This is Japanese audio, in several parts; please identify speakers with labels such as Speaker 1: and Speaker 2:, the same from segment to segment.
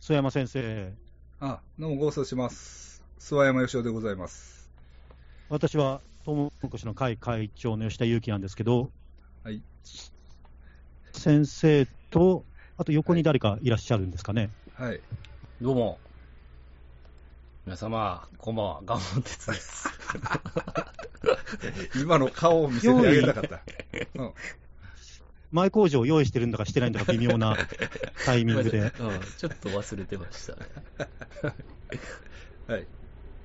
Speaker 1: 曽山先生、
Speaker 2: あ、どうもご無沙汰します。諏訪山義雄でございます。
Speaker 1: 私はトウモロコシの会会長の吉田裕樹なんですけど、
Speaker 2: はい
Speaker 1: 先生と、あと横に誰かいらっしゃるんですかね。
Speaker 2: はい。
Speaker 3: どうも。皆様、こんばんは。ガモン鉄です。
Speaker 2: 今の顔を見せてあげたかった。うん。
Speaker 1: 前工場用意してるんだかしてないんだか微妙なタイミングで、
Speaker 3: うん、ちょっと忘れてましたね。
Speaker 2: はい。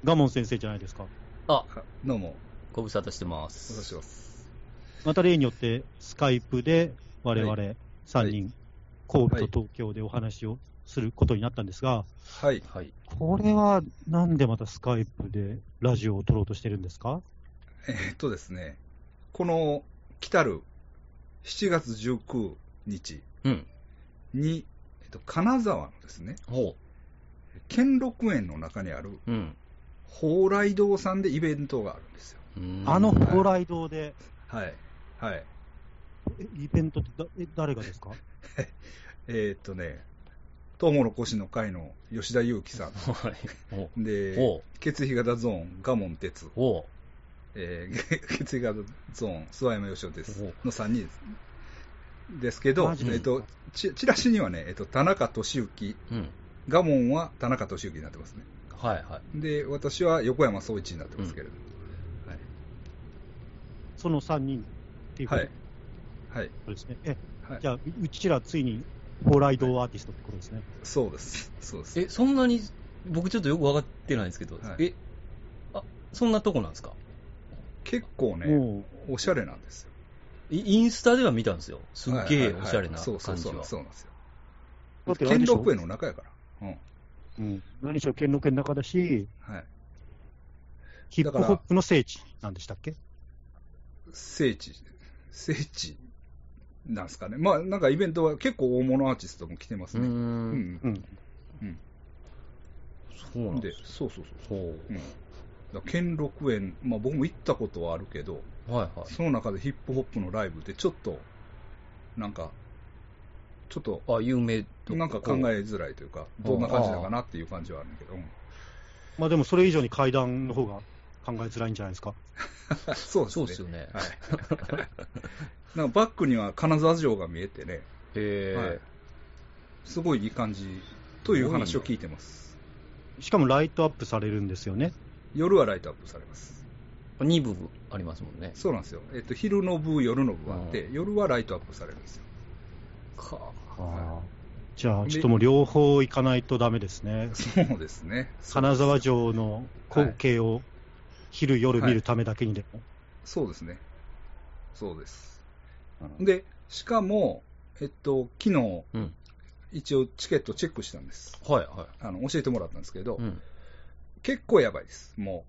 Speaker 1: ガモン先生じゃないですか。
Speaker 3: あ、
Speaker 2: あどうも、
Speaker 3: ご無沙汰してま
Speaker 2: ご無沙汰し
Speaker 3: す。
Speaker 2: ます。
Speaker 1: また例によって、スカイプで我々3人、神戸と東京でお話をすることになったんですが、
Speaker 2: はい。
Speaker 3: はい。
Speaker 1: これはなんでまたスカイプでラジオを撮ろうとしてるんですか
Speaker 2: えーっとですね、この、来たる、7月19日
Speaker 3: うん。
Speaker 2: に、えっと、金沢のですね、
Speaker 3: ほ
Speaker 2: 兼六園の中にある、
Speaker 3: う。うん。
Speaker 2: 蓬莱堂さんでイベントがあるんですよ。
Speaker 3: うん
Speaker 1: あの蓬莱堂で、
Speaker 2: はい。はい。
Speaker 1: えイベントってだえ誰がですか
Speaker 2: えーっとね、トウモロコシの会の吉田裕樹さ
Speaker 3: はい。ほ
Speaker 2: ん。
Speaker 3: う。
Speaker 2: で、
Speaker 3: ほ
Speaker 2: 血液型ゾーン、ガモン鉄
Speaker 3: う。。ほ
Speaker 2: えー、 血液型ゾーン、諏訪山義雄です。
Speaker 3: おう
Speaker 2: の3人です。ですけど
Speaker 1: マジ、で
Speaker 2: えっと、ちチラシにはね、えっと、田中俊之、
Speaker 3: う。うん。
Speaker 2: ガモンは田中俊之になってますね。
Speaker 3: はいはい。
Speaker 2: で、私は横山総一になってますけれど、
Speaker 1: その3人っていうこ
Speaker 2: はい。はい。
Speaker 1: とですね。え
Speaker 2: はい
Speaker 1: じ。ゃあ、ううちらついに蓬莱堂アーティストってことですね。
Speaker 2: そうです。そうです。
Speaker 3: え、そんなに、僕ちょっとよくわかってないんですけど、
Speaker 2: はい
Speaker 3: え、あ、そんなとこなんですか
Speaker 2: 結構ね、
Speaker 1: も
Speaker 2: おしゃれなんですよ。
Speaker 3: イインスタでは見たんですよ。すっげ
Speaker 2: はい
Speaker 3: え
Speaker 2: はいはい
Speaker 3: おしゃれな
Speaker 2: そうそ
Speaker 3: 感
Speaker 2: う
Speaker 3: じ
Speaker 2: そう
Speaker 3: は。
Speaker 2: そうなんですよ。
Speaker 1: う、だってあれ
Speaker 2: 兼
Speaker 1: でしょ
Speaker 2: 六園の中やから。うん。
Speaker 1: うん何しろ兼六園の中だし、
Speaker 2: はい。
Speaker 1: ヒップホップの聖地なんでしたっけ
Speaker 2: 聖地、聖地なんですかね。まあ、なんかイベントは結構大物アーティストも来てます
Speaker 3: うー。
Speaker 2: ね。うんん。
Speaker 1: うん。
Speaker 3: そうなん
Speaker 2: で
Speaker 3: です、
Speaker 2: そうそうそう。
Speaker 3: ほ
Speaker 2: うん、だから兼六園、まあ、僕も行ったことはあるけど、
Speaker 3: う。はいはい。
Speaker 2: その中でヒップホップのライブで、ちょっと、なんか、ちょっと、
Speaker 3: あ、有名と
Speaker 2: なんか考えづらいというか、
Speaker 3: ほ
Speaker 2: ど
Speaker 3: う
Speaker 2: んな感じだかなっていう感じはあるんだけど、うん
Speaker 1: まあでもそれ以上に階段の方が考えづらいんじゃないですか。
Speaker 2: そうです
Speaker 3: そ
Speaker 2: ね。
Speaker 3: うですよね。
Speaker 2: はい、 なんかバックには金沢城が見えてね、
Speaker 3: へえ、
Speaker 2: はいすごいいい感じという話を聞いてます。
Speaker 1: しかもライトアップされるんですよね。
Speaker 2: 夜はライトアップされます。
Speaker 3: 2部ありますもんね。
Speaker 2: そうなんですよ。えっと、昼の部、夜の部あって、
Speaker 3: う
Speaker 2: 夜はライトアップされるんですよ。
Speaker 3: か
Speaker 2: は
Speaker 1: じゃあ、ちょっともう両方行かないとダメですね。
Speaker 2: そうですね。
Speaker 1: 金沢城の光景を昼、夜見るためだけにでも。
Speaker 2: そうですね。そうです。で、しかも、えっと、昨日、
Speaker 3: うん。
Speaker 2: 一応チケットチェックしたんです。
Speaker 3: はいは
Speaker 2: あの、教えてもらったんですけど、
Speaker 3: い。うん。
Speaker 2: 結構やばいです。も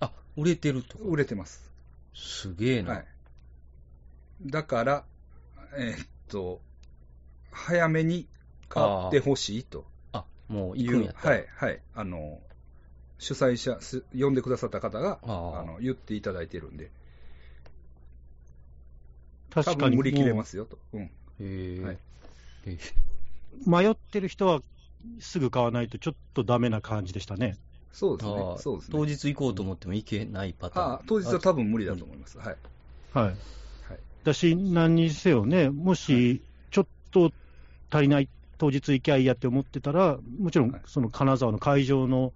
Speaker 3: あ、売れてるってこ
Speaker 2: う、
Speaker 3: と
Speaker 2: 売れてます。
Speaker 3: すげえな。
Speaker 2: はい。だから、えっと、早めに買ってほしいと
Speaker 3: あ、もう
Speaker 2: い
Speaker 3: 行くんや
Speaker 2: う、
Speaker 3: った
Speaker 2: はい、はい。あの、主催者、す呼んでくださった方が、
Speaker 3: あー
Speaker 2: あの言っていただいてるんで、多
Speaker 1: 確か
Speaker 2: 分
Speaker 1: に、
Speaker 2: 売り切れ
Speaker 1: も
Speaker 2: ますよと。うん。
Speaker 3: へえ、
Speaker 2: はい
Speaker 3: え
Speaker 1: う迷ってる人はすぐ買わないとちょっとダメな感じでしたね。
Speaker 2: そうです
Speaker 3: あ
Speaker 2: ね
Speaker 3: あ。
Speaker 2: そうですね。
Speaker 3: 当日行こうと思っても行けないパターン。
Speaker 2: あ当日は多分無理だと思います。はい。
Speaker 1: はい。だし、何にせよね、もしちょっと足りない、当日行きゃいいやって思ってたら、もちろ
Speaker 2: は
Speaker 1: ん
Speaker 2: い
Speaker 1: その金沢の会場の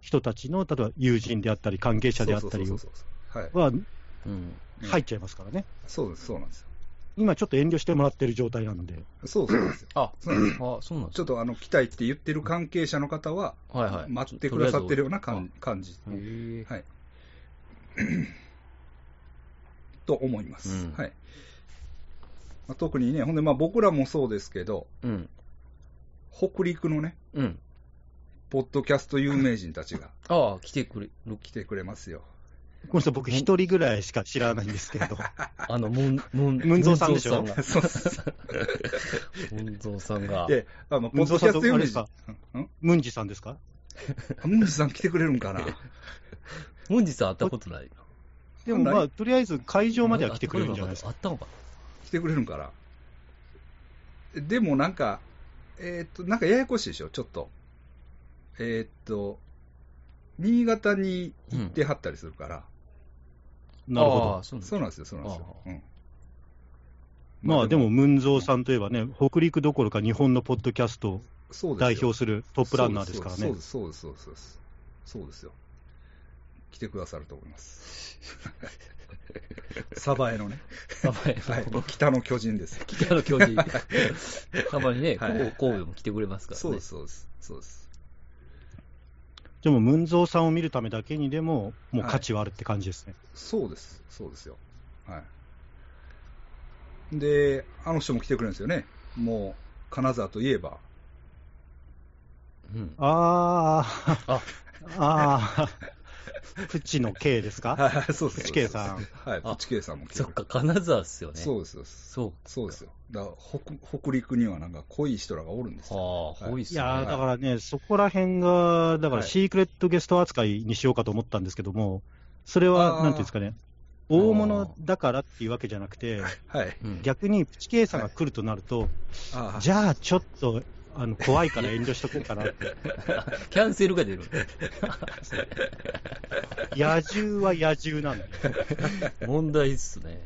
Speaker 1: 人たちの、例えば友人であったり、関係者であったり
Speaker 2: そうそうそうそうはい。
Speaker 1: は
Speaker 3: うん。
Speaker 1: 入っちゃいますからね。
Speaker 2: そうです、そうなんですよ。
Speaker 1: 今ちょっと遠慮してもらってる状態なんで。
Speaker 2: そうそう ですよ。
Speaker 3: あ、
Speaker 2: そうなんですよ
Speaker 3: あ、そうなんです
Speaker 2: ちょっとあの、来たいって言ってる関係者の方は、
Speaker 3: か。はいはい。
Speaker 2: 待ってくださってるような
Speaker 3: とりあえ
Speaker 2: 感感じ
Speaker 3: ず。へえ
Speaker 2: はいと思います。
Speaker 3: うん
Speaker 2: はい。まあ、特にね、ほんで、まあ僕らもそうですけど、
Speaker 3: うん。
Speaker 2: 北陸のね、
Speaker 3: うん。
Speaker 2: ポッドキャスト有名人たち が
Speaker 3: ああ、来てくれる。
Speaker 2: 来てくれます よ。
Speaker 1: ごめんなさい、僕一人ぐらいしか知らないんですけ ど。
Speaker 3: あの、ムン、ムン、
Speaker 1: ムンゾーさんでしょ
Speaker 3: ムンゾー
Speaker 2: そうです。
Speaker 3: さんがムンゾーさんが。
Speaker 2: で、あまあ、ポ
Speaker 1: ムン
Speaker 2: ッ
Speaker 1: ゾ
Speaker 2: ド
Speaker 1: ーさん
Speaker 2: キャス
Speaker 1: と
Speaker 2: ト有
Speaker 1: あれ
Speaker 2: 名
Speaker 1: です
Speaker 2: 人
Speaker 1: か、
Speaker 2: うん
Speaker 1: ムンジさんですか
Speaker 2: あムンジさん来てくれるんかな
Speaker 3: ムンジさん会ったことない。
Speaker 1: でもまあ、とりあえず会場までは来てくれるんじゃないですか。
Speaker 3: あったのか
Speaker 2: 来てくれるんかなでもなんか、えーっと、なんかややこしいでしょ、ちょっと。えーっと、新潟に行ってはったりするから、
Speaker 1: なるほど。
Speaker 3: ああそうなんだ
Speaker 2: そうなんですよ、そうなんですよ。うん
Speaker 1: まあでも、、文蔵さんといえばね、北陸どころか日本のポッドキャストを
Speaker 2: そうですよ
Speaker 1: 代表するトップランナーですからね。
Speaker 2: そうです、そうです、そうです。そうですそうですよ。来てくださると思います。サバエのね、
Speaker 3: 名前、
Speaker 2: はい
Speaker 3: この、
Speaker 2: 北の巨人ですよ。
Speaker 3: 北の教 授、たまにね、
Speaker 2: はい
Speaker 3: こう神戸も来てくれますからね。
Speaker 2: そうです、そうです、そうです。
Speaker 1: でも、文蔵さんを見るためだけにでも、もう価値はあるって感じですね。
Speaker 2: そうです、そうですよ。はい。で、あの人も来てくれるんですよね。もう、金沢といえば、
Speaker 3: うん。
Speaker 1: あー、
Speaker 3: あ、
Speaker 1: あー、プチの K ですか
Speaker 2: はい、 そうです。
Speaker 1: プチ K さん
Speaker 2: ん。はい、
Speaker 3: あ
Speaker 2: プチ K さんも来て
Speaker 3: そ
Speaker 2: く
Speaker 3: っ
Speaker 2: れ
Speaker 3: か、
Speaker 2: る。
Speaker 3: 金沢っすよね。。
Speaker 2: そううです、そうです。
Speaker 3: そう。
Speaker 2: そうですよ。だから北、北陸にはなんか濃い人らがおるんですよ。
Speaker 3: はあ、多いっす
Speaker 1: い
Speaker 3: ね。
Speaker 1: やー
Speaker 2: はい
Speaker 1: だからね、そこら辺が、だか
Speaker 2: は
Speaker 1: ら
Speaker 2: い
Speaker 1: シークレットゲスト扱いにしようかと思ったんですけども、それ
Speaker 2: あー
Speaker 1: はなんていうんですかね、大物だからっていうわけじゃなくて、
Speaker 2: はい。
Speaker 3: うん
Speaker 1: 逆にプチ K さんが来るとなると、
Speaker 2: ああ
Speaker 1: じゃあちょっとあの怖いから遠慮しとこうかなって、
Speaker 3: キャンセルが出る。
Speaker 1: 野獣は野獣なんで、
Speaker 3: 問題っ すね。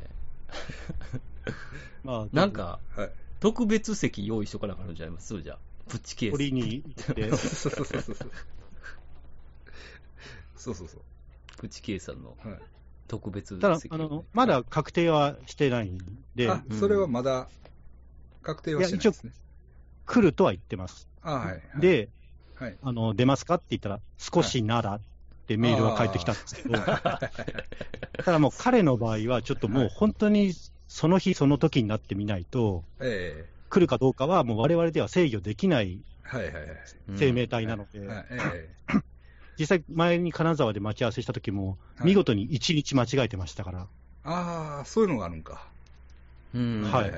Speaker 1: まあ、
Speaker 3: なん、か、
Speaker 2: はい。
Speaker 3: 特別席用意しとかなあかんのじゃないますじゃあ。プッチケー
Speaker 1: 取
Speaker 3: ス。
Speaker 1: りに行って、
Speaker 2: そうそうそうそうそう。そうそうそ
Speaker 3: プチケースさんの
Speaker 2: う。はい。
Speaker 3: 特別 席。
Speaker 1: ただあの、まだ確定はしてないんで、
Speaker 2: あ、それはまだ確定はしてないですね。
Speaker 1: 来るとは言ってます。
Speaker 2: あ、はい。はい、
Speaker 1: で、
Speaker 2: はい。
Speaker 1: あの出ますかって言ったら、少しならってメールが返ってきたんですけど、ただもう彼の場合は、ちょっともう本当にその日その時になってみないと、
Speaker 2: え
Speaker 1: 来るかどうかはもう我々では制御できない
Speaker 2: えはいはいはい。
Speaker 3: うん
Speaker 1: 生命体なので、
Speaker 2: はいえ
Speaker 1: 実際、前に金沢で待ち合わせした時も、
Speaker 2: はい
Speaker 1: 見事に1日間違えてましたから、
Speaker 2: えああ、そういうのがあるんか。
Speaker 3: うん。
Speaker 1: はい
Speaker 2: は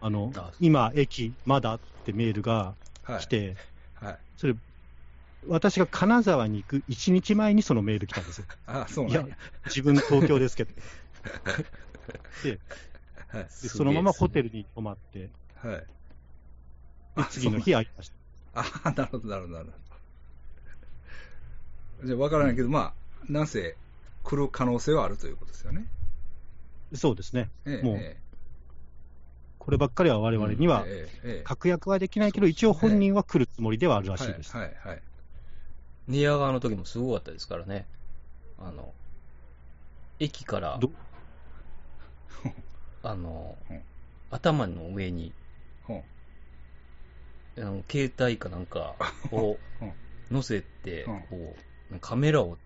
Speaker 1: あの
Speaker 3: あ
Speaker 1: 今、駅、まだってメールが
Speaker 2: はい。
Speaker 1: 来て、
Speaker 2: はい。
Speaker 1: それ、私が金沢に行く1日前にそのメール来たん ですよ。
Speaker 2: ああ、そう
Speaker 1: い
Speaker 2: な
Speaker 1: や
Speaker 2: んや。、
Speaker 1: 自分、東京です けど。でで
Speaker 2: はい。
Speaker 1: そのままホテ
Speaker 3: ル。
Speaker 1: ルに泊まって、で
Speaker 2: はい。あ
Speaker 1: 次の日会いました。
Speaker 2: ああ、なるほど、なるほど、なるほど。じゃあ、わからないけど、まあ、なんせ、来る可能性はあるということですよね。
Speaker 1: そうですね、
Speaker 2: ええ
Speaker 1: もう
Speaker 2: え
Speaker 1: こればっかりは我々に
Speaker 2: え
Speaker 1: は
Speaker 2: ええええ
Speaker 1: 確約はできないけど、一応本人は来るつもりではあるらしいです。
Speaker 2: はい、はい、はい。
Speaker 3: 寝屋川の時もすごかったですからね。あの、駅から
Speaker 1: ど、
Speaker 3: あの
Speaker 2: うん、
Speaker 3: 頭の上に、
Speaker 2: ほん
Speaker 3: あの携帯かなんかを
Speaker 2: うん
Speaker 3: 乗せて、
Speaker 2: うん
Speaker 3: こう、カメラを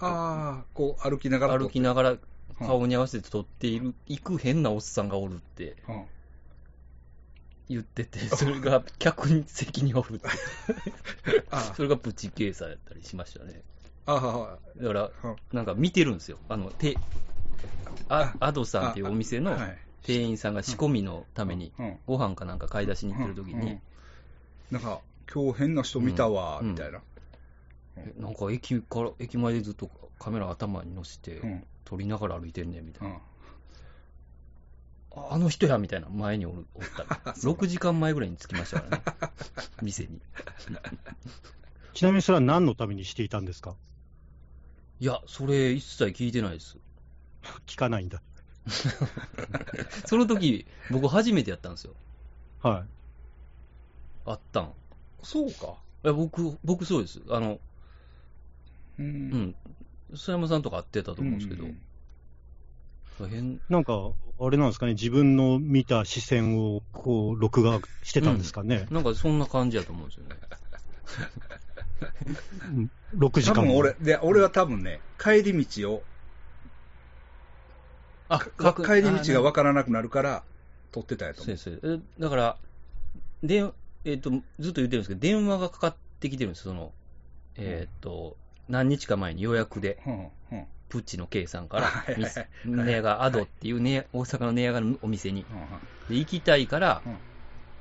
Speaker 2: ああ、こう歩きながら
Speaker 3: 歩きながら
Speaker 2: うん
Speaker 3: 顔に合わせて撮っている、行く変なおっさんがおるって
Speaker 2: うん
Speaker 3: 言ってて、それが客に席におるって、
Speaker 2: あ
Speaker 3: それがプチケーサーやったりしましたね。
Speaker 2: あ、あ
Speaker 3: だから、
Speaker 2: あ、うん
Speaker 3: なんか見てるんですよ。あの、て、あ、アドさんっていうお店の
Speaker 2: はい
Speaker 3: 店員さんが仕込みのために、
Speaker 2: うんうん
Speaker 3: ご飯かなんか買い出しに行ってる時
Speaker 2: うんう
Speaker 3: に
Speaker 2: ん、なんか、今日変な人見たわ、
Speaker 3: うん
Speaker 2: みたいな。
Speaker 3: えなんか駅から、駅前でずっとカメラ頭に乗せて
Speaker 2: う、ん。
Speaker 3: 撮りながら歩いてんねんみたいな
Speaker 2: う。ん。
Speaker 3: ああの人やみたいな、前におるおったみたいな
Speaker 2: そう
Speaker 3: 6時間前ぐらいに着きましたからね、 店に。
Speaker 1: ちなみにそれは何のためにしていたんですか
Speaker 3: いや、それ一切聞いてないです。
Speaker 1: 聞かないんだ。
Speaker 3: その時僕初めてやったんですよ。
Speaker 1: は
Speaker 3: あったん。い
Speaker 2: そうか。
Speaker 3: や僕、僕そうです。あの、
Speaker 2: う。
Speaker 3: うんん。須山さんとか会ってたと思うんですけど、
Speaker 2: うん
Speaker 3: 大変。
Speaker 1: い。なんか、あれなんですかね、自分の見た視線をこう録画してたんですかね、
Speaker 3: なんかそんな感じやと思うんですよね。
Speaker 1: 6時間
Speaker 2: 多分
Speaker 1: も
Speaker 2: 俺、で、俺は多分ね、帰り道を、
Speaker 3: あ、
Speaker 2: か
Speaker 3: 各
Speaker 2: 帰り道が分からなくなるから、撮ってたやと
Speaker 3: そう
Speaker 2: 思
Speaker 3: で
Speaker 2: う。
Speaker 3: す。えだから、でえっとずっと言ってるんですけど、電話がかかってきてるんです、その、えっと、何日か前に予約で。
Speaker 2: うんうんうん
Speaker 3: プッチの K さんから
Speaker 2: はい、はいはい
Speaker 3: ネアガアドっていうね、大阪のネアガのお店に。で、行きたいから
Speaker 2: うん、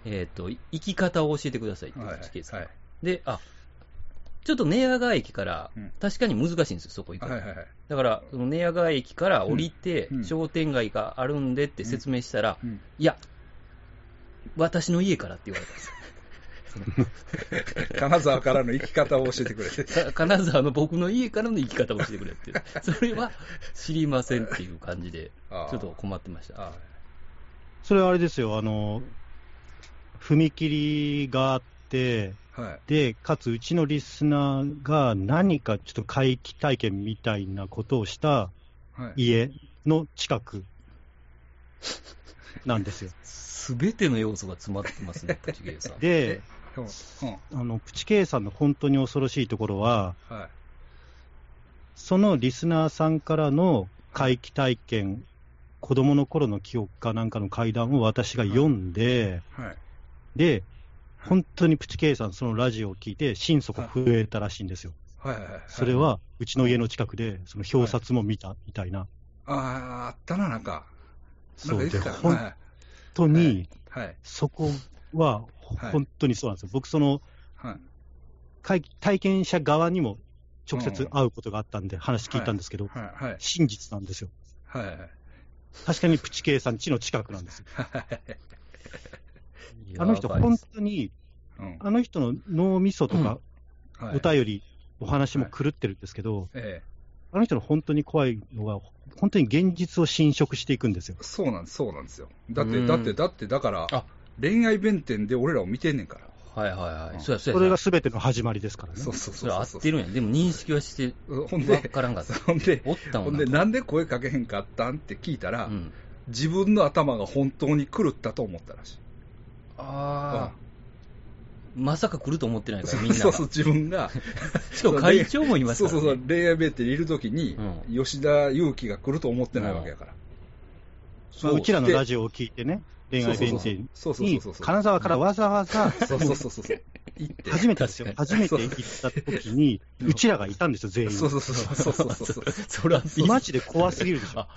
Speaker 3: えっと、行き方を教えてくださいって、
Speaker 2: うん
Speaker 3: プ
Speaker 2: はい
Speaker 3: ッチ K さん
Speaker 2: は
Speaker 3: が
Speaker 2: い。
Speaker 3: で、あ、ちょっとネアガ駅から
Speaker 2: うん、
Speaker 3: 確かに難しいんですよ、そこ行く
Speaker 2: はいはい
Speaker 3: の。
Speaker 2: はい。
Speaker 3: だから、そのネアガ駅から降りて
Speaker 2: うんう、ん
Speaker 3: 商店街があるんでって説明したら
Speaker 2: うん、
Speaker 3: いや、私の家からって言われたんです
Speaker 2: 金沢からの行き方を教えてくれて。
Speaker 3: か 金沢の僕の家からの行き方をしてくれって、それは知りませんっていう感じで、
Speaker 2: ああ
Speaker 3: ちょっと困ってました。
Speaker 2: あ
Speaker 1: それはあれですよ、あの、踏切があって、
Speaker 2: あはい。
Speaker 1: で、かつうちのリスナーが何かちょっと回帰体験みたいなことをした
Speaker 2: はい。
Speaker 1: 家の近くなんですよ。
Speaker 3: すべての要素が詰まってますね、プチゲイさん。
Speaker 1: で、
Speaker 2: うんうん
Speaker 1: あの、プチケイさんの本当に恐ろしいところは、
Speaker 2: はい。
Speaker 1: そのリスナーさんからの回帰体験、子供の頃の記憶かなんかの会談を私が読んで、
Speaker 2: はい。
Speaker 1: で、本当にプチケイさん、そのラジオを聞いて、心底震えたらしいんですよ。
Speaker 2: はいはいはい。
Speaker 1: それは、うちの家の近くで、その表札も見たみたいな。
Speaker 2: ああ、あったな、なんか。な
Speaker 1: そ
Speaker 2: んか
Speaker 1: う
Speaker 2: 言って
Speaker 1: で、
Speaker 2: た。
Speaker 1: 本
Speaker 2: はい。
Speaker 1: 当に、
Speaker 2: はい。
Speaker 1: そこは、
Speaker 2: はい
Speaker 1: 本当にそうなんですよ。僕、その、
Speaker 2: はい。
Speaker 1: 会体験者側にも直接会うことがあったんで、話聞いたんですけど、
Speaker 2: はい。はい。
Speaker 1: 真実なんですよ。
Speaker 2: はいはい。
Speaker 1: 確かにプチケイさん家の近くなんですよ。
Speaker 3: いや
Speaker 1: あの人、
Speaker 3: やばいで
Speaker 1: 本
Speaker 3: す
Speaker 1: 当に、
Speaker 2: うん。
Speaker 1: あの人の脳みそとか、
Speaker 2: はい
Speaker 1: お便り、お話も狂ってるんですけど、
Speaker 2: ええ。
Speaker 1: あの人の本当に怖いのが、本当に現実を侵食していくんですよ。
Speaker 2: そうなんです、そうなんですよ。だっ
Speaker 3: う
Speaker 2: て、
Speaker 3: ん
Speaker 2: だって、だって、だから
Speaker 3: あ、
Speaker 2: 恋愛弁天で俺らを見てんねんから。
Speaker 3: はいはいは
Speaker 2: う
Speaker 3: い。
Speaker 2: ん
Speaker 3: そうや、そう
Speaker 1: そ
Speaker 3: や。
Speaker 1: れが
Speaker 3: そ
Speaker 1: 全ての始まりですからね。
Speaker 2: そうそうそうそう。
Speaker 3: れは合ってるんや。でも認識はして、
Speaker 2: ほん
Speaker 3: わ
Speaker 2: で、
Speaker 3: からんかった。
Speaker 2: ほんで、
Speaker 3: おったも
Speaker 2: ほ
Speaker 3: ん
Speaker 2: んで、なんで声かけへんかったんって聞いたら、
Speaker 3: うん、
Speaker 2: 自分の頭が本当に狂ったと思ったらしい。
Speaker 3: ああ、まさか来ると思ってない
Speaker 2: うん
Speaker 3: か
Speaker 2: そう
Speaker 3: ら、みんな
Speaker 2: そう
Speaker 3: が。
Speaker 2: そう、自分が。
Speaker 3: しかも会長もいます
Speaker 2: そう
Speaker 3: から、
Speaker 2: そ
Speaker 3: ね。
Speaker 2: うそう、恋愛弁天にいるときに、
Speaker 3: う
Speaker 2: 吉田勇気が来ると思ってないわけやから。
Speaker 1: まあうちらのラジオを聞いてね、恋愛弁天
Speaker 2: そうそうそう
Speaker 1: に
Speaker 2: そうそうそうそう、そう
Speaker 1: 金沢からわざわざ、
Speaker 2: そうそうそうそうそう。行って。
Speaker 1: 初めてですよ、
Speaker 3: 確
Speaker 1: 初めて行った時に、
Speaker 2: そう
Speaker 1: うちらがいたんですよ、全員。
Speaker 2: そうそうそうそうそうそう。
Speaker 3: そら、
Speaker 1: マジで怖すぎるでしょ。
Speaker 3: あ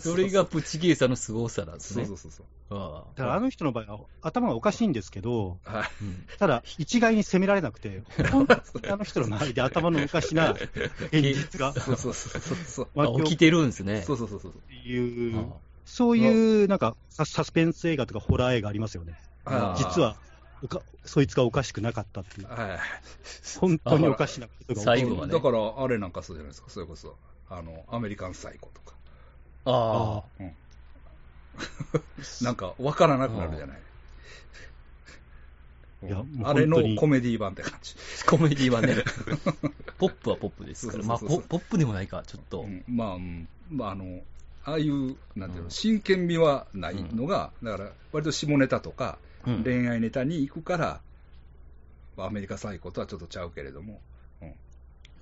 Speaker 3: それがプチゲイさんの凄さなんです
Speaker 2: そう
Speaker 3: ね。
Speaker 2: そうそうそう。
Speaker 3: ああ
Speaker 1: だからあの人の場合は頭がおかしいんですけど、
Speaker 2: はい。
Speaker 3: うん
Speaker 1: ただ、一概に責められなくて、本当にあの人の周りで頭のおかしな現実 が
Speaker 2: そうそうそうそうそう。
Speaker 3: あ
Speaker 1: 湧
Speaker 3: 起
Speaker 1: き起
Speaker 3: き
Speaker 1: こ
Speaker 3: てるんですね。
Speaker 2: そうそうそうそう。
Speaker 1: っていう、
Speaker 3: あ
Speaker 1: そういうなんかササスペンス映画とかホラー映画ありますよね。
Speaker 3: あー
Speaker 1: 実はおか、そいつがおかしくなかったっていう、
Speaker 2: はい。
Speaker 1: 本当におかしなことが起
Speaker 3: 最
Speaker 1: こ
Speaker 3: 後
Speaker 1: る。
Speaker 3: はね
Speaker 2: だから、あれなんかそうじゃないですか、それこそ。あの、アメリカンサイコとか。
Speaker 3: あ
Speaker 2: なんか、わからなくなるじゃない。
Speaker 1: いやもう
Speaker 2: あれ
Speaker 1: 本当
Speaker 2: の
Speaker 1: に
Speaker 2: コメディ版って感じ。
Speaker 3: コメディはね、 ポップはポップですから、
Speaker 2: そ
Speaker 3: ま
Speaker 2: う
Speaker 3: あ
Speaker 2: そうそう
Speaker 3: ポポップでもないか、ちょっと。
Speaker 2: うんまあ、うんまあ、あの、ああいう、なんていう
Speaker 3: う
Speaker 2: の、
Speaker 3: ん
Speaker 2: 真剣味はないのが、だから、割と下ネタとか、
Speaker 3: うん
Speaker 2: 恋愛ネタに行くから、まあアメリカ最高とはちょっとちゃうけれども、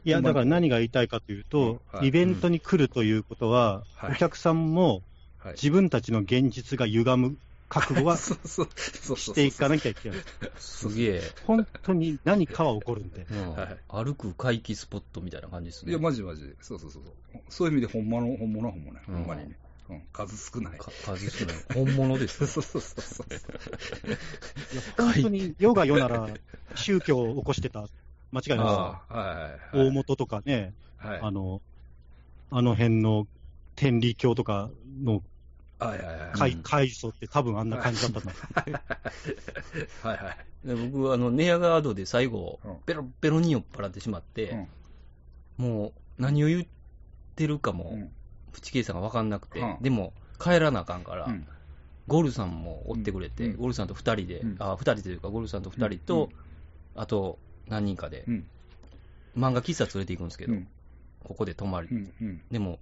Speaker 1: いや、だから何が言いたいかというと、
Speaker 2: うんはい
Speaker 1: イベントに来るということは、
Speaker 2: はい
Speaker 1: お客さんも
Speaker 2: はい。
Speaker 1: 自分たちの現実が歪む覚悟はし
Speaker 2: そうそうそうそう
Speaker 1: ていかなきゃいけない。
Speaker 3: すげえ、
Speaker 1: 本当に何かは起こるんで。
Speaker 3: うん
Speaker 2: はい
Speaker 3: 歩く回帰スポットみたいな感じですね。
Speaker 2: いや、マジマジ。そうそうそうそう。そういう意味で、ほんまの、ほんまの、ほんまね。ほ
Speaker 3: うん
Speaker 2: んまにね。うん、数少ない。
Speaker 3: か数少ない。本物です
Speaker 2: そう
Speaker 3: ね。
Speaker 2: そうそうそう。
Speaker 1: 本当に世が世なら宗教を起こしてた、間違いないですよ。
Speaker 2: ああ、はいはいはい。
Speaker 1: 大元とかね、
Speaker 2: はい。
Speaker 1: あの、あの辺の天理教とかの
Speaker 2: はいはいはい。
Speaker 1: 開
Speaker 3: うん
Speaker 1: 開祖って多分あんな感じだ ったの。
Speaker 2: はいはい。
Speaker 3: で僕、あの、ネアガードで最後
Speaker 2: うん、
Speaker 3: ベロベロに酔っ払ってしまって、もう、何を言ってるか
Speaker 2: うん。う
Speaker 3: も、
Speaker 2: ん
Speaker 3: プチケイさんが分かんなくて
Speaker 2: うん、
Speaker 3: でも、帰らなあかんから、
Speaker 2: うん
Speaker 3: ゴルさんも追ってくれて、
Speaker 2: うん
Speaker 3: ゴルさんと2人で、
Speaker 2: うん
Speaker 3: あ2人というか、ゴルさんと2人と、あと何人かで、
Speaker 2: うん
Speaker 3: 漫画喫茶連れて行くんですけど、
Speaker 2: うん
Speaker 3: ここで泊まり、
Speaker 2: うんうん。
Speaker 3: でも、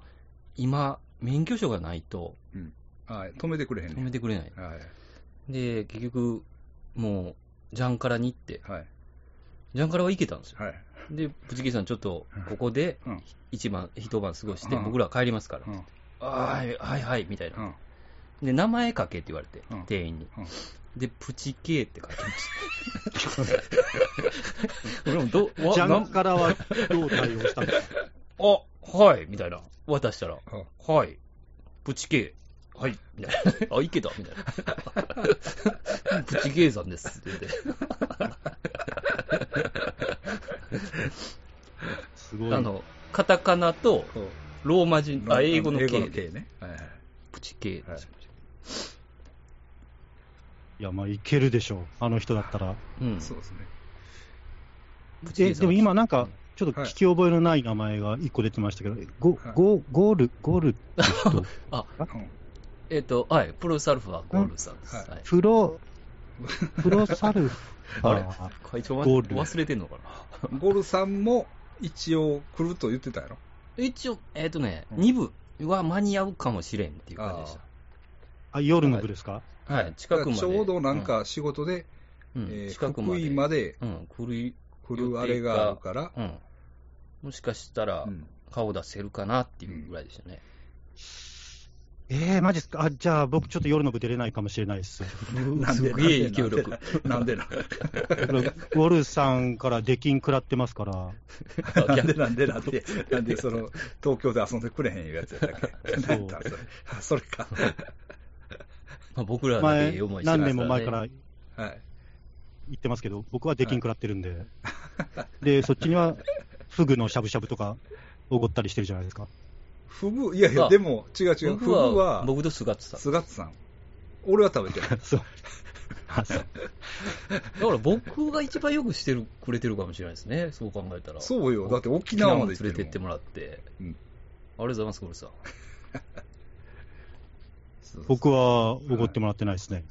Speaker 3: 今、免許証がないと
Speaker 2: はい。止めてくれへん
Speaker 3: 止め
Speaker 2: ね。
Speaker 3: てくれない、
Speaker 2: はい
Speaker 3: で結局、もう、ジャンカラに行って、
Speaker 2: はい。
Speaker 3: ジャンカラは行けたんですよ、
Speaker 2: はい。
Speaker 3: で、プチキさん、ちょっとここで
Speaker 2: うん
Speaker 3: 一晩、一晩過ごして、
Speaker 2: うん
Speaker 3: 僕らは帰りますから、
Speaker 2: うん。
Speaker 3: あーはい、はい、はい、みたいな、
Speaker 2: うん。
Speaker 3: で、名前書けって言われて、
Speaker 2: うん
Speaker 3: 店員に
Speaker 2: うん。
Speaker 3: で、プチケって書きま した。俺もど、わ
Speaker 1: ジ
Speaker 3: な
Speaker 1: ャン
Speaker 3: ん
Speaker 1: からはどう対応したん ですか
Speaker 3: あ、はい、みたいな。渡したら、
Speaker 2: うん
Speaker 3: はい、プチケはい、みたいな。あ、いけた、みたい な。プチケさんです、って言って。
Speaker 1: すごい。
Speaker 3: あの、カタカナと
Speaker 2: そう
Speaker 3: ローマ字、あ、英語の
Speaker 2: 英語
Speaker 3: K
Speaker 2: の
Speaker 3: で、
Speaker 2: K ね。はいはい。
Speaker 3: プチケ
Speaker 2: はい
Speaker 1: いや、まあ、いけるでしょう、あの人だったら。
Speaker 3: うん。
Speaker 2: そうですね。
Speaker 1: え、でも今なん
Speaker 3: う
Speaker 1: か
Speaker 3: ん、
Speaker 1: ちょっと聞き覚えのない名前が一個出てましたけど、ゴ、
Speaker 2: はい
Speaker 1: ゴ、ゴール、ゴールって人、
Speaker 2: うん
Speaker 3: えっ、と、はい、プロサルファーゴールさんです。
Speaker 2: うん
Speaker 3: はい。
Speaker 1: プロ、プロサルファ
Speaker 3: あれ
Speaker 1: ー。
Speaker 3: 会長は
Speaker 1: ゴール
Speaker 3: 忘れてんのかな
Speaker 2: ゴルさんも一応来ると言ってたやろ。
Speaker 3: 一応、えっ、とね、
Speaker 2: うん
Speaker 3: 二部は間に合うかもしれんっていう感じでし
Speaker 1: あ、夜の部ですか
Speaker 3: た。はい、近くまで。
Speaker 2: ちょうどなん、か仕事で、
Speaker 3: うんうん
Speaker 2: えー
Speaker 3: 近くま
Speaker 2: 福
Speaker 3: で。
Speaker 2: 井まで
Speaker 3: うん、来る、
Speaker 2: 来るあれがあるから、
Speaker 3: うん。もしかしたら
Speaker 2: う、ん
Speaker 3: 顔出せるかなっていうぐらいでしたね。
Speaker 1: えー、マジっすかあ、じゃあ僕ちょっと夜の部出れないかもしれないです。
Speaker 2: なん
Speaker 3: す
Speaker 2: で
Speaker 3: げえ影響力。
Speaker 2: なんでなんで
Speaker 1: ウォルさんから出禁食らってますから。
Speaker 2: なんでなんでなん でなんでその東京で遊んでくれへんいうやつやったっ け
Speaker 1: そう
Speaker 2: 何やったんそれあそれか
Speaker 3: まあ、僕らだけええ
Speaker 1: 前
Speaker 3: 思い、して
Speaker 1: 何
Speaker 3: ますからね。
Speaker 1: 年も前から
Speaker 2: はい
Speaker 1: 言ってますけど、僕は出禁食らってるんで。 で、そっちには、フグのしゃぶしゃぶとか、おごったりしてるじゃないです か。
Speaker 2: フグいやいや
Speaker 3: あ
Speaker 2: でも違う違うフ
Speaker 3: 僕
Speaker 2: グ
Speaker 3: は、
Speaker 2: は
Speaker 3: 僕と菅田さん。
Speaker 2: 菅津さん俺は食べて ない
Speaker 1: そう。あそう
Speaker 3: だから僕が一番よくしてるくれてるかもしれないですね、そう考えたら。
Speaker 2: そうよだって沖
Speaker 3: 沖
Speaker 2: 縄
Speaker 3: 縄
Speaker 2: ま
Speaker 3: ま
Speaker 2: で
Speaker 3: で
Speaker 2: 行
Speaker 3: 連れてって
Speaker 2: るもん
Speaker 3: もらって。
Speaker 2: うん
Speaker 3: ありがとうございます、ゴルさん。
Speaker 2: そうそう
Speaker 1: 僕はおごってもらってないですね。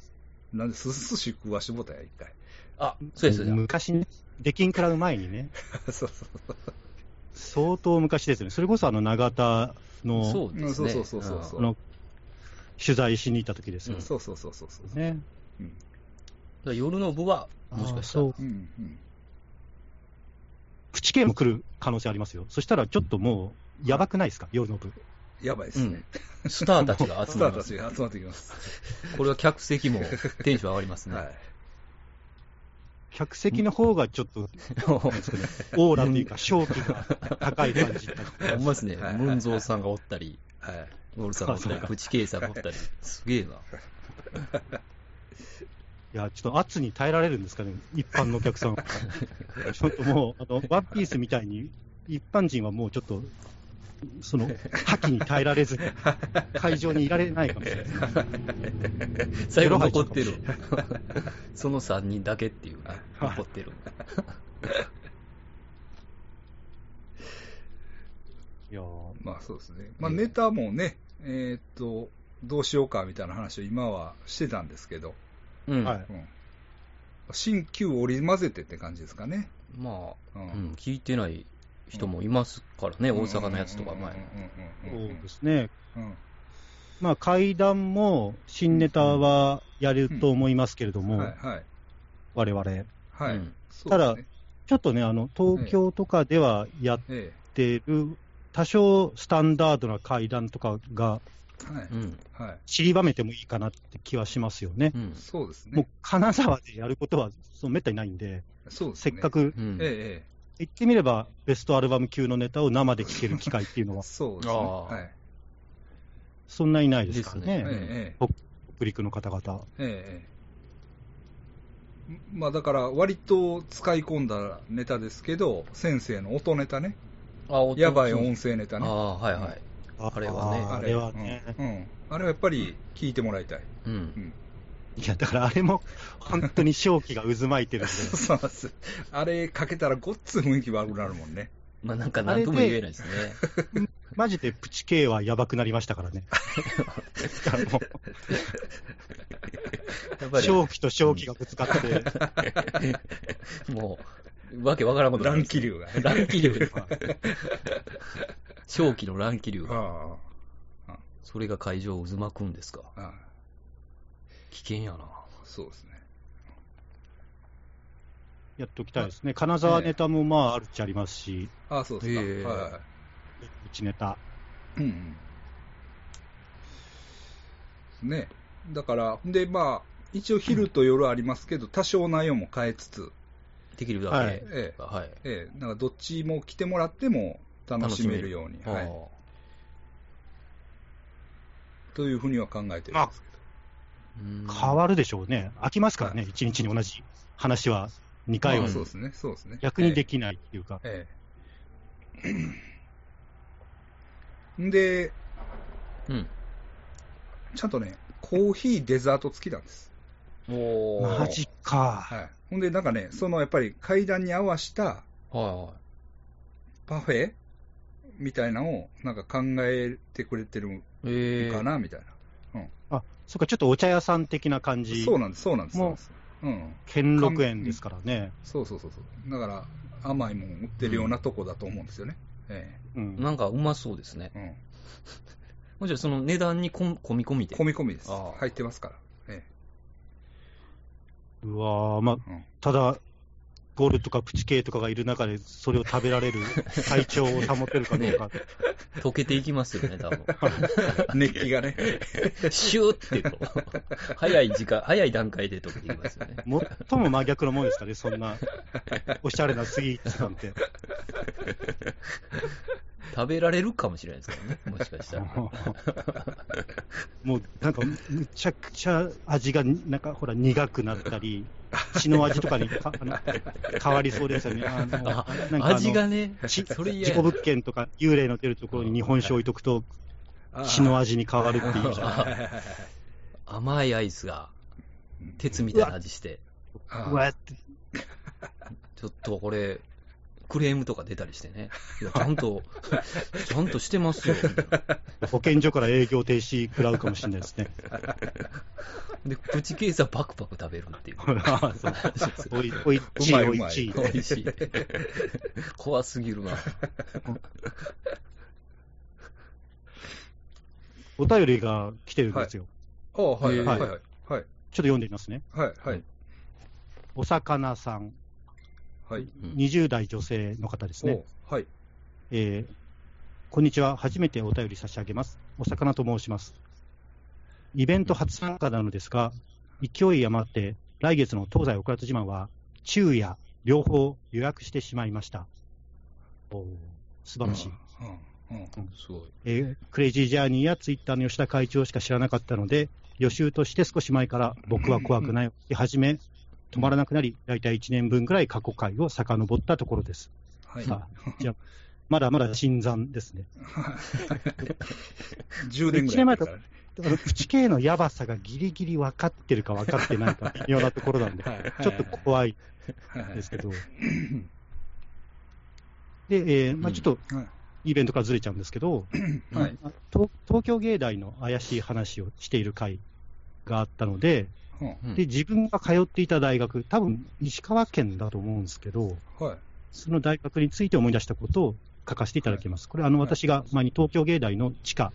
Speaker 2: なんです寿司食わしぼたや一回
Speaker 3: あ、そうです、そうで
Speaker 1: 昔ね、出禁食らう前にね、
Speaker 2: そうそう
Speaker 1: 相当昔ですよね。それこそあの、長田
Speaker 3: す。そ
Speaker 1: の、
Speaker 3: うです
Speaker 2: うん
Speaker 3: ね。
Speaker 2: そうそうそうそう
Speaker 1: あの、取材しに行った時ですよ
Speaker 2: そうそうそうそうそう
Speaker 1: ね。
Speaker 3: うんだから夜の部は、もしかしたら
Speaker 1: あーそう。
Speaker 2: うんうん
Speaker 1: 口系も来る可能性ありますよ。そしたらちょっともう、やばくないですか夜の部。
Speaker 2: やばいですね
Speaker 3: うんスターたちが集
Speaker 2: ス
Speaker 3: ま
Speaker 2: ターた
Speaker 3: ります。
Speaker 2: ちが集まってきます
Speaker 3: これは客席もテンション上がりますね。
Speaker 2: はい
Speaker 1: 客席の方がちょっと、 オーラというか、正気が高い感じ。
Speaker 3: ほんまですね
Speaker 2: はいは。い
Speaker 3: ムンゾーさんがおったり、
Speaker 2: はい
Speaker 3: ゴルさんがおった
Speaker 1: そう
Speaker 3: り、
Speaker 1: か
Speaker 3: プチケイさんがおったり、すげえな。
Speaker 1: いや、ちょっと圧に耐えられるんですかね、一般のお客さんは。ちょっともう、あの、ワンピースみたいに、一般人はもうちょっと、その、覇気に耐えられずに、会場にいられないかもしれない。
Speaker 3: 最後残ってる。その3人だけっていうね、残ってる。
Speaker 1: いやー
Speaker 2: まあそうですね、まあ、ネタもね、えーっと、どうしようかみたいな話を今はしてたんですけど、
Speaker 3: うん。
Speaker 1: は
Speaker 3: ま
Speaker 1: い。
Speaker 2: うん、新旧織り交ぜてって感じですかね、
Speaker 3: あ、
Speaker 2: うん
Speaker 3: うん、聞いてない人もいますからね、大阪のやつとか前。
Speaker 2: うんうん
Speaker 1: そう
Speaker 2: うんうんうんうん
Speaker 1: ですね。
Speaker 2: うん
Speaker 1: まあ、階段も、新ネタはやると思いますけれども、
Speaker 2: はいはい、
Speaker 1: 我々。
Speaker 2: は
Speaker 3: う
Speaker 2: い
Speaker 3: ん
Speaker 2: そうですね
Speaker 1: ちょっとね、あの、東京とかではやっ
Speaker 2: え
Speaker 1: てる、多少スタンダードな階段とかが
Speaker 2: えはい
Speaker 3: うん。
Speaker 2: はい
Speaker 1: 散りばめてもいいかなって気はしますよね。
Speaker 3: うん。
Speaker 2: そうです
Speaker 1: もう
Speaker 2: ね、
Speaker 1: 金沢でやることはそうめったにないんで、
Speaker 2: そうです
Speaker 1: せ
Speaker 2: ね
Speaker 1: っか、く
Speaker 3: うん。
Speaker 2: ええ
Speaker 1: 言ってみれば、ベストアルバム級のネタを生で聴ける機会っていうの
Speaker 2: ええ、
Speaker 1: は、
Speaker 2: そうですね、
Speaker 3: ああ
Speaker 2: はい
Speaker 1: そんなにないですから
Speaker 3: で
Speaker 1: ね、
Speaker 3: す
Speaker 2: え
Speaker 3: ね
Speaker 2: え
Speaker 1: 北陸の方々。
Speaker 2: ええええまあ、だから、割と使い込んだネタですけど、先生の音ネタね、
Speaker 3: あ、お
Speaker 2: やばい音声ネタ
Speaker 3: あ
Speaker 2: ね。
Speaker 3: あ、はいはい。あれはね
Speaker 1: あーあれはね、
Speaker 2: うんうんあれはやっぱり聞いてもらいたい。
Speaker 3: うん。
Speaker 1: いや、だからあれも、本当に正気が渦巻いてるんで、
Speaker 2: そうなんですあれかけたらごっつ雰囲気悪くなるもんね。
Speaker 3: まあなんか何とも言えないですね。
Speaker 1: マジでプチ K はやばくなりましたからね。だからもう
Speaker 3: やっぱり、
Speaker 1: 正気と正気がぶつかって、
Speaker 3: もう、わけわからんことにな
Speaker 2: 乱
Speaker 3: るんです
Speaker 2: 気
Speaker 3: よ。
Speaker 2: 流 が。
Speaker 3: 乱気流。正気の乱気流が。
Speaker 2: あ
Speaker 3: それが会場を渦巻くんですか。
Speaker 2: あああ、
Speaker 3: 危険やな。
Speaker 2: そうですね。
Speaker 1: やっておきたいですね。金沢ネタもまあ、あるっちゃありますし、
Speaker 2: ああ、そうですか。
Speaker 3: ええ
Speaker 2: はいはいう
Speaker 1: ちネタ。
Speaker 2: うんうん。ね。だから、で、まあ、一応昼と夜ありますけど、多少内容も変えつつ、
Speaker 3: できるだけ。はい。
Speaker 2: ええ、ええ、なんかどっちも来てもらっても楽しめるように、はい、というふうには考えてるんですけど。
Speaker 1: 変わるでしょうね。飽きますからね、一日に同じ話は2回
Speaker 3: る
Speaker 1: は
Speaker 2: まあそ
Speaker 3: わ
Speaker 2: うですね、そうですね。
Speaker 1: 逆に
Speaker 2: ええ
Speaker 1: できないっていうか、
Speaker 2: ええ。んで、
Speaker 3: うん。
Speaker 2: ちゃんとね、コーヒー、デザート付きなんです。
Speaker 3: おー
Speaker 1: マジか。
Speaker 2: はい、ほんで、なんかね、そのやっぱり階段に合わした
Speaker 3: は
Speaker 2: パフェみたいなのをなんか考えてくれてる
Speaker 3: いはい。えー、
Speaker 2: かなみたいな、
Speaker 1: あ、そっか、ちょっとお茶屋さん的な感じ。
Speaker 2: そうなんです、そうなんです、そう
Speaker 1: も
Speaker 2: なん
Speaker 1: う
Speaker 2: ですうん、
Speaker 1: 兼六園ですからね。
Speaker 2: そうそうそうそう、だから甘いもん売ってるようなとこだと思うんですよね、え
Speaker 1: うん。
Speaker 3: なんかうまそうですね。
Speaker 2: えうん、
Speaker 3: もちろんその値段にこん込み込みで。
Speaker 2: 込み込みです、
Speaker 3: ああ
Speaker 2: 入ってますから、え
Speaker 1: うわーまあ
Speaker 2: うん、
Speaker 1: ただ、ゴールとかプチ系とかがいる中で、それを食べられ る体調を保てるかどうか。
Speaker 3: 溶けていきますよ ね、多
Speaker 2: え、
Speaker 3: 分。
Speaker 2: 熱気がね、
Speaker 3: シューってこう、早い時間、早い段階で溶けていきますよね。
Speaker 1: 最も真逆のもんですからね、そんな、おしゃれなスイーツなんて。
Speaker 3: 食べられるかもしれないですからね、もしかしたら。
Speaker 1: もうなんか、むちゃくちゃ味がに、なんかほら、苦くなったり、血の味とかにかあの変わりそうですよね。あのな
Speaker 3: あ
Speaker 1: んかあの
Speaker 3: 味がね、
Speaker 1: ち
Speaker 3: それ嫌
Speaker 1: 事
Speaker 3: や
Speaker 1: 故物件とか、幽霊の出るところに日本酒置いとくと、血の味に変わるっていうじゃん。
Speaker 2: ああはいはいはいはい
Speaker 3: 甘いアイスが、鉄みたいな味して、
Speaker 2: ああ
Speaker 1: うわーって、
Speaker 3: ちょっとこれ、クレームとか出たりしてね。い や、ちゃんと、ちゃんとしてますよ。みたいな
Speaker 1: 保健所から営業停止食らうかもしれないですね。
Speaker 3: で、プチケースはパクパク食べるっていう。
Speaker 1: あそうおい、おいっちい、
Speaker 2: うまい
Speaker 1: お
Speaker 2: う
Speaker 1: い
Speaker 2: ま
Speaker 1: っ
Speaker 2: い
Speaker 1: ちい。
Speaker 3: 美味しい。怖すぎるな。
Speaker 1: お便りが来てるんですよ。
Speaker 2: ああはい
Speaker 3: ええ
Speaker 2: はいはいはい
Speaker 1: ちょっと読んでみますね。
Speaker 2: はいはい
Speaker 1: お魚さん、
Speaker 2: はい
Speaker 3: うん
Speaker 1: 20代女性の方ですね。
Speaker 2: おはい
Speaker 1: えーこんにちは。初めてお便り差し上げます。お魚と申します。イベント初参加なのですが、勢い余って、来月の東西お倉津島は、昼夜、両方予約してしまいました。おー素晴らしい。
Speaker 2: うんうん
Speaker 3: すごい。
Speaker 1: えークレイジージャーニーやツイッターの吉田会長しか知らなかったので、予習として少し前から僕は怖くないを聞き始め、止まらなくなり、大体1年分ぐらい過去回を遡ったところです。
Speaker 2: はい
Speaker 1: あじゃあ、まだまだ新参ですね。
Speaker 2: 10年ぐらい前からね
Speaker 1: だから、プチ系のやばさがギリギリ分かってるか分かってないか、微妙なところなんで、
Speaker 2: はいはい
Speaker 1: ちょっと怖い
Speaker 2: はい
Speaker 1: ですけど。で、えーまあ、ちょっと
Speaker 2: はい
Speaker 1: イベントからずれちゃうんですけど、
Speaker 2: はい
Speaker 1: あ東東京芸大の怪しい話をしている回があったので、
Speaker 2: うん
Speaker 3: うん
Speaker 1: で、自分が通っていた大学、多分石川県だと思うんですけど、
Speaker 2: はい
Speaker 1: その大学について思い出したことを書かせていただきます。これ、あの、
Speaker 2: はい
Speaker 1: 私が前に東京芸大の地下、
Speaker 2: はい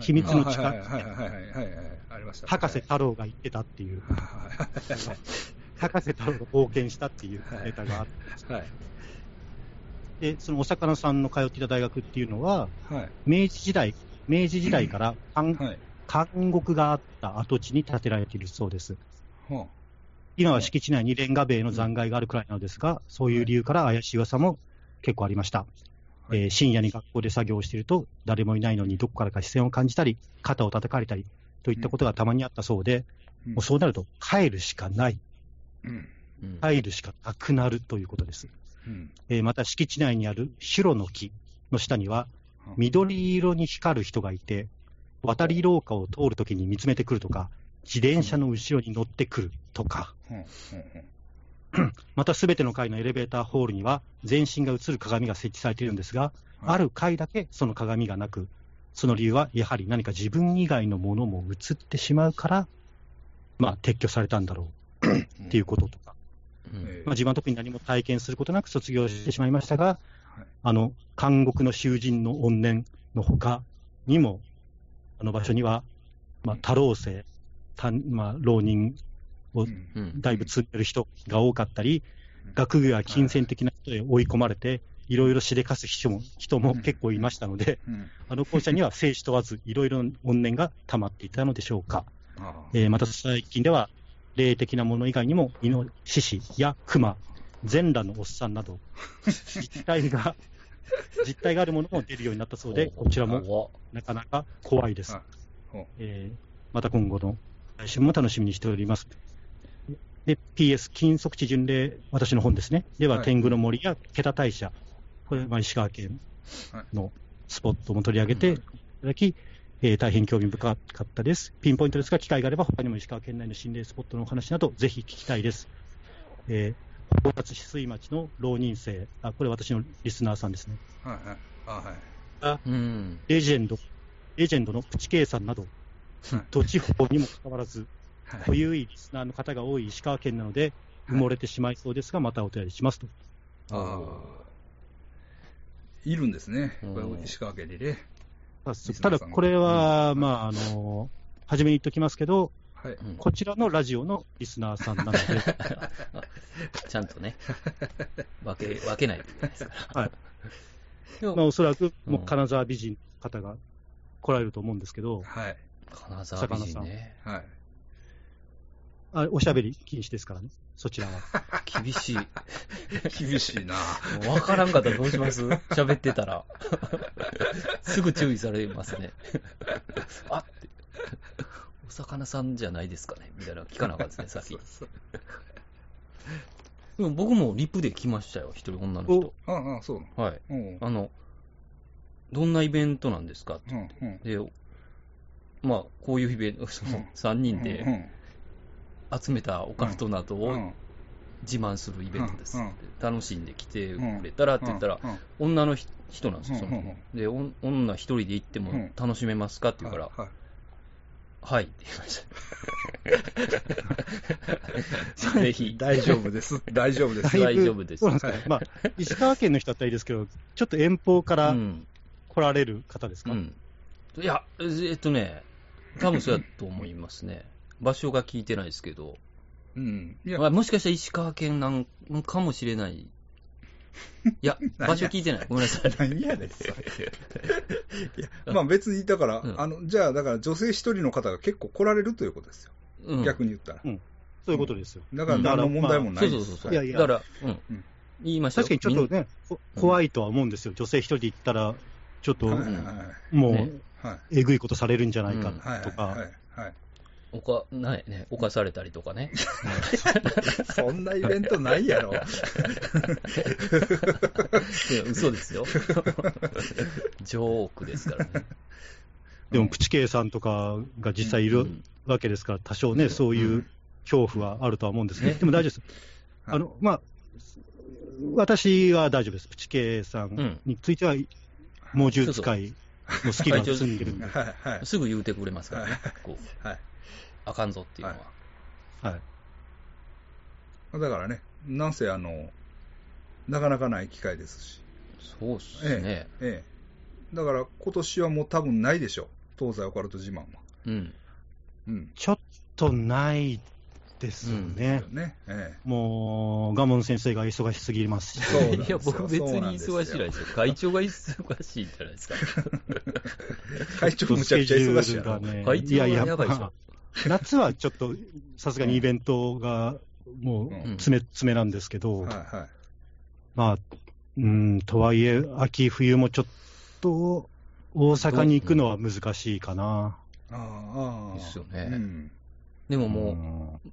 Speaker 1: 秘密の力
Speaker 2: あはいはいはいはいはいはいはいありました
Speaker 1: 博士太郎が言ってたっていう、博士太郎が冒険したっていうネタがあっ
Speaker 2: はい
Speaker 1: て、そのお魚さんの通っていた大学っていうのは、
Speaker 2: はい
Speaker 1: 明治時代、明治時代から監
Speaker 2: はい
Speaker 1: 監獄があった跡地に建てられているそうです。
Speaker 2: ほう
Speaker 1: 今は敷地内にレンガ塀の残骸があるくらいなのですが、そういう理由から怪しい噂も結構ありました。
Speaker 2: はい
Speaker 1: えー深夜に学校で作業をしていると、誰もいないのにどこからか視線を感じたり、肩を叩かれたりといったことがたまにあったそうで、
Speaker 2: うん
Speaker 1: もうそうなると帰るしかない、
Speaker 2: うん
Speaker 3: うん
Speaker 1: 帰るしかなくなるということです。
Speaker 2: うん
Speaker 1: えーまた敷地内にある白の木の下には
Speaker 2: うん、
Speaker 1: 緑色に光る人がいて、渡り廊下を通るときに見つめてくるとか、自転車の後ろに乗ってくるとか、
Speaker 2: ほうほうほう
Speaker 1: またすべての階のエレベーターホールには、全身が映る鏡が設置されているんですが、
Speaker 2: はい
Speaker 1: ある階だけその鏡がなく、その理由はやはり何か自分以外のものも映ってしまうから、まあ、撤去されたんだろうっていうこととか、
Speaker 3: うん
Speaker 2: え
Speaker 1: まあ、自分は特に何も体験することなく卒業してしまいましたが
Speaker 2: はい、
Speaker 1: あの監獄の囚人の怨念のほかにも、あの場所には、まあ、多老生、たまあ、浪人を
Speaker 2: えうん
Speaker 3: うん
Speaker 1: だいぶ積んでる人が多かったり
Speaker 2: うん、
Speaker 1: 学業や金銭的な人で追い込まれて、いろいろしでかす人も人も
Speaker 2: うん
Speaker 1: 結構いましたので、
Speaker 2: うん
Speaker 1: あの校舎には生死問わず、いろいろな怨念が溜まっていたのでしょうか。
Speaker 2: あ
Speaker 1: えーまた最近では、霊的なもの以外にも、イノシシやクマ、全裸のおっさんなど、実体が、実体があるものも出るようになったそうで、こちらも
Speaker 3: も。
Speaker 1: なかなか怖いです
Speaker 2: あほう。
Speaker 1: えーまた今後の配信も楽しみにしております。で、PS、金足地巡礼、私の本ですね。では、
Speaker 2: はい
Speaker 1: 天狗の森やケタ大社、これ、まあ、石川県のスポットも取り上げていただき、えー大変興味深かったです。ピンポイントですが、機会があれば、他にも石川県内の心霊スポットのお話など、ぜひ聞きたいです。えー、宝達翡翠町の浪人生、あ、これ私のリスナーさんですね。
Speaker 2: はいはい。あはい。
Speaker 3: うん。
Speaker 1: レジェンド、レジェンドのプチケイさんなど
Speaker 2: はい、
Speaker 1: ど地方にもかかわらず、
Speaker 2: はい
Speaker 1: 固有いリスナーの方が多い石川県なので、埋もれてしまいそうですが、またお便りしますと。
Speaker 2: あーいるんですね、
Speaker 3: うん
Speaker 2: これ石川県にね。
Speaker 1: ただ
Speaker 2: スナーさ
Speaker 1: た
Speaker 2: んが
Speaker 1: だこれは、まあ、あの、初めに言っときますけど、
Speaker 2: はい、
Speaker 3: うん
Speaker 1: こちらのラジオのリスナーさんなので、
Speaker 3: ちゃんとね、分 け、分けないといけないですから。
Speaker 1: はい
Speaker 3: で
Speaker 1: まあ、
Speaker 3: も、
Speaker 1: おそらくもう
Speaker 3: うん
Speaker 1: 金沢美人の方が来られると思うんですけど、
Speaker 2: はい、
Speaker 3: 金沢美人ね。
Speaker 2: はい。
Speaker 1: あおしゃべり禁止ですからね、そちらは。
Speaker 3: 厳し い。も
Speaker 2: 厳しいな。
Speaker 3: う分からんかったらどうします喋ってたら。すぐ注意されますね。あって。お魚さんじゃないですかねみたいなの聞かなあかったですね、さっき
Speaker 2: そう。そう
Speaker 3: でも僕もリプで来ましたよ、一人女の人。
Speaker 2: ああ、そう
Speaker 3: はい。
Speaker 2: なの。うん
Speaker 3: あの、どんなイベントなんですか
Speaker 2: うんうん
Speaker 3: で、まあ、こういうイベント、 その3人で、集めたオカルトなど
Speaker 2: うんう
Speaker 3: を
Speaker 2: ん
Speaker 3: 自慢するイベントです
Speaker 2: うんうん
Speaker 3: って楽しんで来てくれたらって言ったら、
Speaker 2: うんうん
Speaker 3: 女の人人なんですよ、その
Speaker 2: うんうん
Speaker 3: 人。で、おん女一人で行って
Speaker 2: う
Speaker 3: も
Speaker 2: ん
Speaker 3: 楽しめますかって言うから
Speaker 2: は、いはい
Speaker 3: はいって言いました。ぜひ、
Speaker 2: 大丈夫です、大丈夫です。
Speaker 1: いぶ
Speaker 3: 大丈夫です
Speaker 1: そう。なんですかね。まあ、石川県の人だったらいいですけど、ちょっと遠方か
Speaker 3: う
Speaker 1: ら
Speaker 3: ん。
Speaker 1: 来られる方ですか、
Speaker 3: うん。いや、えっとね、多分そうやと思いますね。場所が聞いてないですけど、
Speaker 2: うん。いや、
Speaker 3: まあもしかしたら石川県なんかもしれない。いや、場所聞いてない。ごめんなさい。
Speaker 2: 何やねん、それ。いや、まあ別に、だから、
Speaker 3: うん
Speaker 2: あの、じゃあ、だから女性一人の方が結構来られるということですよ。
Speaker 3: うん
Speaker 2: 逆に言ったら。
Speaker 1: そういうことですよ。
Speaker 2: だから何の問題もな
Speaker 3: そ
Speaker 2: い
Speaker 3: うそ
Speaker 2: で
Speaker 3: う
Speaker 2: す。
Speaker 3: そうそう。
Speaker 1: いやいや
Speaker 3: だから、うん。
Speaker 2: うん
Speaker 3: 言いましたよ
Speaker 1: 確かにちょっとね、こ怖いとは思うんですよ。女性一人で行ったら、ちょっと
Speaker 2: はい
Speaker 3: うん
Speaker 2: はい
Speaker 1: も
Speaker 3: ね
Speaker 1: う、
Speaker 2: はい
Speaker 1: えぐいことされるんじゃないか
Speaker 2: はい
Speaker 1: と
Speaker 2: は
Speaker 1: か、
Speaker 2: いはい。
Speaker 3: みんなおか、ないね、犯されたりとかね。
Speaker 2: そんなイベントないやろ。
Speaker 3: いや嘘ですよ。 ジョークですからね。
Speaker 1: でもプチケイさんとかが実際いる
Speaker 3: うん
Speaker 1: わけですから、多少ね、そういう恐怖はあるとは思うんですけど、
Speaker 3: ね
Speaker 1: でも大丈夫です。
Speaker 2: はい
Speaker 1: あの、まあ、私は大丈夫です。プチケイさ
Speaker 3: うんん
Speaker 1: については、猛獣使いのスキルが積んでるんで、
Speaker 2: はいはい。
Speaker 3: すぐ言うてくれますからね。こう、
Speaker 2: はい。
Speaker 3: あかんぞっていうのは。
Speaker 1: はい。
Speaker 2: だからね、なんせ、あの、なかなかない機会ですし。
Speaker 3: そうっすね。
Speaker 2: ええ。だから、今年はもう多分ないでしょう。東西オカルト自慢は。
Speaker 3: うん。
Speaker 2: うん。
Speaker 1: ちょっとないですよね。
Speaker 2: ね。ええ。
Speaker 1: もう、ガモン先生が忙しすぎますし。
Speaker 2: そうなんです
Speaker 3: いや、
Speaker 2: よ
Speaker 3: 僕別
Speaker 2: そうなん
Speaker 3: に
Speaker 2: ですよ
Speaker 3: 忙しいないですよ。会長が忙しいんじゃないですか。
Speaker 2: 会長むちゃくちゃ忙しいやろ。
Speaker 1: ね
Speaker 3: 会長はやばいでしょ
Speaker 1: まあ夏はちょっと、さすがにイベントが、もう、
Speaker 2: うん
Speaker 1: 詰め詰めなんですけど、
Speaker 2: はいはい。
Speaker 1: まあ、うん、とはいえ、秋冬もちょっと、大阪に行くのは難しいかな。
Speaker 2: ああ、ああ。
Speaker 3: ですよ
Speaker 2: う
Speaker 3: ね。
Speaker 2: ん。
Speaker 3: でももう、
Speaker 1: うん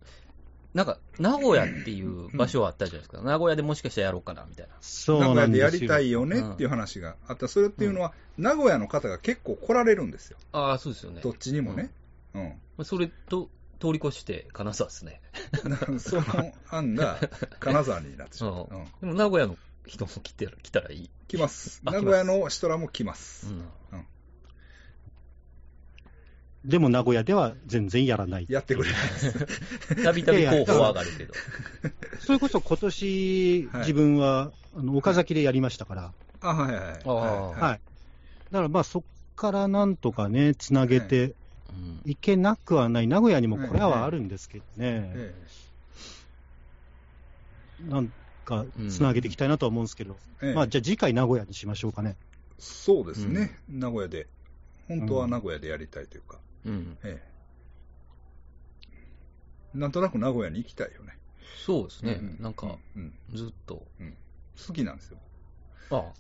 Speaker 3: なんか、名古屋っていう場所はあったじゃないですか。名古屋でもしかしたらやろうかな、みたいな。
Speaker 1: そ
Speaker 2: 名
Speaker 1: う
Speaker 2: 古
Speaker 1: な
Speaker 2: 屋
Speaker 1: ん
Speaker 2: で
Speaker 1: ですよ。
Speaker 2: やりたいよねっていう話があった。それっていうのは、名古屋の方が結構来られるんですよ。
Speaker 3: ああ、そうですよね。
Speaker 2: どっちにもね。うん。
Speaker 3: まあそれと、通り越して金沢ですね。
Speaker 2: その案が金沢になってしまう。
Speaker 3: う
Speaker 2: うん
Speaker 3: でも名古屋の人も来てる来たらいい。
Speaker 2: 来ます。
Speaker 3: あ
Speaker 2: 名古屋の人らも来ま
Speaker 3: う
Speaker 2: す。
Speaker 3: ん。
Speaker 1: でも名古屋では全然やらない。
Speaker 2: やってくれないです。
Speaker 3: たびたび候補は上がるけど。
Speaker 1: それこそ今年、
Speaker 2: はい
Speaker 1: 自分は、あの、岡崎でやりましたから、
Speaker 2: あ、はいはいはい。
Speaker 3: ああ
Speaker 2: はい
Speaker 1: はい。だからまあ、そこからなんとかね、つなげて
Speaker 3: うん
Speaker 1: いけなくはない。名古屋にも小屋はあるんですけどね。
Speaker 2: え
Speaker 1: なんか、つなげていきたいなとは思うんですけど。
Speaker 2: えええ
Speaker 1: まあ、じゃあ次回名古屋にしましょうかね。
Speaker 2: そうですね、名古屋で。本当は名古屋でやりたいというか、
Speaker 3: うん。
Speaker 2: ええなんとなく名古屋に行きたいよね。
Speaker 3: そうですね
Speaker 2: う。
Speaker 3: なんか、、
Speaker 2: うん、
Speaker 3: ずっと。
Speaker 2: 好きなんですよ。
Speaker 3: ああ、
Speaker 2: っ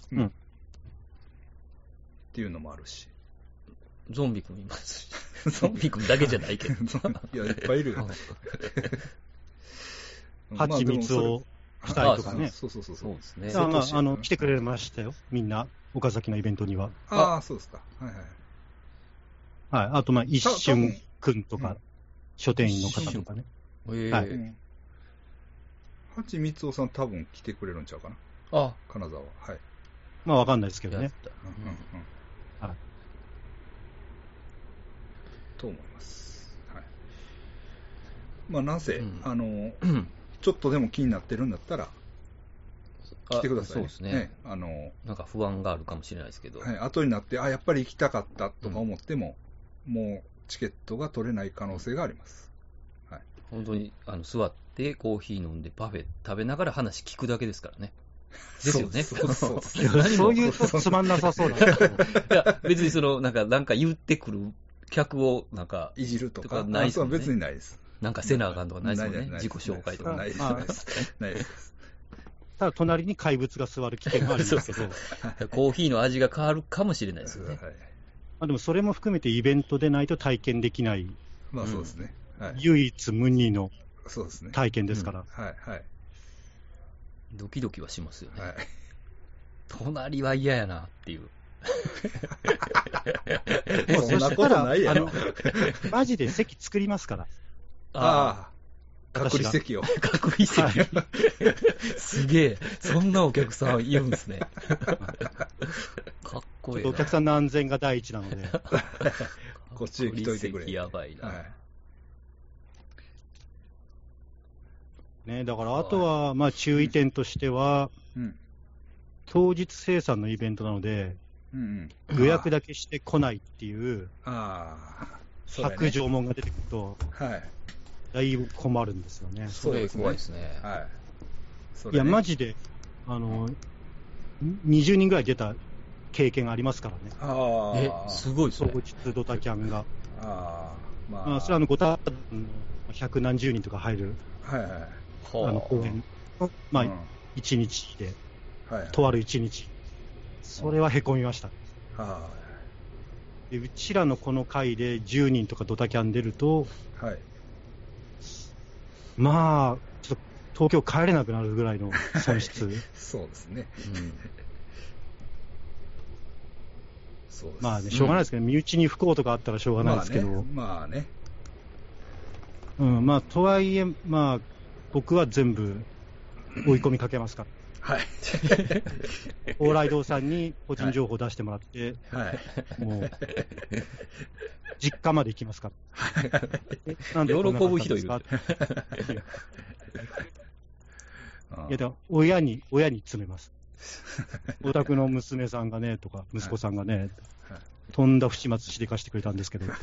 Speaker 2: ていうのもあるし。
Speaker 3: ゾンビ君いますし。 ゾンビ君だけじゃないけど。
Speaker 2: いや、いっぱいいるよ。
Speaker 1: 蜂蜜をした
Speaker 3: りとか
Speaker 1: ね
Speaker 2: あそうそうそうそ
Speaker 3: そう
Speaker 2: う。
Speaker 3: ですね。
Speaker 1: あまあ、あの、
Speaker 2: うん
Speaker 1: 来てくれましたよ。みんな、岡崎のイベントには。
Speaker 2: ああ、そうですか。はいはい。
Speaker 1: はい、あと、まあ、一
Speaker 2: 多
Speaker 1: 瞬
Speaker 2: 分
Speaker 1: くんとか、
Speaker 2: うん
Speaker 1: 書店員の方とかね。
Speaker 3: ええ
Speaker 1: は
Speaker 2: うん八光雄さん、多分来てくれるんちゃうかな、
Speaker 3: あ、
Speaker 2: 金沢は。はい。
Speaker 1: まあ、わかんないですけど
Speaker 3: やっ
Speaker 1: ね。
Speaker 3: た。
Speaker 2: うんうんうん
Speaker 1: はい
Speaker 2: と思います。はい。まあ、なぜ、
Speaker 3: うん
Speaker 2: あの、
Speaker 3: うん
Speaker 2: ちょっとでも気になってるんだったら、
Speaker 3: あ
Speaker 2: 来てください、
Speaker 3: そうですね。
Speaker 2: あの、
Speaker 3: なんか不安があるかもしれないですけど。
Speaker 2: はい、後になって、あ、やっぱり行きたかったとか思っても、もうチケットが取れない可能性があります。
Speaker 3: 本当にあの座ってコーヒー飲んでパフェ食べながら話聞くだけですからね。ですよね。
Speaker 2: そうそうそう
Speaker 3: 何
Speaker 1: そ
Speaker 3: も
Speaker 1: ういうとつまんなさそうだね。
Speaker 3: いや、別にその、なんか、なんか言ってくる客を、なんか、
Speaker 2: いじると
Speaker 3: と
Speaker 2: か、
Speaker 3: かないっす
Speaker 2: そ
Speaker 3: も
Speaker 2: うん
Speaker 3: ね
Speaker 2: 別にないです。
Speaker 3: なんかせなあかんとかないですもんね。
Speaker 2: ない
Speaker 3: 自己紹介とか。
Speaker 2: ないです、
Speaker 1: まあ
Speaker 2: ないです。ないです
Speaker 1: ただ、隣に怪物が座る危険がありますけど、ま
Speaker 3: コーヒーの味が変わるかもしれないですよ
Speaker 2: はい
Speaker 3: ね。。
Speaker 1: あでもそれも含めてイベントでないと体験できない、
Speaker 2: まあそうですね。はい。
Speaker 1: 唯一無二の
Speaker 2: そうですね。
Speaker 1: 体験ですから、
Speaker 2: はい、はい、
Speaker 3: ドキドキはしますよね。
Speaker 2: はい。
Speaker 3: 隣は嫌やなっていう。
Speaker 1: もう
Speaker 2: そんな
Speaker 1: し
Speaker 2: ことないや
Speaker 1: あ
Speaker 2: ろ
Speaker 1: の。マジで席作りますから、
Speaker 3: あ
Speaker 2: ああ、隔離席を。
Speaker 3: あ、隔離席。すげえ。そんなお客さんいるんですね。かっ
Speaker 1: ち
Speaker 3: こ
Speaker 1: ょっ
Speaker 3: いい
Speaker 1: と
Speaker 3: な。
Speaker 1: お客さんの安全が第一なの で、
Speaker 2: こっちへ来といてくれ
Speaker 3: 隔離席やばいな。
Speaker 2: はい。
Speaker 1: ね、だからあとはまあ注意点としては、
Speaker 2: うん。
Speaker 1: 当日生産のイベントなので、
Speaker 2: うんうん。
Speaker 1: 予約だけしてこないっていう
Speaker 2: ああ。そうだね
Speaker 1: 白状文が出てくると、
Speaker 2: はい。
Speaker 1: だいぶ困るんですよね。
Speaker 3: それ怖いですね。
Speaker 2: はい。そ
Speaker 1: いや、マ
Speaker 2: ジ
Speaker 1: ジで、あの、20人ぐらい出た経験がありますからね、
Speaker 2: ああ。
Speaker 3: え、すごいそ
Speaker 1: 当
Speaker 3: れ。
Speaker 1: 日ドタキャンが。
Speaker 2: ああ。まあ。
Speaker 1: まあ、それはあの、ごた、百何十人とか入る、
Speaker 2: はいはい。
Speaker 1: あの、公演の、ま
Speaker 2: うん
Speaker 1: あ、一日で、
Speaker 2: はいはい。
Speaker 1: とある一日。それはへこみました。
Speaker 2: は
Speaker 1: でうちらのこの回で10人とかドタキャン出ると、
Speaker 2: い。はい。
Speaker 1: まあ、ちょっと東京帰れなくなるぐらいの損失。
Speaker 2: そうですね。
Speaker 3: うん
Speaker 2: そうです
Speaker 1: まあね、しょうがないですけど、身内に不幸とかあったらしょうがないですけど、
Speaker 2: まあね。まあね。
Speaker 1: うん、まあ、とはいえ、まあ、僕は全部追い込みかけますから。
Speaker 2: はい。
Speaker 1: 往来堂さんに個人情報出してもらって、
Speaker 2: はい。
Speaker 1: もう、実家まで行きますから。えなん
Speaker 3: 喜
Speaker 1: こんな
Speaker 3: ぶ
Speaker 1: 形
Speaker 3: 人い
Speaker 1: です
Speaker 3: る
Speaker 1: か。いや、
Speaker 2: で
Speaker 1: でも親に、親に詰めます。お宅の娘さんがね、とか、息子さんがね
Speaker 2: はい、
Speaker 1: とんだ不始末しでかしてくれたんですけどって、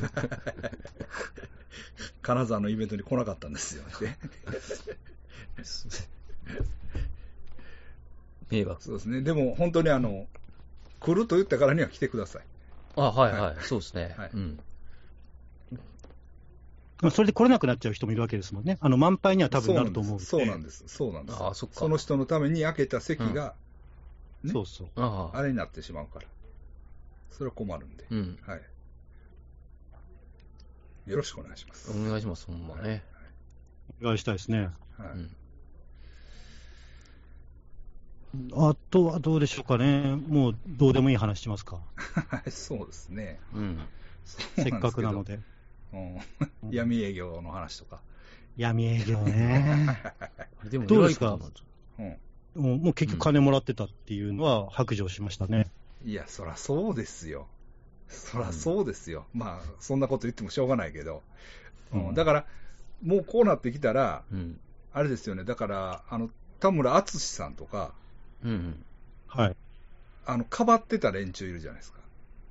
Speaker 2: 金沢のイベントに来なかったんですよね。
Speaker 3: 迷惑。
Speaker 2: そうですね。でも本当にあの、来ると言ったからには来てください。
Speaker 3: あ、はいはい。そうですね
Speaker 2: はい。
Speaker 3: うん
Speaker 1: まあそれで来れなくなっちゃう人もいるわけですもんね。あの、満杯には多分なると思う
Speaker 2: そうなん
Speaker 1: で。
Speaker 2: です。そうなんです。そうなん
Speaker 3: あ
Speaker 2: です
Speaker 3: そっか
Speaker 2: その人のために開けた席が、ね
Speaker 1: そうそう。
Speaker 3: あ
Speaker 2: あ
Speaker 3: あ。
Speaker 2: れになってしまうから。それは困るんで。
Speaker 3: うん。
Speaker 2: はい。よろしくお願いします。
Speaker 3: お願いします、ほんまね。
Speaker 1: お願いしたいですね。
Speaker 2: は
Speaker 3: う
Speaker 2: い。
Speaker 3: ん
Speaker 1: あとはどうでしょうかね。もう、どうでもいい話しますか。
Speaker 2: そうですね。
Speaker 3: うん。
Speaker 1: せっかくなので。
Speaker 2: うん闇営業の話とか。
Speaker 1: 闇営業ね。
Speaker 3: あれでも、
Speaker 1: どうですか
Speaker 3: 偉いことなんだ
Speaker 2: うん。
Speaker 1: もうもう結局金もらってたっていうのは白状しましたね。
Speaker 2: いや、そらそうですよ。そらそうですよ。まあ、そんなこと言ってもしょうがないけど。うん
Speaker 1: うん
Speaker 2: だから、もうこうなってきたら、
Speaker 3: うん。
Speaker 2: あれですよね。だから、あの、田村淳さんとか、
Speaker 3: うん。
Speaker 1: はい。
Speaker 2: あの、かばってた連中いるじゃないですか。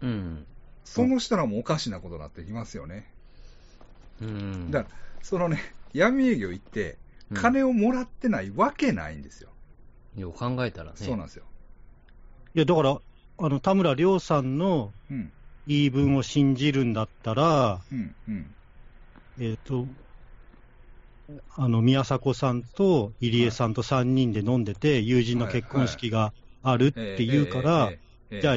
Speaker 3: うん。
Speaker 2: その人らもおかしなことになってきますよね。
Speaker 3: うん。
Speaker 2: だから、そのね、闇営業行って、
Speaker 3: うん、
Speaker 2: 金をもらってないわけないんですよ。
Speaker 3: よう考えたらね。
Speaker 2: そうなんですよ。
Speaker 1: いや、だから、あの、田村亮さんの
Speaker 2: うん、
Speaker 1: 言い分を信じるんだったら、
Speaker 2: うん、うん。
Speaker 1: えっ、と、あの、宮迫さんと入江さんと3人で飲んでて、友人の結婚式があるって言うから、じゃあ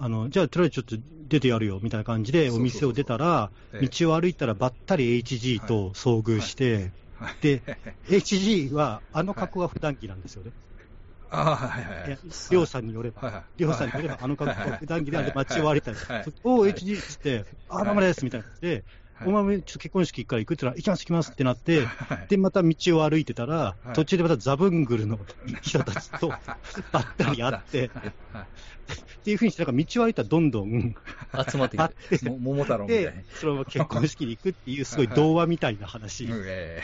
Speaker 2: あ、、
Speaker 1: あの、じゃあ、とりあえずちょっと出てやるよ、みたいな感じで、
Speaker 2: そ
Speaker 1: お
Speaker 2: うそうそう
Speaker 1: 店を出たら、
Speaker 2: ええ
Speaker 1: 道を歩いたらばったり HG と遭遇して、
Speaker 2: はい
Speaker 1: で、HG は、あの格好が普段着なんですよね。
Speaker 2: ああ、はいはいはい
Speaker 1: いや。りょうさんによれば、
Speaker 2: はいはい
Speaker 1: りょうさんによれば、あの格
Speaker 2: はいは
Speaker 1: 好
Speaker 2: い、
Speaker 1: 普段着であれ待ちを歩いたり
Speaker 2: はい、
Speaker 1: おお、
Speaker 2: はい
Speaker 1: HD っつって、あ、頑張れですみたいな感じで、
Speaker 2: はい
Speaker 1: お前もちょっと結婚式行くから行くって言ったら、行きます行きますってなって、
Speaker 2: はい
Speaker 1: で、また道を歩いてたら
Speaker 2: は、い
Speaker 1: 途中でまたザブングルの人たちとばったり会って、っ
Speaker 2: はいはい
Speaker 1: ていうふうにして、なんか道を歩いたらどんどん
Speaker 3: 集まって
Speaker 1: 会
Speaker 3: き
Speaker 1: って、
Speaker 2: も桃太郎みたいな
Speaker 1: で。、そのまま結婚式に行くっていう、すごい童話みたいな話
Speaker 2: うんえ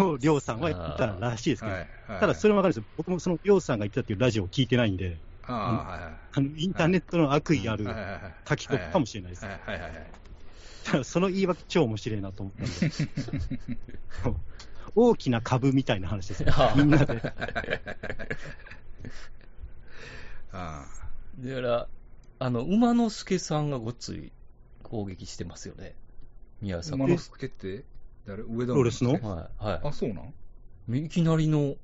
Speaker 1: を、りょうさんは言ったらしいですけ
Speaker 2: え
Speaker 1: ど、
Speaker 2: はいはい
Speaker 1: ただそれもわかるんですよ。僕もそのりょうさんが言ってたっていうラジオを聞いてないんで、
Speaker 2: あ
Speaker 1: あのインターネットの悪意あ
Speaker 2: あ、
Speaker 1: る
Speaker 2: はいはいはいはい。
Speaker 1: 書き込みかもしれないです
Speaker 2: はい。はいはいはい。
Speaker 1: ただ その言い訳超面白いなと思ったんで。そう大きな株みたいな話ですよ。
Speaker 3: ああ
Speaker 1: みんなで。
Speaker 2: あ
Speaker 3: だから、あの、馬之助さんがごっつい攻撃してますよね。宮
Speaker 2: あ。
Speaker 3: 根さん。
Speaker 2: 馬之助って誰上田
Speaker 1: ロレスの
Speaker 3: はい。は
Speaker 2: あ、そうなん
Speaker 3: い。いきなりの、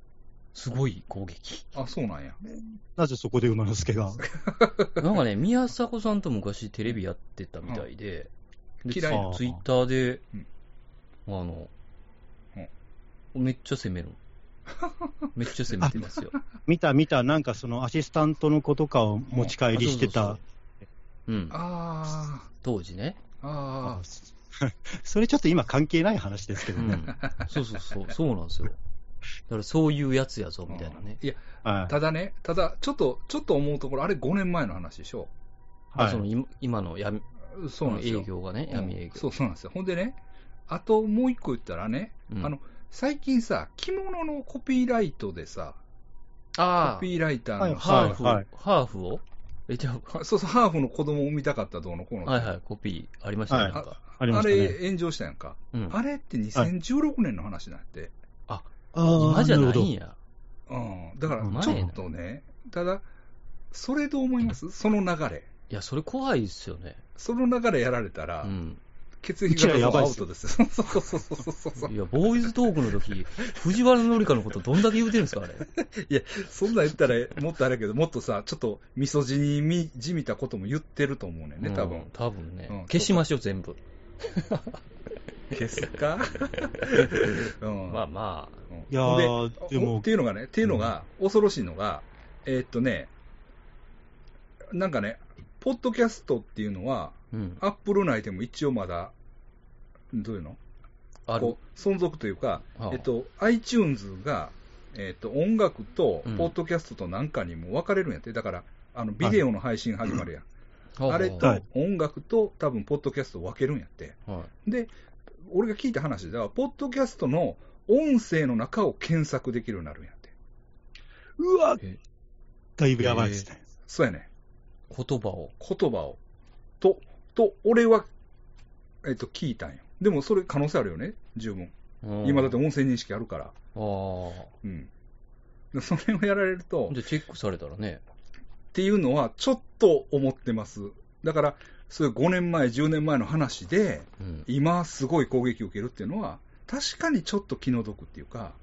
Speaker 3: すごい攻 撃。
Speaker 2: あ、そうなんや。
Speaker 1: なぜそこで馬之助が。
Speaker 3: なんかね、宮迫さんと昔テレビやってたみたいで、
Speaker 2: うん
Speaker 3: で
Speaker 2: 嫌いな
Speaker 3: ツイツイッターで
Speaker 2: うん、
Speaker 3: あの、めっちゃ攻める。めっちゃ攻めてます よ。
Speaker 1: 見た見た、なんかそのアシスタントの子とかを持ち帰りして
Speaker 3: あ
Speaker 1: た。。
Speaker 3: そうそうそううん。
Speaker 2: あ
Speaker 3: 当時ね。
Speaker 2: あ、ああ。
Speaker 1: それちょっと今関係ない話ですけ
Speaker 3: う
Speaker 1: どね。
Speaker 3: ん。そうそうそう。そうなんですよ。だからそういうやつやぞ、みたいなね。
Speaker 2: いや、
Speaker 1: はい
Speaker 2: ただね、ただ、ちょっと、ちょっと思うところ、あれ5年前の話でしょ。
Speaker 1: はい
Speaker 3: その今今の闇
Speaker 2: そうなんですよ。
Speaker 3: 営業がね、闇営業。
Speaker 2: そうそうなんですよ。ほんでね、あともう一個言ったらね、
Speaker 3: うん
Speaker 2: あの最近さ、着物のコピーライトでさ、
Speaker 3: あ
Speaker 2: コ
Speaker 3: あ、
Speaker 2: ピーライターのさ、
Speaker 3: ハーフ、
Speaker 1: はいはい
Speaker 3: ハーフをえ、じゃ
Speaker 2: はそうそう、ハーフの子供を産みたかったどうのこうの
Speaker 3: あ、はいはい、コピーありましたね、
Speaker 1: はい
Speaker 3: なんか。
Speaker 1: ありま
Speaker 2: あ
Speaker 1: したね。
Speaker 2: れ炎上したやんか。
Speaker 3: うん。
Speaker 2: あれって2016年の話なんやって。
Speaker 1: あー
Speaker 3: 今じゃな
Speaker 1: るほ
Speaker 3: いん
Speaker 1: ど
Speaker 3: や。
Speaker 2: うん。だから、ちょっとね、ただ、それどう思いますその流れ。
Speaker 3: いや、それ怖いですよね。
Speaker 2: その流れやられたら、
Speaker 3: うん。
Speaker 2: 血液
Speaker 1: うちらや
Speaker 2: 型
Speaker 1: ばい
Speaker 2: ア
Speaker 1: っ
Speaker 2: ウ
Speaker 1: すよ
Speaker 2: トです。そうそうそうそう そうそう。
Speaker 3: いや、ボーイズトークの 時、藤原紀香のことどんだけ言うてるんですか、あれ。
Speaker 2: いや、そんなん言ったら、もっとあれやけど、もっとさ、ちょっと、みそじにみじみたことも言ってると思うねんね、多
Speaker 3: うん
Speaker 2: 分。
Speaker 3: 多分ね、
Speaker 2: うん
Speaker 3: 消しましょう、全部。
Speaker 2: 消す かうん。
Speaker 3: まあまあ。
Speaker 2: うん
Speaker 1: いやー
Speaker 2: ほん
Speaker 1: でも
Speaker 2: おっていうのがね、っていうのが、恐ろしいのが、えーっとね、なんかね、ポッドキャストっていうのは、
Speaker 3: うん。
Speaker 2: アップル内でも一応まだ、どういうの
Speaker 3: ある
Speaker 2: こ。う存続というか、
Speaker 3: はあ
Speaker 2: えっと、iTunes が、えっと、音楽と
Speaker 3: うん、
Speaker 2: ポッドキャストとなんかにも分かれるんやって、だから、あのビデオの配信始まるやん。
Speaker 3: は
Speaker 2: あれ
Speaker 3: は
Speaker 2: と音楽と多分ポッドキャストを分けるんやって。
Speaker 3: あはい
Speaker 2: で、俺が聞いた話では、ポッドキャストの音声の中を検索できるようになるんやって。
Speaker 1: うわ
Speaker 3: え
Speaker 1: だいぶやばいですね。
Speaker 2: そうやね。
Speaker 3: 言葉を。
Speaker 2: 言葉を。と、と、俺は、えっと、聞いたんよ。でもそれ可能性あるよね。十分。
Speaker 3: うん
Speaker 2: 今だって音声認識あるから。
Speaker 3: ああ。
Speaker 2: うん。でそれをやられると、
Speaker 3: じゃあチェックされたらね。
Speaker 2: っていうのはちょっと思ってます。だから、そういう5年前、10年前の話で、
Speaker 3: うん。
Speaker 2: 今すごい攻撃を受けるっていうのは、確かにちょっと気の毒っていうか、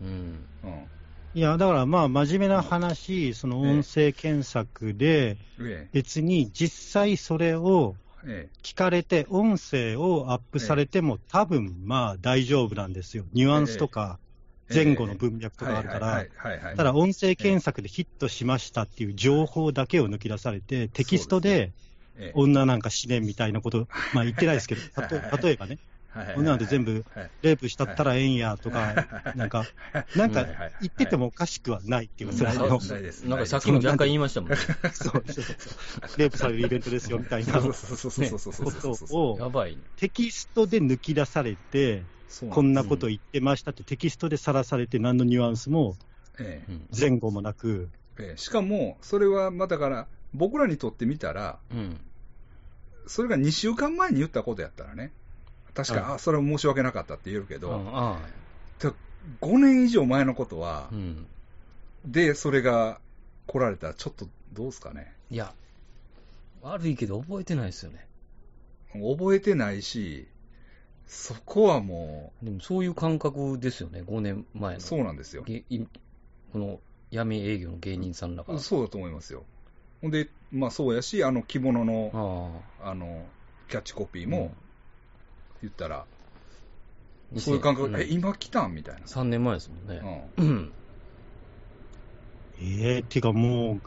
Speaker 3: うん。
Speaker 2: うん。
Speaker 1: いや、だからまあ、真面目な話、その音声検索で、
Speaker 2: ええ、
Speaker 1: 別に実際それを
Speaker 2: え
Speaker 1: 聞かれて、音声をアップされても、多分まあ大丈夫なんですよ。ニュアンスとか、
Speaker 2: え
Speaker 1: 前後の文脈とかあるか
Speaker 2: は
Speaker 1: ら
Speaker 2: い。はいはいはいはい、
Speaker 1: ただ、音声検索でヒットしましたっていう情報だけを抜き出されて、テキストで
Speaker 2: ええ、
Speaker 1: 女なんか死ねみたいなこと、まあ言ってないですけど、たと
Speaker 2: はい
Speaker 1: 例えばね、
Speaker 2: はいはいはい
Speaker 1: 女なんて全部
Speaker 2: はい
Speaker 1: レイプしたったらええんやとか、なんか、なんか
Speaker 2: はいはいはい
Speaker 1: 言っててもおかしくはないっていうか、それ
Speaker 2: な
Speaker 1: はあ
Speaker 2: い
Speaker 1: の
Speaker 2: ですないです
Speaker 3: なんかさっきも若干言い ましたもんね。
Speaker 1: そうそうそうレイプされるイベントですよみたいな
Speaker 2: そう
Speaker 1: こ
Speaker 2: そうそうそうそうそうそうそう
Speaker 1: とを
Speaker 3: やばい。
Speaker 1: テキストで抜き出されて、
Speaker 2: そう
Speaker 1: こ
Speaker 2: なん
Speaker 1: んなこと言ってましたってテキストでさらされて、何のニュアンスも
Speaker 2: え
Speaker 3: うん。
Speaker 1: 前後もなく、
Speaker 2: えええしかも、それはまあだから、僕らにとってみたら、
Speaker 3: うん。
Speaker 2: それが2週間前に言ったことやったらね、確か、
Speaker 1: はい
Speaker 2: あそれは申し訳なかったって言えるけ
Speaker 3: う
Speaker 2: ど、
Speaker 3: んあ
Speaker 2: 5年以上前のことは
Speaker 3: あ。う、ん。
Speaker 2: で、それが来られたら、ちょっとどうですかね、
Speaker 3: いや、悪いけど覚えてないですよね。
Speaker 2: 覚えてないし、そこはも
Speaker 3: でもそういう感覚ですよね、5年前
Speaker 2: う、
Speaker 3: の。
Speaker 2: そうなんですよ、
Speaker 3: げいこの闇営業の芸人さんらが。
Speaker 2: そうだと思いますよ、ほんで、まあ、そうやし、あの着物の
Speaker 3: あ
Speaker 2: あのキャッチコピ
Speaker 3: あ。
Speaker 2: ーも言ったら、そういう感覚、え、今来たんみたいな、
Speaker 3: 3年前ですもんね。
Speaker 2: う
Speaker 3: うん。
Speaker 1: ええてかもう、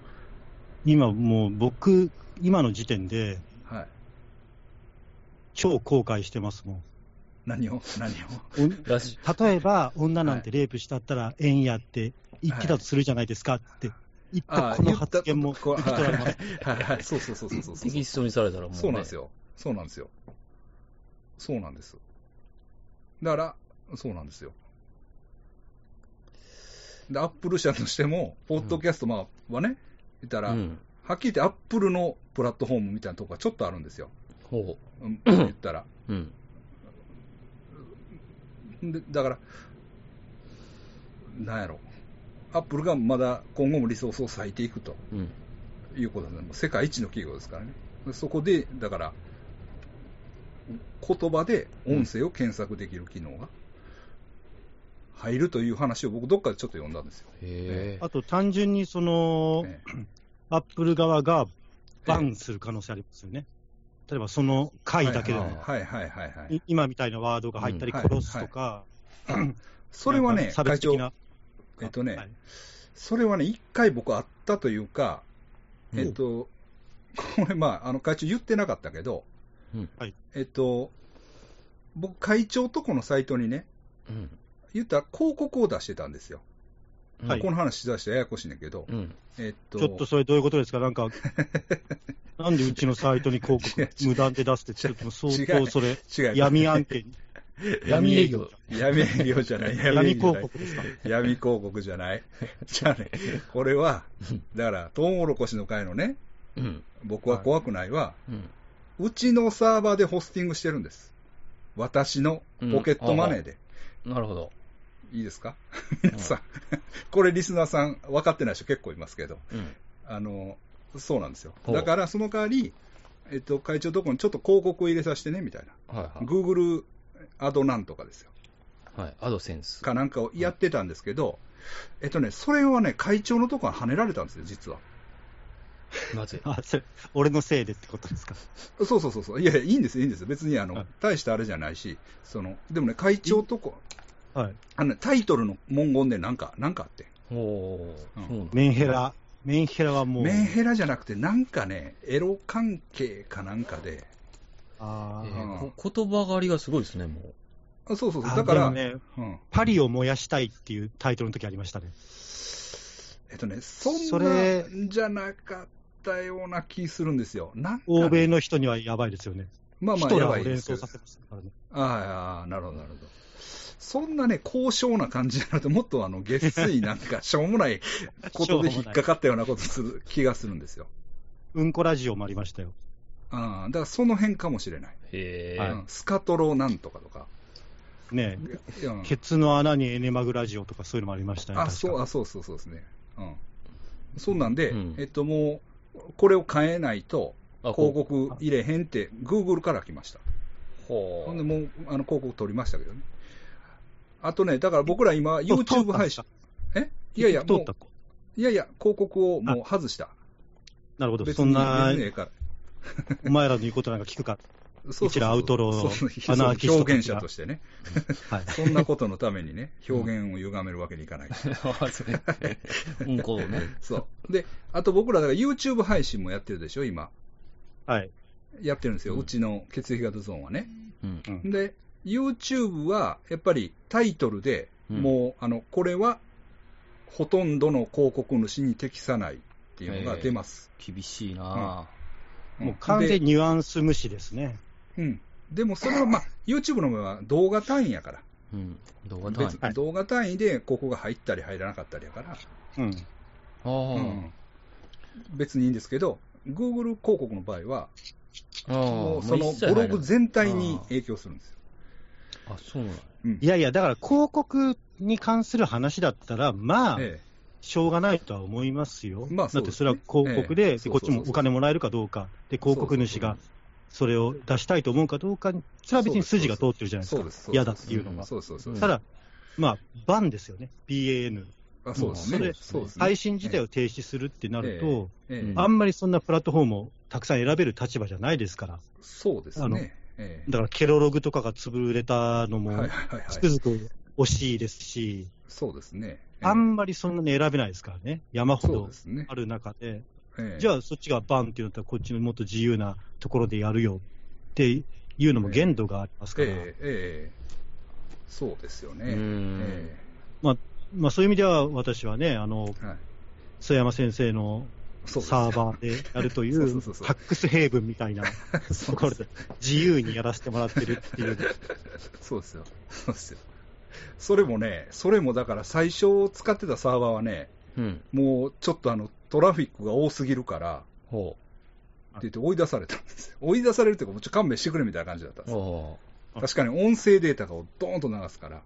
Speaker 1: 今もう僕、今の時点で
Speaker 2: はい。
Speaker 1: 超後悔してますもん。
Speaker 2: 何を何を
Speaker 1: お
Speaker 3: らしい。
Speaker 1: 例えば、女なんてレイプしたったら縁やって言ってたとするじゃないですかって言った
Speaker 2: あ
Speaker 1: この発言も
Speaker 2: こ
Speaker 1: 受
Speaker 2: う
Speaker 1: け取られます。
Speaker 2: はいはい。そうそうそうそうそうそ
Speaker 3: テ
Speaker 2: う。
Speaker 3: キストにされたらもう、ね。
Speaker 2: そうなんです
Speaker 3: よ。
Speaker 2: よ。そうなんですよ。そうなんです。だから、そうなんですよ。で、アップル社としても、ポッドキャストまあはね、言った
Speaker 3: う
Speaker 2: ら、
Speaker 3: ん。
Speaker 2: はっきり言ってアップルのプラットフォームみたいなところがちょっとあるんですよ。
Speaker 3: ほ
Speaker 2: うん、言ったら。
Speaker 3: う。うん。
Speaker 2: でだから、なんやろ。アップルがまだ今後もリソースを割いていくと。
Speaker 3: うん。
Speaker 2: いうことなんで、もう世界一の企業ですからね。そこで、だから、言葉で音声を検索できる機能が入るという話を僕、どっかでちょっと読んだんですよ。
Speaker 3: へえ。
Speaker 1: あと単純にその、
Speaker 2: え
Speaker 1: アップル側がバンする可能性ありますよね。例えばその回だけでも、
Speaker 2: はいはいはいはいはい。
Speaker 1: い今みたいなワードが入ったり、
Speaker 2: うん
Speaker 1: 殺すとか、
Speaker 2: それは
Speaker 1: なん
Speaker 2: ね、
Speaker 1: か差
Speaker 2: 会
Speaker 1: 別
Speaker 2: 長
Speaker 1: 的、な
Speaker 2: えっとね
Speaker 1: はい
Speaker 2: それはね、一回僕あったというか、
Speaker 3: うん
Speaker 2: えっと、これまあ、あの会長言ってなかったけど、
Speaker 3: うん
Speaker 1: はい
Speaker 2: えっと、僕、会長とこのサイトにね、
Speaker 3: うん。
Speaker 2: 言ったら広告を出してたんですよ。
Speaker 1: はい
Speaker 2: この話しだしてややこしいねんだけど、
Speaker 3: うん。
Speaker 2: えっと、
Speaker 1: ちょっとそれどういうことですか、 なんか、なんでうちのサイトに広
Speaker 2: 違う
Speaker 1: 告無断で出すって、ちょっと相
Speaker 2: 違う
Speaker 1: 当それ、
Speaker 2: 違う。
Speaker 1: 闇案件、
Speaker 3: 闇営業。
Speaker 2: 闇営業じゃな い。
Speaker 1: 闇
Speaker 2: 営業
Speaker 1: 広告ですか。
Speaker 2: じゃ ない。闇広告じゃない。 じゃあね、これは、だから、トウモロコシの会のね、
Speaker 3: うん。
Speaker 2: 僕は怖くないは、
Speaker 3: うん。
Speaker 2: うちのサーバーでホスティングしてるんです。私のポケットマネーで。
Speaker 3: なるほど。
Speaker 2: いいですか 皆さん、これリスナーさん分かってない人結構いますけど、
Speaker 3: うん。
Speaker 2: あの、そうなんですよ。
Speaker 3: ほう
Speaker 2: だから、その代わり、えっと、会長どこにちょっと広告を入れさせてね、みたいな。
Speaker 3: はいはい。
Speaker 2: Google アドなんとかですよ。
Speaker 3: はい、アドセンス。
Speaker 2: かなんかをやってたんですけど、えっとね、それはね、会長のとこが跳ねられたんですよ、実は。
Speaker 3: なぜ
Speaker 1: あそれ俺のせいでってことですか。
Speaker 2: そうそうそうそう、いやいや、いいんですよ、いいんですよ、別にあの、
Speaker 1: はい
Speaker 2: 大したあれじゃないし、そのでもね、会長とこ、
Speaker 1: はい、
Speaker 2: あのねタイトルの文言でなんか、なんかあって、
Speaker 3: おお
Speaker 2: うん
Speaker 3: ー、そうなんだ
Speaker 1: メンヘラ、メンヘラはもう、
Speaker 2: メンヘラじゃなくて、なんかね、エロ関係かなんかで、
Speaker 1: あ
Speaker 3: え
Speaker 1: ー
Speaker 3: ーこ言葉狩りがすごいですね、もう。
Speaker 2: あそうそうそう、
Speaker 1: あ
Speaker 2: だから、
Speaker 1: でもね、
Speaker 2: うん、
Speaker 1: パリを燃やしたいっていうタイトルの時ありましたね。
Speaker 2: えっとね、そ
Speaker 1: そ
Speaker 2: ん
Speaker 1: れ
Speaker 2: なんじゃなかったような気するんですよ、なんかね、
Speaker 1: 欧米の人にはやばいですよね。
Speaker 2: まあ
Speaker 1: ヒ
Speaker 2: まあ、
Speaker 1: ト
Speaker 2: や
Speaker 1: ラ
Speaker 2: ば
Speaker 1: ー
Speaker 2: い
Speaker 1: を
Speaker 2: で
Speaker 1: 連
Speaker 2: すけ
Speaker 1: 想
Speaker 2: ど
Speaker 1: させましたからね。
Speaker 2: ああ、なるほど、なるほど。そんなね、高尚な感じじゃなくて、もっとあの、下水なんか、しょう もないことで引っかかったようなことする気がするんですよ。
Speaker 1: うんこラジオもありましたよ。
Speaker 2: ああ、だからその辺かもしれない。
Speaker 3: へえ、
Speaker 1: はい
Speaker 2: うんスカトロなんとかとか。
Speaker 1: ねえ
Speaker 2: うん
Speaker 1: ケツの穴にエネマグラジオとかそういうのもありましたね。
Speaker 2: あ、
Speaker 1: 確か
Speaker 2: そう、あ、そうそうそうですね。うん。そんなんで、
Speaker 3: うん
Speaker 2: えっと、もう、これを変えないと、
Speaker 3: あ
Speaker 2: 広。告入れへんって、Google から来ました。
Speaker 3: ほ
Speaker 2: ほんで、
Speaker 3: う。
Speaker 2: もう、あの、広告取りましたけどね。あとね、だから僕ら今、YouTube 配信。えいやいや、
Speaker 1: 通
Speaker 2: も
Speaker 1: っ
Speaker 2: う
Speaker 1: た、子
Speaker 2: いやいや、広告をもう外した。
Speaker 1: なるほど。
Speaker 2: 別
Speaker 1: そ
Speaker 2: に
Speaker 1: んな
Speaker 2: 別に、ええから
Speaker 1: お前らの言うことなんか聞くか。
Speaker 2: そうそうそう
Speaker 1: うちらアウトロー
Speaker 2: そうそうそう
Speaker 1: アナーキスト
Speaker 2: 表現者としてね。
Speaker 1: はい。
Speaker 2: そんなことのためにね、表現を歪めるわけにい かない。
Speaker 3: あそれうんこをね。
Speaker 2: そう。で、あと僕ら、だから YouTube 配信もやってるでしょ、今。
Speaker 1: はい。
Speaker 2: やってるんですよ。
Speaker 3: うん
Speaker 2: うちの血液型ゾーンはね。
Speaker 3: うん。
Speaker 2: で、YouTube は、やっぱりタイトルで、
Speaker 3: うん
Speaker 2: もう、あの、これは、ほとんどの広告主に適さないっていうのが出ます。
Speaker 3: 厳しいな
Speaker 1: もう完全にニュアンス無視ですね。
Speaker 2: でうん。でもそれは、まあ、YouTube の場合は動画単位やから。
Speaker 3: ぁ。うん。動画単位
Speaker 2: 別。
Speaker 1: はい
Speaker 2: 動画単位でここが入ったり入らなかったりやから、
Speaker 1: うん。
Speaker 3: ああ、
Speaker 2: うん別にいいんですけど、Google 広告の場合は、
Speaker 3: ああ
Speaker 2: も
Speaker 3: も
Speaker 2: う
Speaker 3: う
Speaker 2: その
Speaker 3: 一
Speaker 2: ブ
Speaker 3: 切入らな
Speaker 2: ロ
Speaker 3: い
Speaker 2: グ全体に影響するんですよ。
Speaker 3: あ、そうなの
Speaker 2: うん
Speaker 1: いやいや、だから広告に関する話だったら、まあ、
Speaker 2: え
Speaker 1: しょうがないとは思いますよ。
Speaker 2: まあそ
Speaker 1: だ
Speaker 2: う
Speaker 1: って
Speaker 2: です
Speaker 1: そ
Speaker 2: ね
Speaker 1: れは広告で、
Speaker 2: ええ
Speaker 1: でこっちもお金もらえるかどうか、で、広告主がそれを出したいと思うかどうかに、それは別に筋が通ってるじゃな
Speaker 2: え
Speaker 1: いです
Speaker 2: そ
Speaker 1: か
Speaker 2: うで。す。
Speaker 1: 嫌だっていうの
Speaker 2: が
Speaker 1: が
Speaker 2: そうそうそう。
Speaker 3: うん
Speaker 1: ただ、まあ、バンですよね。BAN。
Speaker 2: あそうですね。
Speaker 3: それ
Speaker 2: そうですね。
Speaker 1: 配信自体を停止するってなると、
Speaker 2: ええ
Speaker 3: うん
Speaker 1: あんまりそんなプラットフォームをたくさん選べる立場じゃないですから、
Speaker 2: そうです
Speaker 1: あの
Speaker 2: ね。ええ
Speaker 1: だからケロログとかが潰れたの
Speaker 2: は
Speaker 1: も、
Speaker 2: いはいはい
Speaker 1: つ
Speaker 2: は
Speaker 1: く
Speaker 2: い。
Speaker 1: づく惜しいですし、
Speaker 2: そうですね。
Speaker 1: あんまりそんなに選べないですからね、山ほ
Speaker 2: そう
Speaker 1: ど
Speaker 2: ですね
Speaker 1: あ。る中で、
Speaker 2: ええ
Speaker 1: じゃあそっちがバンって言ったら、こっちのもっと自由なところでやるよっていうのも限度がありますから、
Speaker 2: ええええそうですよ
Speaker 3: う
Speaker 2: ね。
Speaker 3: ん
Speaker 2: え
Speaker 1: まあ、そういう意味では私はね、あの
Speaker 2: えはい、
Speaker 1: 曽山先生の
Speaker 2: そうですよ
Speaker 1: サーバーでやるとい、
Speaker 2: そうそううそうそう
Speaker 1: ハックスヘイブンみたいなところで、自由にやらせてもらってるっていう、
Speaker 2: そうですよ。そうですよ。それもね、それもだから最初使ってたサーバーはね、
Speaker 3: うん。
Speaker 2: もうちょっとあのトラフィックが多すぎるから、
Speaker 3: ほ
Speaker 2: って言って追い出されたんですよ。追い出されるというか、もうちょっと勘弁してくれみたいな感じだったん
Speaker 3: う。
Speaker 2: ですよ
Speaker 3: お
Speaker 1: お
Speaker 2: 確かに音声データをドーンと流すから、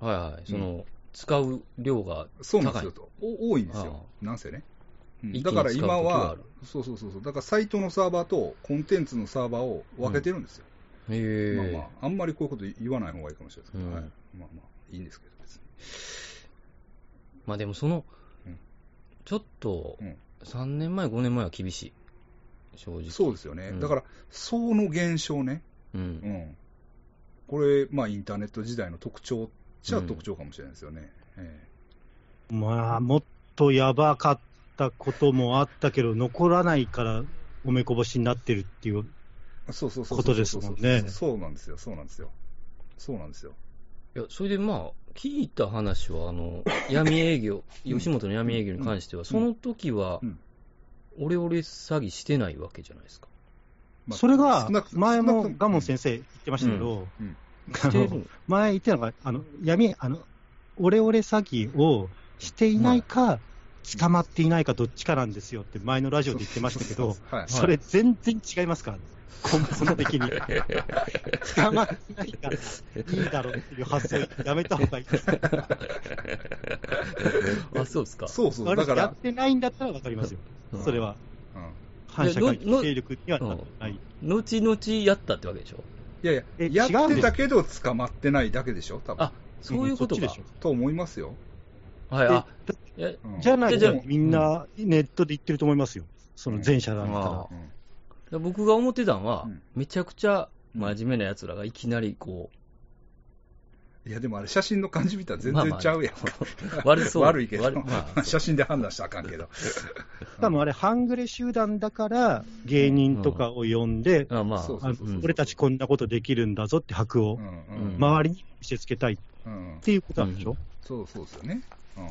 Speaker 3: ーはいはい。その、使う量が、
Speaker 2: そうなんですよと、お多いんですよ、なんせね。うんだから今は
Speaker 3: 一気に使う時がある、
Speaker 2: そうそうそうそう、だからサイトのサーバーとコンテンツのサーバーを分けてるんですよ。
Speaker 3: へえ。
Speaker 2: まあまあ、あんまりこういうこと言わない方がいいかもしれないですけど、
Speaker 3: うん
Speaker 2: はい、まあまあ、いいんですけど、別に。
Speaker 3: まあでもその、
Speaker 2: うん
Speaker 3: ちょっと
Speaker 2: うん、
Speaker 3: 3年前、5年前は厳しい。正直。
Speaker 2: そうですよね、
Speaker 3: うん
Speaker 2: だから、その現象ね、
Speaker 3: う。
Speaker 2: うんん、これ、まあ、インターネット時代の特徴っちゃ特徴かもしれないですよね。え
Speaker 1: まあ、もっとやばかったこともあったけど、残らないから、おめこぼしになってるっていう、
Speaker 2: えそうそうそうそう
Speaker 1: ことですもんね
Speaker 2: そうなんですよ、そうなんですよ、そうなんですよ。
Speaker 3: いや、それでまあ、聞いた話は、あの、闇営業、
Speaker 2: うん
Speaker 3: 吉本の闇営業に関しては、その時は
Speaker 2: うん、
Speaker 3: オレオレ詐欺してないわけじゃないで すか。
Speaker 2: まあ
Speaker 1: それが
Speaker 2: 少なくと
Speaker 1: 前
Speaker 2: 少な
Speaker 1: も
Speaker 2: くと
Speaker 1: ガモン先生言ってましたけど、
Speaker 2: うん
Speaker 1: あ
Speaker 3: して
Speaker 1: の
Speaker 3: る
Speaker 1: 前言ってたのが、あの闇、あのオレオレ詐欺をしていないか、捕まっていないか、どっちかなんですよって、前のラジオで言ってましたけど、
Speaker 2: そうそうそうはい
Speaker 1: それ、全然違いますからね、根本的に。捕まってないからいいだろうっていう発想、やめたほうがいいです。
Speaker 3: あ、そうですか。
Speaker 2: そうそう、
Speaker 1: あれ
Speaker 2: だか
Speaker 1: や
Speaker 2: ら
Speaker 1: っ、てないんだったら分かりますよ、
Speaker 3: うん
Speaker 1: それ。は。
Speaker 2: うん
Speaker 1: 反社会勢力にはなってない。
Speaker 3: 後々やったってわけでしょ。
Speaker 2: いやい
Speaker 1: え
Speaker 2: や、やっ
Speaker 1: 違うん
Speaker 2: て
Speaker 1: です
Speaker 2: たけど捕まってないだけでしょ、多分
Speaker 3: あ、そういうこと
Speaker 1: んそ
Speaker 3: か
Speaker 1: っち。でし
Speaker 2: と思いますよ。
Speaker 3: は
Speaker 1: ょ
Speaker 3: い、あ、
Speaker 1: で
Speaker 3: いや
Speaker 2: うん
Speaker 1: じゃない
Speaker 3: じゃあ
Speaker 1: と、みんなネットで言ってると思いますよ、その前者だったら。
Speaker 3: あ
Speaker 2: うん
Speaker 3: 僕が思ってたのは、
Speaker 2: うん
Speaker 3: めちゃくちゃ真面目な奴らがいきなりこ
Speaker 2: いや、でもあれ、写真の感じ見たら
Speaker 3: う、
Speaker 2: 全
Speaker 3: まあま
Speaker 2: 然
Speaker 3: あ
Speaker 2: ちゃうやん。
Speaker 3: 悪そ う。
Speaker 2: 悪いけど
Speaker 3: 悪、まあ、
Speaker 2: 写真で判断したらあかん けど。
Speaker 1: 多分あれ、半グレ集団だから、芸人とかを呼んで、
Speaker 3: あまあ、
Speaker 2: そう
Speaker 1: あ
Speaker 2: そ
Speaker 1: の
Speaker 2: うそうそう
Speaker 1: 俺たちこんなことできるんだぞって箔を
Speaker 2: う、んう
Speaker 3: うん
Speaker 2: ん
Speaker 1: 周りに見せつけたいっ
Speaker 2: うん、
Speaker 1: ていうことなんでしょ、
Speaker 2: そうそうですよね。うん、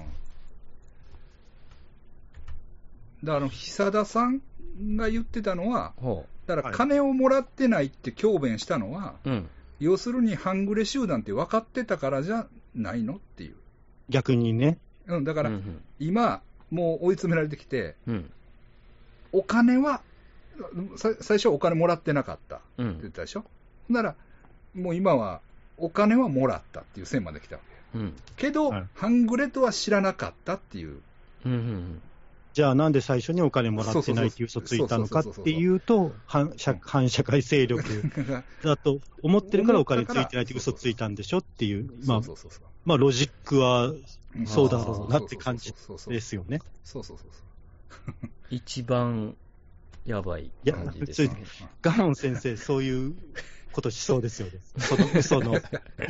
Speaker 2: だからあの、久田さんが言ってたのは、
Speaker 3: ほ
Speaker 2: だから金をもらってないって強弁したのは、
Speaker 3: う。うん。
Speaker 2: 要するに半グレ集団って分かってたからじゃないのっていう。
Speaker 1: 逆にね。
Speaker 2: うん、だから
Speaker 3: うんうん
Speaker 2: 今、もう追い詰められてきて、
Speaker 3: うん。
Speaker 2: お金は、さ最初はお金もらってなかった。
Speaker 3: う
Speaker 2: って言っ
Speaker 3: ん。
Speaker 2: たでしょ、ほんなら、もう今はお金はもらったっていう線まで来たわ
Speaker 3: うん。
Speaker 2: け、けど、
Speaker 1: はい
Speaker 2: 半グレとは知らなかったっていう、
Speaker 3: うんうん。
Speaker 1: じゃあなんで最初にお金もらってないっていう
Speaker 2: そ
Speaker 1: 嘘つ
Speaker 2: うそうそう
Speaker 1: いたのかっていうと、反社反社会勢力だと思ってるからお金ついてないって嘘ついたんでしょっていう、まあ、
Speaker 2: そうそうそうそう
Speaker 1: まあロジックは
Speaker 2: ん
Speaker 1: そうだろうなって感じ
Speaker 2: そうそうそう
Speaker 1: ですよね。
Speaker 2: そうそうそう
Speaker 3: 一番やばい
Speaker 1: いや
Speaker 3: 感じですね。
Speaker 1: ガロン先生、そういうことしそうですよね。その嘘の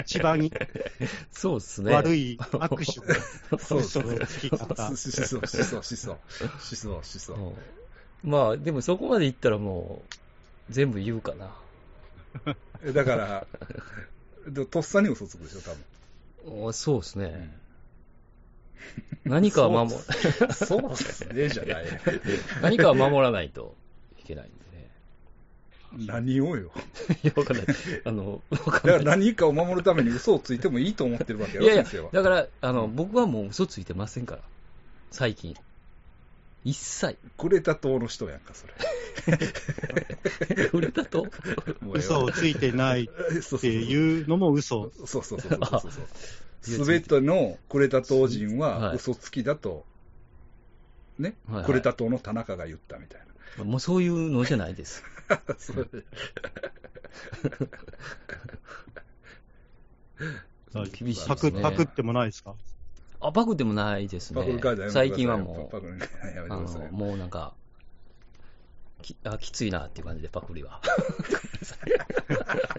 Speaker 1: 一番
Speaker 3: そうですね。
Speaker 1: 悪
Speaker 3: い。
Speaker 1: い悪手の
Speaker 2: そう
Speaker 1: 嘘のつき方
Speaker 2: 思。想、思想、思想、思想、思想。
Speaker 3: まあ、でもそこまでいったらもう、全部言うかな。
Speaker 2: えだから、でとっさに嘘つくでしょ、多分。
Speaker 3: おそうですね。何かは守、
Speaker 2: そうっすね、じゃない。
Speaker 3: 何かは守らないといけないんでね。
Speaker 2: 何をよ。
Speaker 3: いや、わかんない。あの、
Speaker 2: だ
Speaker 3: わかん
Speaker 2: か
Speaker 3: な
Speaker 2: ら
Speaker 3: い。
Speaker 2: 何かを守るために嘘をついてもいいと思ってるわけよ、
Speaker 3: いやいや
Speaker 2: 先生は、。
Speaker 3: だから、あの、僕はもう嘘ついてませんから。最近。一切。
Speaker 2: グレタ島の人やんか、それ。
Speaker 3: 売れたと
Speaker 1: 嘘をついてない
Speaker 2: そう
Speaker 1: って
Speaker 2: そう
Speaker 1: いうのも嘘。
Speaker 2: そうそうそうそうそう。すべてのクレタ島人は
Speaker 3: はい
Speaker 2: 嘘つきだと、ね
Speaker 3: はいは、い
Speaker 2: クレタ島の田中が言ったみたい
Speaker 3: もうそういうのじゃないです。
Speaker 2: な。そう
Speaker 3: 厳しい
Speaker 1: パ
Speaker 3: です
Speaker 1: ク
Speaker 3: ね。
Speaker 1: パクってもないですか
Speaker 3: あ、パクでもないです
Speaker 2: パク
Speaker 3: ね
Speaker 2: る会でやめてください。。
Speaker 3: 最近はも
Speaker 2: パクる会やめ
Speaker 3: う、
Speaker 2: て
Speaker 3: あ
Speaker 2: ください
Speaker 3: の、。もうなんか、きあきついなっていう感じでパク リは。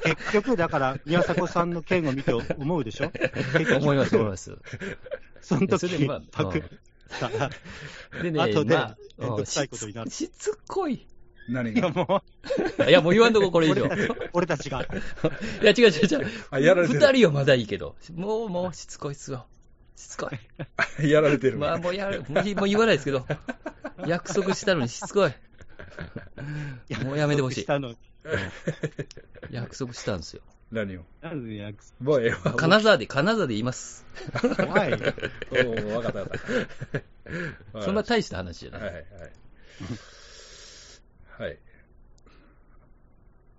Speaker 1: 結局、だから、宮迫さんの件を見て思うでしょ結
Speaker 3: 思
Speaker 1: 局、
Speaker 3: います、思います。
Speaker 1: その時
Speaker 3: それでまあ
Speaker 1: にパクったら、
Speaker 3: でね、
Speaker 1: 後で
Speaker 3: まあ
Speaker 1: めんどくさいこと
Speaker 3: うん
Speaker 1: になる
Speaker 3: ししつこい。
Speaker 2: 何
Speaker 1: いや
Speaker 2: が
Speaker 1: も、
Speaker 3: いや、もう言わんとこ、これ以 上。いう
Speaker 1: 俺たちが、
Speaker 3: や、違う違う違う。
Speaker 2: あ、やられて
Speaker 3: 二人はまだいいけど、もう、もう、しつこいっすよ。しつこい。
Speaker 2: る。 やられてる。
Speaker 3: まあ、もうやる、もうもう言わないですけど、約束したのにしつこい。もうやめてほしい
Speaker 1: 約束たのに
Speaker 3: 約束したんですよ。
Speaker 2: 何を。
Speaker 1: なんで約
Speaker 2: もうええわ。
Speaker 3: 金沢で、金沢で言います。
Speaker 1: 束怖い。
Speaker 2: おーわかったわかった。
Speaker 3: そんな大した話じゃ
Speaker 2: は
Speaker 3: ないい。
Speaker 2: はい。はい。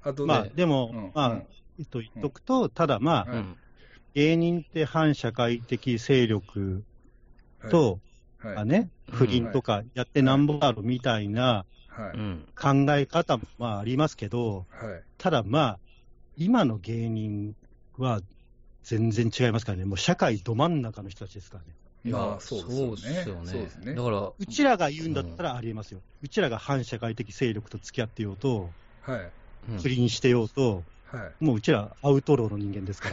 Speaker 2: あとね、
Speaker 1: まあ、でも、
Speaker 2: うん
Speaker 1: まあ、
Speaker 2: うん
Speaker 1: えっと、言っとくと、ただまあ、
Speaker 2: は
Speaker 3: うん。
Speaker 1: 芸人って反社会的勢力
Speaker 2: はい、
Speaker 1: と
Speaker 2: はい、
Speaker 1: かね、
Speaker 3: うん
Speaker 1: 不倫とかやってなんぼだろみたいな
Speaker 2: はい、
Speaker 3: うん。
Speaker 1: 考え方もまあありますけど、
Speaker 2: はい。
Speaker 1: ただまあ、今の芸人は全然違いますからね、もう社会ど真ん中の人たちですからね。
Speaker 3: いや
Speaker 2: まあ、そうですよね。
Speaker 3: そう
Speaker 2: そう
Speaker 3: で
Speaker 2: ですす
Speaker 3: よね。
Speaker 2: ね
Speaker 3: だから、
Speaker 1: うちらが言うんだったらありえますよ、うちらが反社会的勢力と付き合ってようと、
Speaker 2: はい。
Speaker 3: うん
Speaker 1: 不倫してようと、
Speaker 2: はい。
Speaker 1: もううちらアウトローの人間ですか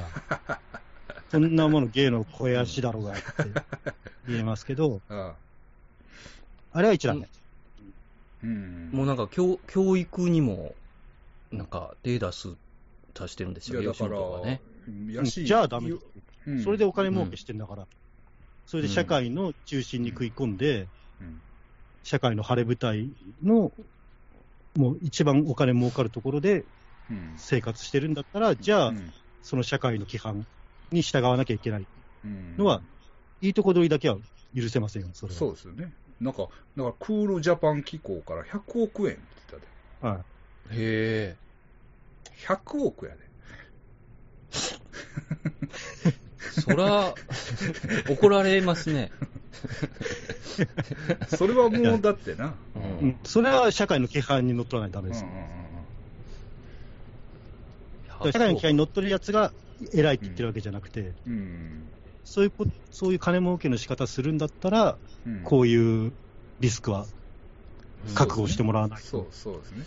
Speaker 1: ら、 そんなもの芸の肥やしだろうがって言えますけど、
Speaker 2: ああ。
Speaker 1: あれは一覧ね。
Speaker 2: うん。
Speaker 3: もうなんか教、教育にも、なんか、手出す、出してるんですよ、
Speaker 2: いやだ
Speaker 3: 吉
Speaker 2: から
Speaker 3: 本はね。
Speaker 2: うん
Speaker 1: う
Speaker 2: や
Speaker 1: ん
Speaker 2: しい。
Speaker 1: じゃあダメです、
Speaker 2: うん
Speaker 1: それでお金儲けしてんだから、それで社会の中心に食い込んで、
Speaker 2: うん
Speaker 1: 社会の晴れ舞台の、もう一番お金儲かるところで
Speaker 2: うん
Speaker 1: 生活してるんだったら、じゃ
Speaker 2: う
Speaker 1: あ、
Speaker 2: ん
Speaker 1: その社会の規範に従わなきゃいけない。
Speaker 2: うん
Speaker 1: のは、いいとこ取りだけは許せませんよ、それは。
Speaker 2: そうですよね。なんか、なんかクールジャパン機構から100億円って言ったで。
Speaker 1: は
Speaker 3: へえ。
Speaker 2: 100億やで。
Speaker 3: そら、怒られますね。
Speaker 2: それはもうだってな。
Speaker 3: う
Speaker 1: い。うん
Speaker 3: ん。
Speaker 1: それは社会の規範に乗っ取らないとダメです。だから社会の規範に乗っ取るやつが偉いって言ってるわけじゃなくて、
Speaker 2: うんうんうん
Speaker 1: そういうこそういう金儲けの仕方するんだったら、
Speaker 2: うん
Speaker 1: こういうリスクは覚悟してもらわない
Speaker 2: そ
Speaker 1: と
Speaker 2: う。そうですね。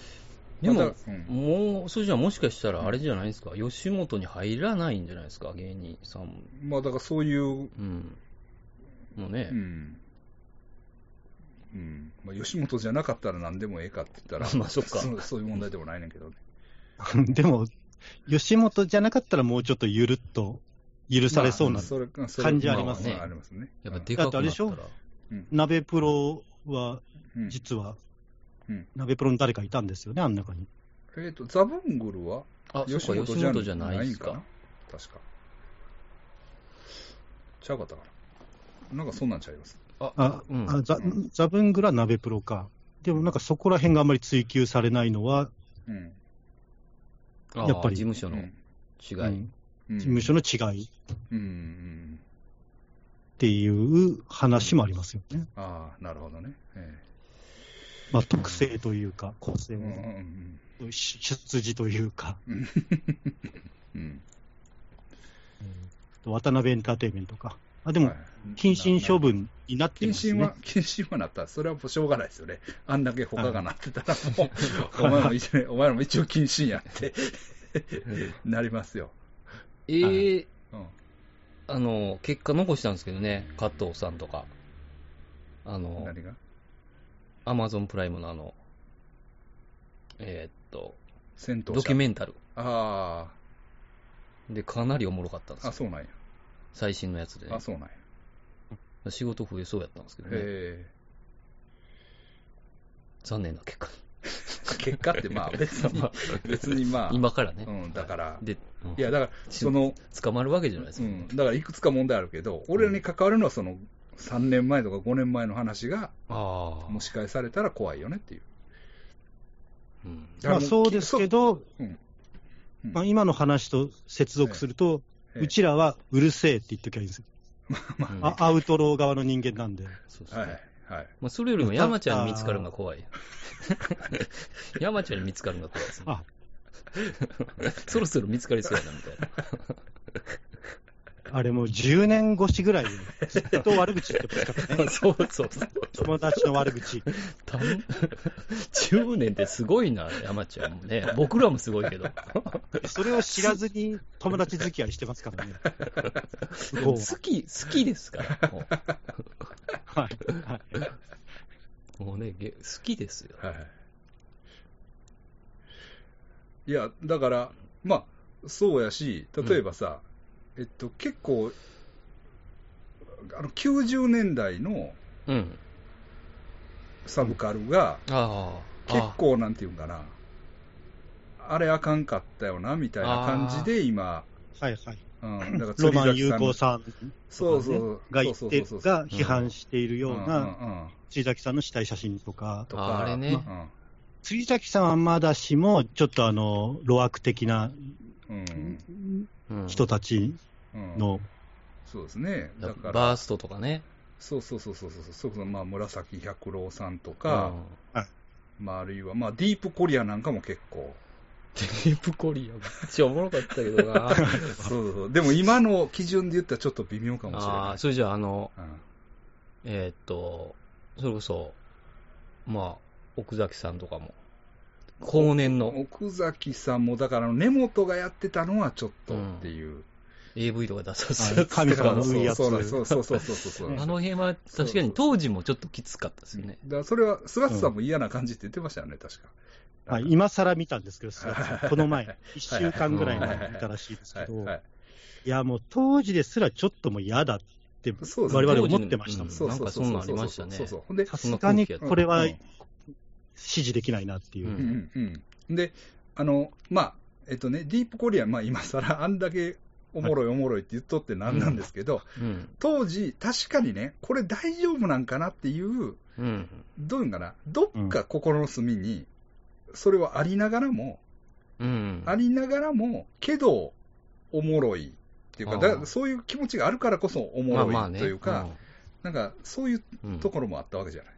Speaker 3: でも
Speaker 2: ま、たうん
Speaker 3: もう、それじゃもしかしたらあれじゃないですか、吉本に入らないんじゃないですか、芸人さんも。
Speaker 2: まあだからそういう、
Speaker 3: うん。もう
Speaker 2: う
Speaker 3: ね、
Speaker 2: ん。うんまあ、吉本じゃなかったら何でもええかって言ったら、
Speaker 3: まあそっか
Speaker 2: うそういう問題でもないねんけどね。
Speaker 1: でも、吉本じゃなかったらもうちょっとゆるっと許され そう
Speaker 2: ま
Speaker 1: な
Speaker 2: あ。それそれ
Speaker 1: 感じあります
Speaker 3: ね
Speaker 2: あありますね。
Speaker 3: やっぱでかくな
Speaker 1: だってあれ
Speaker 3: っ
Speaker 1: でした
Speaker 3: ら
Speaker 1: ょ。鍋プロは、
Speaker 2: うん
Speaker 1: 実は
Speaker 2: うん、
Speaker 1: 鍋プロの誰かいたんですよね、あの中に。
Speaker 2: えっ、と、ザブングルは
Speaker 3: あ、そっ
Speaker 2: 吉
Speaker 3: か、
Speaker 2: 本
Speaker 3: 吉
Speaker 2: じゃ
Speaker 3: 本じゃな
Speaker 2: ないい
Speaker 3: で
Speaker 2: ん
Speaker 3: す
Speaker 2: か
Speaker 3: か
Speaker 2: な。確か。ちゃうかったかな。なんかそんなんちゃいます。
Speaker 1: あ、
Speaker 3: うん
Speaker 1: あザ
Speaker 2: うん
Speaker 1: ザブングラ鍋プロか。でもなんかそこら辺があんまり追求されないのは、
Speaker 2: うん。
Speaker 3: あー
Speaker 1: やっぱり
Speaker 3: 事務所の
Speaker 1: う
Speaker 3: 違い。
Speaker 1: ん
Speaker 2: うん
Speaker 1: 事務所の違いっ
Speaker 2: うんうん。
Speaker 1: ていう話もありますよね。
Speaker 2: ああ、なるほどね。え
Speaker 1: まあ、特性というか、個性
Speaker 2: えうんう
Speaker 1: の
Speaker 2: ん
Speaker 1: し出自というか、
Speaker 2: うんうん。うん。
Speaker 1: 渡辺エンターテインメントか。あでも
Speaker 2: は、い
Speaker 1: 謹慎処。分になって
Speaker 2: 謹
Speaker 1: ます
Speaker 2: 慎
Speaker 1: ね
Speaker 2: は、。謹慎はなった。それはもうしょうがないですよね。あんだけ他がなってたら、もう、お前も一緒に、お前らも一応謹慎やって、 なりますよ。
Speaker 3: ええ、
Speaker 2: うん。
Speaker 3: あの、結果残したんですけどね、加藤さんとか。あの、
Speaker 2: 何が
Speaker 3: アマゾンプライムのあの、えーっと、
Speaker 2: 戦闘
Speaker 3: ドキュメンタル。
Speaker 2: あ
Speaker 3: で、かなりおもろかったんです
Speaker 2: あ、あ、
Speaker 3: よ。
Speaker 2: そうなんや。
Speaker 3: 最新のやつでね、
Speaker 2: あ、そうなんや。
Speaker 3: 仕事増えそうやったんですけどね。
Speaker 2: え
Speaker 3: 残念な結果。
Speaker 2: え結果って、 まあ別に、 別にまあ、
Speaker 3: 今からね。
Speaker 2: うん、だから、
Speaker 3: で、うん
Speaker 2: いや、だから、その、
Speaker 3: 捕まるわけじゃないです
Speaker 2: う
Speaker 3: よ、
Speaker 2: ん、だからいくつか問題あるけど、俺らに関わるのはその、3年前とか5年前の話が
Speaker 3: ああ。
Speaker 2: 蒸し返されたら怖いよねっていう。
Speaker 3: うん
Speaker 2: だか
Speaker 1: ま
Speaker 2: ら
Speaker 1: あ、そうですけど、
Speaker 2: うん
Speaker 1: まあ、今の話と接続すると、
Speaker 2: ええ
Speaker 1: うちらはうるせえって言っときゃいいんですよ。
Speaker 3: うん
Speaker 1: あアウトロー側の人間なんで。
Speaker 3: そうそう
Speaker 2: はい、はい。
Speaker 3: まあ、それよりも山ちゃんに見つかるのが 怖い。山ちゃんに見つかるのが怖いです、ね
Speaker 1: あ。
Speaker 3: そろそろ見つかりそうやな、みたいな。。
Speaker 1: あれもう10年越しぐらい、ずっと悪口言ってますから ね
Speaker 3: そうそうそう。
Speaker 1: 友達の悪口。
Speaker 3: たん10年ってすごいな、山ちゃんもね。僕らもすごいけど。
Speaker 1: それを知らずに友達付き合いしてますから ね。
Speaker 3: で
Speaker 1: こ
Speaker 3: も好き、好きですから。も
Speaker 1: うはい。はいう
Speaker 3: もうね、げ好きですよ。
Speaker 2: はい。いや、だから、まあ、そうやし、例えばさ、えっと、結構、あの90年代の
Speaker 3: うん。
Speaker 2: サブカルが、
Speaker 3: ああ。
Speaker 2: 結構、なんていうんかな、あれあかんかったよな、みたいな感じで、今、
Speaker 1: はいはい。
Speaker 2: うん、だから
Speaker 1: ロマン
Speaker 2: 釣り
Speaker 1: 友
Speaker 2: 崎
Speaker 1: 好
Speaker 2: の
Speaker 1: さん
Speaker 2: そうそう、
Speaker 1: が言って、
Speaker 2: そうそうそうそう
Speaker 1: が批判しているような、
Speaker 2: んんん
Speaker 1: 釣崎さんの死体写真とか、
Speaker 2: とか
Speaker 3: ああれね
Speaker 2: うん
Speaker 1: 釣崎さんはまだしも、ちょっとあの、路悪的な
Speaker 2: うん
Speaker 3: うん
Speaker 1: 人たち
Speaker 2: うん
Speaker 1: の、
Speaker 2: そうですね、だから、
Speaker 3: バーストとかね。
Speaker 2: そうそうそうそうそう、そうそうまあ、紫百郎さんとか、
Speaker 3: うん
Speaker 2: まあ、あるいは、まあ、ディープコリアなんかも結構、
Speaker 3: テープコリア、めっちゃおもろかったけどな。
Speaker 2: そうそうそうでも今の基準で言ったらちょっと微妙かもしれ
Speaker 3: あ
Speaker 2: な
Speaker 3: あ、それじゃあ、あの、
Speaker 2: い。うん
Speaker 3: えーっと、それこそ、まあ、奥崎さんとかも、後年の
Speaker 2: 奥崎さんも、だから、根本がやってたのはちょっとっていう。
Speaker 3: AV とか出させ
Speaker 1: あの
Speaker 3: て
Speaker 1: 神
Speaker 2: だか
Speaker 1: 様
Speaker 2: ら
Speaker 1: の
Speaker 2: そ
Speaker 1: いいや
Speaker 2: う
Speaker 1: つ。
Speaker 2: そうそうそうそうそうそう。
Speaker 3: あの辺は確かに当時もちょっときつかったですよね。
Speaker 2: だからそれは、菅瀬さんも嫌な感じって言ってましたよね、確か。
Speaker 1: はい、今更見たんですけど、菅田さんこの前、1週間ぐらい前に見たらしいです
Speaker 2: は
Speaker 1: け
Speaker 2: い
Speaker 1: ど、
Speaker 2: はい
Speaker 1: いや、もう当時ですらちょっともう嫌だって、
Speaker 2: そうですね
Speaker 1: 我々思ってましたもん。
Speaker 3: 当時
Speaker 1: さ
Speaker 2: そうそうそう
Speaker 3: なんかそんなんありましたね
Speaker 2: そうそう。ほんで、
Speaker 1: すがにこれは
Speaker 2: うん
Speaker 1: 指示できないなっていうう。
Speaker 3: ん
Speaker 2: うんうんうん、で、あの、まあ、えっとね、ディープコリアン、まあ、今更あんだけおもろいおもろいって言っとってなんなんですけど、
Speaker 3: うん。
Speaker 2: 当時、確かにね、これ大丈夫なんかなっていう、
Speaker 3: うん。
Speaker 2: どういうんかな、どっか心の隅に、それはありながらも、
Speaker 3: うん。
Speaker 2: ありながらも、けど、おもろいっていうか、
Speaker 3: あー
Speaker 2: だからそういう気持ちがあるからこそお
Speaker 3: まあ
Speaker 2: も
Speaker 3: まあ
Speaker 2: ろい
Speaker 3: ね。
Speaker 2: というか、なんかそういう
Speaker 3: うん、うん
Speaker 2: ところもあったわけじゃない。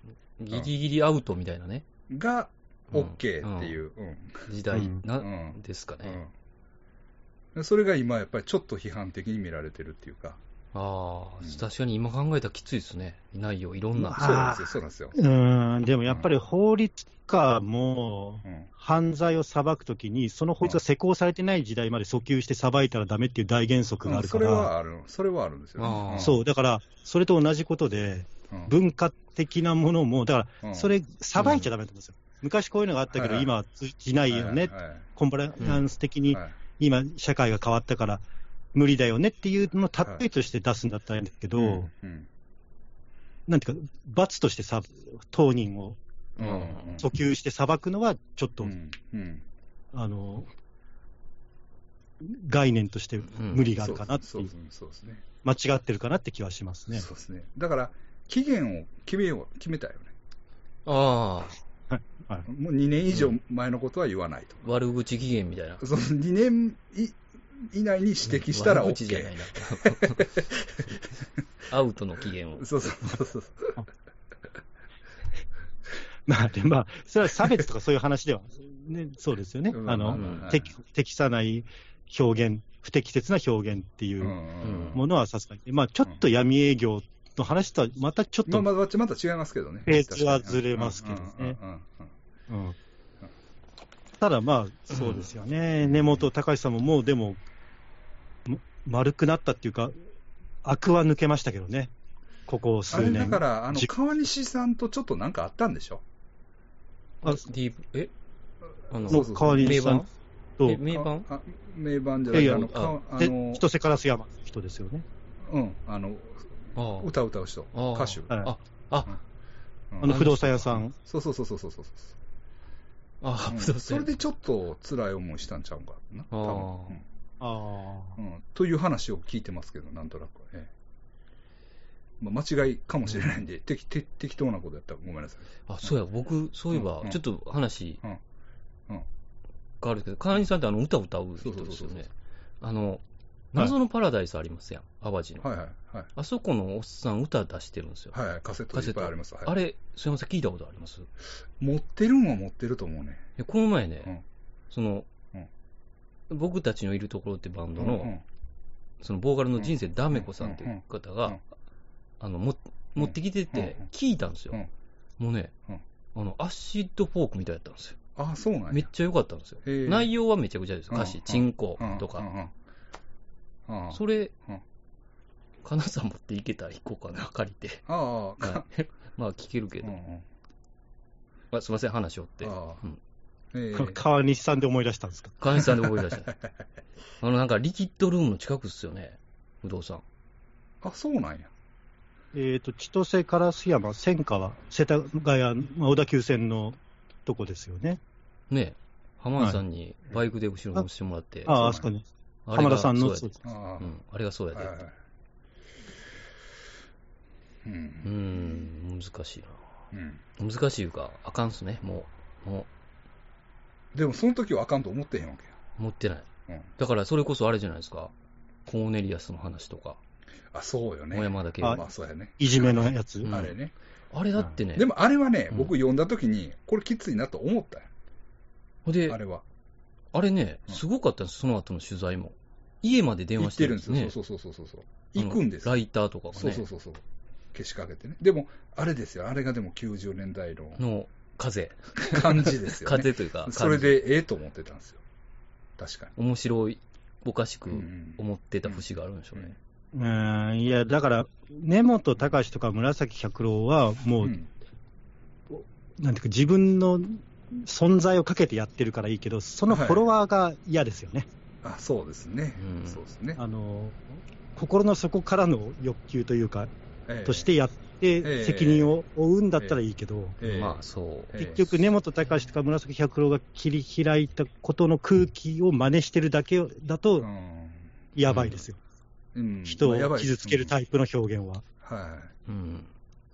Speaker 3: ギリギリアウトみたいなね、
Speaker 2: が、
Speaker 3: うん
Speaker 2: OK っていう。うん
Speaker 3: 時代な、
Speaker 2: うん
Speaker 3: ですかね。
Speaker 2: うん、それが今、やっぱりちょっと批判的に見られてるっていうか、
Speaker 3: ああ、
Speaker 2: うん
Speaker 3: 確かに今考えたらきついですね。いないよ、いろんな。
Speaker 1: まあ
Speaker 2: そうなんですよ、そうなん
Speaker 1: う
Speaker 2: ですよ。
Speaker 1: ん、でもやっぱり法律家も、
Speaker 2: うん
Speaker 1: 犯罪を裁くときに、その法律が施行されてない時代まで訴求して裁いたらダメっていう大原則があるか
Speaker 2: それ
Speaker 1: ら、
Speaker 2: はある、それはあるんですよ、
Speaker 3: あー
Speaker 2: ね。
Speaker 1: そう、だから、それと同じことで、
Speaker 2: うん、
Speaker 1: 文化的なものも、だか
Speaker 2: うん
Speaker 1: ら、それ、裁いちゃダメなんですよ。昔こういうのがあったけ
Speaker 2: はい
Speaker 1: ど、
Speaker 2: はい
Speaker 1: 今は通じないよね、
Speaker 2: はいはい
Speaker 1: コンプライアンス的に
Speaker 2: はいはい
Speaker 1: 今、社会が変わったから無理だよねっていうのを例えとして出すんだったらいいんだけど、
Speaker 2: うんうん
Speaker 1: なんていうか、罰としてさ当人を
Speaker 2: うんうん
Speaker 1: 訴求して裁くのは、ちょっと、
Speaker 2: うんうん
Speaker 1: あの概念として無理があるかなっていう、
Speaker 2: そうそうそうですね。
Speaker 1: 間違ってるかなって気はしますね。
Speaker 2: そうですね。だから、期限を決めよう、決めたよね。
Speaker 3: ああ、
Speaker 2: もう2年以上前のことは言わないと。
Speaker 3: 悪口期限みたいな。
Speaker 2: その2年い以内に指摘したら
Speaker 3: 悪口じゃ
Speaker 2: OK
Speaker 3: な。いな。アウトの期限を。
Speaker 2: そうそうそうそう。
Speaker 1: まあ、でまあ、それは差別とかそういう話では、ね、そうですよね。あ
Speaker 2: ま
Speaker 1: の、
Speaker 2: まま
Speaker 1: 適適さない表現、不適切な表現っていううん
Speaker 3: うん
Speaker 1: ものはさすがに、まあ、ちょっと闇営業の話とはまたちょっ
Speaker 2: ま
Speaker 1: と
Speaker 2: あ、まだまだ違いますけどね。
Speaker 1: フェーズはずれますけどね
Speaker 2: うんうんうんうん
Speaker 1: うんただまあ、そうですよね、
Speaker 2: うん
Speaker 1: 根本隆さんももうでも、ま丸くなったっていうか、悪は抜けましたけどね、ここ
Speaker 2: あ
Speaker 1: 数
Speaker 2: れ
Speaker 1: 年。
Speaker 2: だから、あの
Speaker 1: じ
Speaker 2: 川西さんとちょっとなんかあったんでしょ
Speaker 1: あ
Speaker 3: ディープ、えあの、
Speaker 2: そうそう
Speaker 1: 代わりに
Speaker 3: 名
Speaker 1: さん
Speaker 3: 盤
Speaker 1: と
Speaker 3: え、名盤
Speaker 2: かあ名盤じゃない
Speaker 1: いやいや
Speaker 2: あの、かあ
Speaker 1: で
Speaker 2: の
Speaker 1: 千歳烏山の人ですよね。
Speaker 2: うん、あの
Speaker 3: ああ
Speaker 2: 歌歌う人、
Speaker 3: ああ
Speaker 2: 歌手。
Speaker 1: はい
Speaker 3: あ、あ、
Speaker 2: うん
Speaker 1: あの不動産屋さん。
Speaker 2: そうそうそうそうそうそう
Speaker 3: あ
Speaker 2: う、ん
Speaker 3: 不動
Speaker 2: それ
Speaker 3: 産。
Speaker 2: でちょっと辛い思いしたんちゃうんかな、多分、
Speaker 1: ああ。
Speaker 2: うんうん。という話を聞いてますけど、なんとなく。ええまあ、間違いかもしれないんで、適適適当なことやったらごめんなさい。
Speaker 3: あ、そうや、僕、そういえば
Speaker 2: うん、
Speaker 3: ちょっと話
Speaker 2: うんうん
Speaker 3: があるけど、川西さんってあの歌歌う人です
Speaker 2: そうそうそう
Speaker 3: よ
Speaker 2: そう
Speaker 3: ね。あの、謎のパラダイスありますやん、淡路の。
Speaker 2: はいはいはい。
Speaker 3: あそこのおっさん歌出してるんですよ。
Speaker 2: はいはい、カセットいっぱいあります。はい
Speaker 3: あれ、すいません、聞いたことあります
Speaker 2: 持ってるんは持ってると思うね。
Speaker 3: えこの前ね、
Speaker 2: うん
Speaker 3: その、僕たちのいるところってバンドの、
Speaker 2: うん
Speaker 3: そのボーカルの人生ダメ子さんという
Speaker 2: う
Speaker 3: 方
Speaker 2: んう
Speaker 3: が
Speaker 2: ん、
Speaker 3: あの、も持ってきてて
Speaker 2: うんうん、
Speaker 3: 聞いたんですよ。
Speaker 2: うん
Speaker 3: もうね
Speaker 2: うん、
Speaker 3: あの、アシッドフォークみたいだったんですよ。
Speaker 2: あ、そうなんや。
Speaker 3: めっちゃ良かったんですよ。
Speaker 2: へー
Speaker 3: 内容はめちゃくちゃです。
Speaker 2: うん
Speaker 3: 歌詞
Speaker 2: う、ん
Speaker 3: チンコと
Speaker 2: うんう
Speaker 3: か。
Speaker 2: んうんあー
Speaker 3: それ
Speaker 2: うん、
Speaker 3: 金沢持っていけたら行こうかな、借 りて。
Speaker 2: あー、
Speaker 3: は
Speaker 2: か
Speaker 3: いまあ聞けるけ
Speaker 2: う
Speaker 3: ど
Speaker 2: ん。うん
Speaker 3: あすいません、話をって。
Speaker 2: あ
Speaker 3: う
Speaker 2: ー
Speaker 3: ん
Speaker 2: え
Speaker 1: か
Speaker 2: ー
Speaker 1: 川西さんで思い出したんですか
Speaker 3: 川西さんで覚え出した。 あの、なんか、リキッドルームの近くっすよね、不動産。
Speaker 2: あ、そうなんや。
Speaker 1: えっ、と、千歳烏山、千川、世田谷、まあ小田急線のとこですよね。
Speaker 3: ねえ浜田さんにバイクで後ろに押してもらって。
Speaker 1: ああ、あ
Speaker 2: そ
Speaker 1: そうこ
Speaker 2: な
Speaker 1: に。
Speaker 3: あれが
Speaker 1: 浜田さんの、そ
Speaker 3: そ
Speaker 1: うう
Speaker 3: や
Speaker 1: です
Speaker 2: あ
Speaker 3: でうん、あれがそう
Speaker 2: あ、
Speaker 3: やで。
Speaker 2: はいはい。う。
Speaker 3: うんん、難しい
Speaker 2: うん。
Speaker 3: な。難しいいうか、あかんっすね、もう。も
Speaker 2: でも、その時はあかんと思ってへんわけ
Speaker 3: う、持ってない。
Speaker 2: や。うん。
Speaker 3: だから、それこそあれじゃないですか。コーネリアスの話とか、
Speaker 2: あ、そうよね。
Speaker 3: 小山だけ。
Speaker 1: あ
Speaker 2: まあ、そうやね。
Speaker 1: いじめのやつ。
Speaker 3: うん
Speaker 2: あれね。
Speaker 3: あれだってね、
Speaker 2: でも、あれはね
Speaker 3: う、ん
Speaker 2: 僕読んだ時に、これきついなと思ったよ
Speaker 3: ほんで
Speaker 2: あ、れは。
Speaker 3: あれね、
Speaker 2: うん
Speaker 3: すごかったんです、その後の取材も。家まで電
Speaker 2: 行
Speaker 3: 話
Speaker 2: っ
Speaker 3: して
Speaker 2: て
Speaker 3: る
Speaker 2: る
Speaker 3: ん
Speaker 2: んですす
Speaker 3: でね
Speaker 2: よ。。そうそうそうそうそう。行くんです
Speaker 3: あの
Speaker 2: よ。
Speaker 3: ライターとかがね。
Speaker 2: そうそうそうそう。消しかけてね。でも、あれですよ。あれがでも90年代の
Speaker 3: の風、
Speaker 2: 感じですよね。
Speaker 3: 風というか、
Speaker 2: それ
Speaker 3: 感
Speaker 2: でええと思ってたんですよ。確か
Speaker 3: じ、面白い、おかしく
Speaker 2: に。うん
Speaker 3: 思ってた節があるんでしょうね。
Speaker 1: うん、いや、だから、根本隆とか紫百郎は、もう、
Speaker 2: うん
Speaker 1: なんていうか、自分の存在をかけてやってるからいいけど、そのフォロワーが嫌ですよね。
Speaker 2: あ、そうですね
Speaker 3: う。ん
Speaker 2: そうですね。
Speaker 1: あの、心の底からの欲求というか、
Speaker 2: ええ
Speaker 1: としてやっ
Speaker 2: え
Speaker 1: て、責任を負うんだったらいいけど、
Speaker 2: ええ
Speaker 3: まあ、そう。
Speaker 2: ええ
Speaker 1: 結局、根本隆とか紫百郎が切り開いたことの空気を真似してるだけだと、やばいですよ、
Speaker 2: うん
Speaker 1: 人を傷つけるタ
Speaker 2: イ
Speaker 1: イプの表現は。
Speaker 2: プ。はい。
Speaker 3: うん。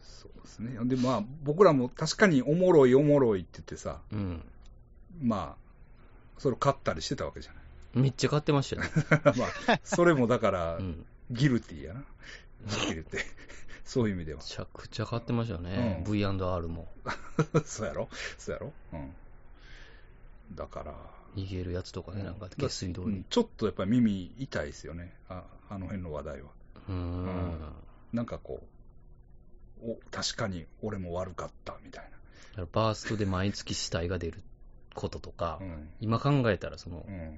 Speaker 2: そうですね。で、まあ、僕らも確かにおもろいおもろいって言ってさ、
Speaker 3: うん。
Speaker 2: まあ、それを買ったりしてたわけじゃ
Speaker 3: めっちゃ買って ましたね。
Speaker 2: ない。まあ、それもだから
Speaker 3: う、ん。
Speaker 2: ギルティーやな。はっきり言って。 そういう意味では
Speaker 3: め。ちゃくちゃ買ってましたね。
Speaker 2: う
Speaker 3: V&R も。
Speaker 2: そうやろそうやろうん。だから、
Speaker 3: 逃げるやつとかね、
Speaker 2: うん
Speaker 3: なんか、下水道
Speaker 2: う
Speaker 3: に
Speaker 2: ん。ちょっとやっぱり耳痛いですよね。ああの辺の話題は。
Speaker 3: うーん。
Speaker 2: なんかこう、お確かに俺も悪かったみたい
Speaker 3: だからバーストで毎月死体が出ることとか
Speaker 2: な。う、ん。
Speaker 3: 今考えたら、その
Speaker 2: う、ん。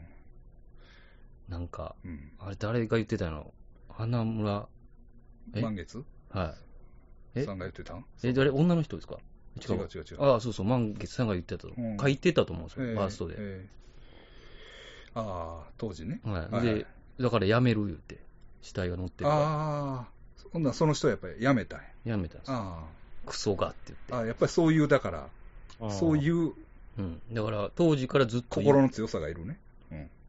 Speaker 3: なんか、
Speaker 2: うん。
Speaker 3: あれ誰が言ってたの花村、え
Speaker 2: 満月
Speaker 3: はえ
Speaker 2: さんが言ってたん
Speaker 3: い。え、誰女の人ですか
Speaker 2: 違う違う違う。
Speaker 3: ああ、そうそう、満月さんが言ってたと、
Speaker 2: うん
Speaker 3: 書いてたと思うんですよ、
Speaker 2: ええ
Speaker 3: バーストで。
Speaker 2: ええああ、当時ね。
Speaker 3: はい、
Speaker 2: はいはい
Speaker 3: で、だからやめる言うて、死体が乗ってるか
Speaker 2: ああ、そんなその人はやっぱり辞めたんや。
Speaker 3: ら、やめたんですよ。
Speaker 2: あ
Speaker 3: クソがって
Speaker 2: あ、あ
Speaker 3: 言っ
Speaker 2: あやっぱりそういう、だから、そ
Speaker 1: う。
Speaker 2: ういう
Speaker 3: て。うん。だから、当時からずっと、
Speaker 2: 心の強さがいるね。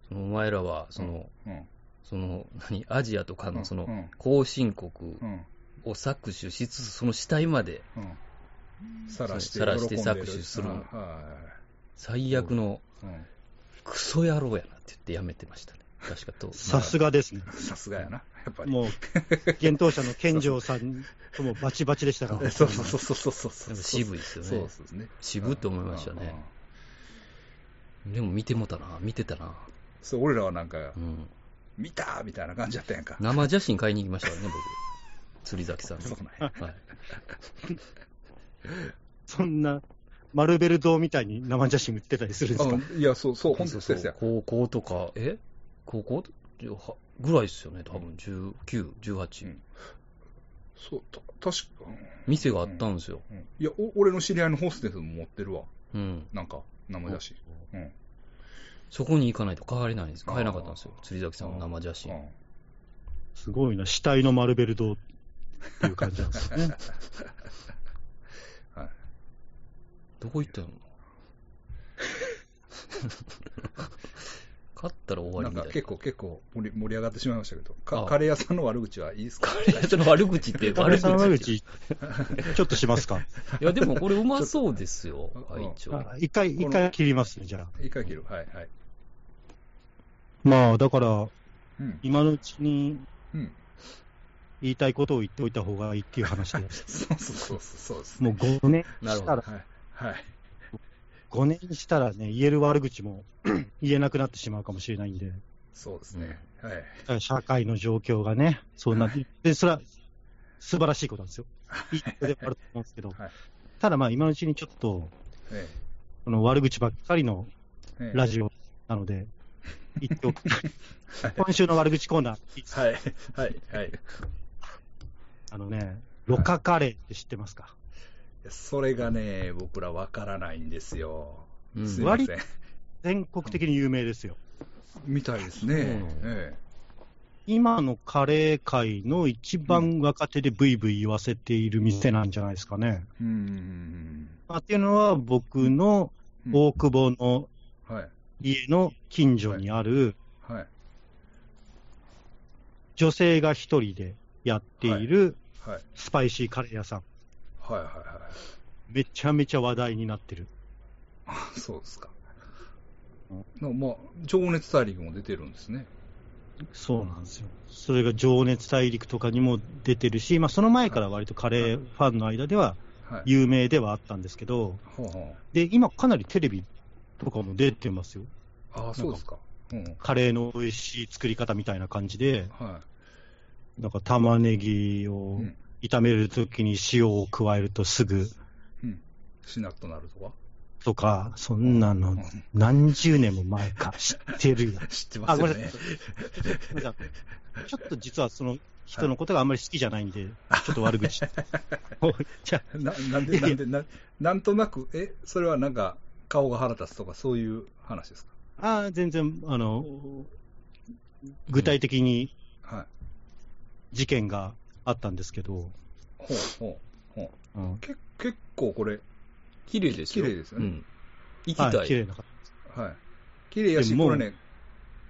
Speaker 3: そのお前らは、その、
Speaker 2: うん。
Speaker 3: その、何、アジアとか
Speaker 2: う
Speaker 3: の、
Speaker 2: ん
Speaker 3: そうの、
Speaker 2: ん。
Speaker 3: 後進国
Speaker 2: うん。
Speaker 3: を搾取しつつ、その死体まで、
Speaker 2: うん。さらして、
Speaker 3: さらして
Speaker 2: 喜んで
Speaker 3: 搾取する
Speaker 2: うんは
Speaker 3: 最悪の
Speaker 2: い。うん
Speaker 3: クソ野郎やなって言ってやめてましたね。確か と。
Speaker 1: さすがですね。
Speaker 2: さすがやな、やっぱり。
Speaker 1: もう、幻冬者の健丈さんともバチバチでしたから。
Speaker 2: そうそうそうそうそうそう。
Speaker 3: でも渋いですよ
Speaker 2: そう
Speaker 3: ね
Speaker 2: で。すね。
Speaker 3: 渋って思いました
Speaker 2: うんうんう
Speaker 3: ね
Speaker 2: ん。
Speaker 3: でも見てもたな、見てたな。
Speaker 2: そう、俺らはなんか
Speaker 3: う、ん。
Speaker 2: 見たーみたいな感じだったやんか。
Speaker 3: 生写真買いに行きましたからね、僕。釣り崎 さん
Speaker 2: そう
Speaker 3: の。
Speaker 2: なんや
Speaker 3: はい。
Speaker 1: そんな、マルベル堂みたいに生写真売ってたりするんですか、
Speaker 2: うんいや、そう、そう、本当
Speaker 3: そう
Speaker 2: に
Speaker 3: そ
Speaker 2: そううや。
Speaker 3: 高校とか、え高校じゅうはぐらいですよね、多分19、18、
Speaker 2: うんそう、た確か、
Speaker 3: 店があったんですよ。
Speaker 2: うんうんいや、お俺の知り合いのホステスも持ってるわ。
Speaker 3: うん。
Speaker 2: なんか、生写真。うん
Speaker 3: そこに行かないと帰れないんです。
Speaker 2: あー
Speaker 3: 帰れなかったんですよ。釣り崎さんの生写真。
Speaker 2: うん
Speaker 1: すごいな、死体のマルベル堂っていう感じなんです ね。
Speaker 3: どこ行ったの勝ったら終わ
Speaker 2: な
Speaker 3: り
Speaker 2: んか
Speaker 3: みたいな。
Speaker 2: 結構、結構盛り盛り上がってしまいましたけど、か
Speaker 3: あ
Speaker 2: カレー屋さんの悪口はいいですか
Speaker 3: その悪口って、
Speaker 1: あれ、
Speaker 3: 悪口。
Speaker 1: 悪口、ちょっとします か。
Speaker 3: いや、でもこれうまそうですよ
Speaker 2: ちょっ、と
Speaker 3: 会長。
Speaker 1: あ一回、一回切りますね、じゃあ。
Speaker 2: いいかげる。はい、はい。
Speaker 1: まあ、だから、
Speaker 2: うん。
Speaker 1: 今のうちに
Speaker 2: うん。、
Speaker 1: 言いたいことを言っておいた方がいいっていう話で
Speaker 2: そうそうそう、そうです。
Speaker 1: もう5年
Speaker 3: なる
Speaker 1: し
Speaker 3: ほ
Speaker 1: た
Speaker 3: ど
Speaker 1: ら、
Speaker 2: はい。はい。
Speaker 1: 5年したらね、言える悪口も言えなくなってしまうかもしれないんで、
Speaker 2: そうですね。はい。
Speaker 1: 社会の状況がね、そうなって、でそれは素晴らしいこと なんですよ。いいことでもあると思うんですけど、
Speaker 2: はい
Speaker 1: ただまあ、今のうちにちょっと、
Speaker 2: え
Speaker 1: この悪口ばっかりの
Speaker 2: えええ
Speaker 1: ラジオなので、言 っておく今週の悪口コーナー、
Speaker 2: はい。はい。はい。い
Speaker 1: あのね、ロカカレーって知ってますか、
Speaker 2: やそれがね、僕らわからないんですよ。
Speaker 3: うん
Speaker 2: すいません。
Speaker 1: 全国的に有名ですよ。
Speaker 2: みたいですね。
Speaker 3: うん
Speaker 2: え
Speaker 1: 今のカレー界の一番若手でブイブイ言わせている店なんじゃないですかね。
Speaker 2: え。うん。
Speaker 1: まあっていうのは、僕の
Speaker 2: うん
Speaker 1: 大久保の
Speaker 2: はい。
Speaker 1: 家の近所にある、
Speaker 2: はい。
Speaker 1: 女性が一人でやっている
Speaker 2: はい。
Speaker 1: スパイシーカレー屋さん、
Speaker 2: はい。はい。は
Speaker 1: めちゃめちゃ話題になってる。
Speaker 2: い。そうですか。のまあ、情熱大陸も出てるんですね。
Speaker 1: そうなんですよ。それが情熱大陸とかにも出てるし、まあ、その前から割とカレーファンの間では
Speaker 2: はい。
Speaker 1: 有名ではあったんですけど、
Speaker 2: ほうほ
Speaker 1: で今、かなりテレビとかも出てますよ。
Speaker 2: う。ああ、そうですか。うん。
Speaker 1: カレーの美味しい作り方みたいな感じで、
Speaker 2: は
Speaker 1: なんか玉ねぎ
Speaker 2: い。
Speaker 1: を
Speaker 2: うん。
Speaker 1: 炒めるときに塩を加えるとすぐ
Speaker 2: うん。しなっとなるとか。
Speaker 1: とか、そんなの
Speaker 2: うん
Speaker 1: 何十年も前か知ってるよ。
Speaker 2: 知ってま
Speaker 1: あ、
Speaker 2: す
Speaker 1: ご
Speaker 2: よ
Speaker 1: めんな
Speaker 2: ね
Speaker 1: さ。い。なんか ちょっと実はその人のことがあんまり好きじゃないんで、ちょっと悪 口。おじゃあ
Speaker 2: ななんで、なんで、ななんとなく、え、それはなんか、顔が腹立つとか、そういう話です
Speaker 1: あー全然、あの、具体的に
Speaker 2: か。はい。
Speaker 1: 事件があったんですけど、
Speaker 2: ほうほうほ
Speaker 1: うん
Speaker 2: う。け結構これ、
Speaker 3: 綺麗ですよ。
Speaker 2: 綺麗ですよ
Speaker 3: う
Speaker 2: ね
Speaker 3: ん。行きたい。
Speaker 1: はい、綺麗な方。
Speaker 2: はい。綺麗やし、
Speaker 1: でも
Speaker 2: これね、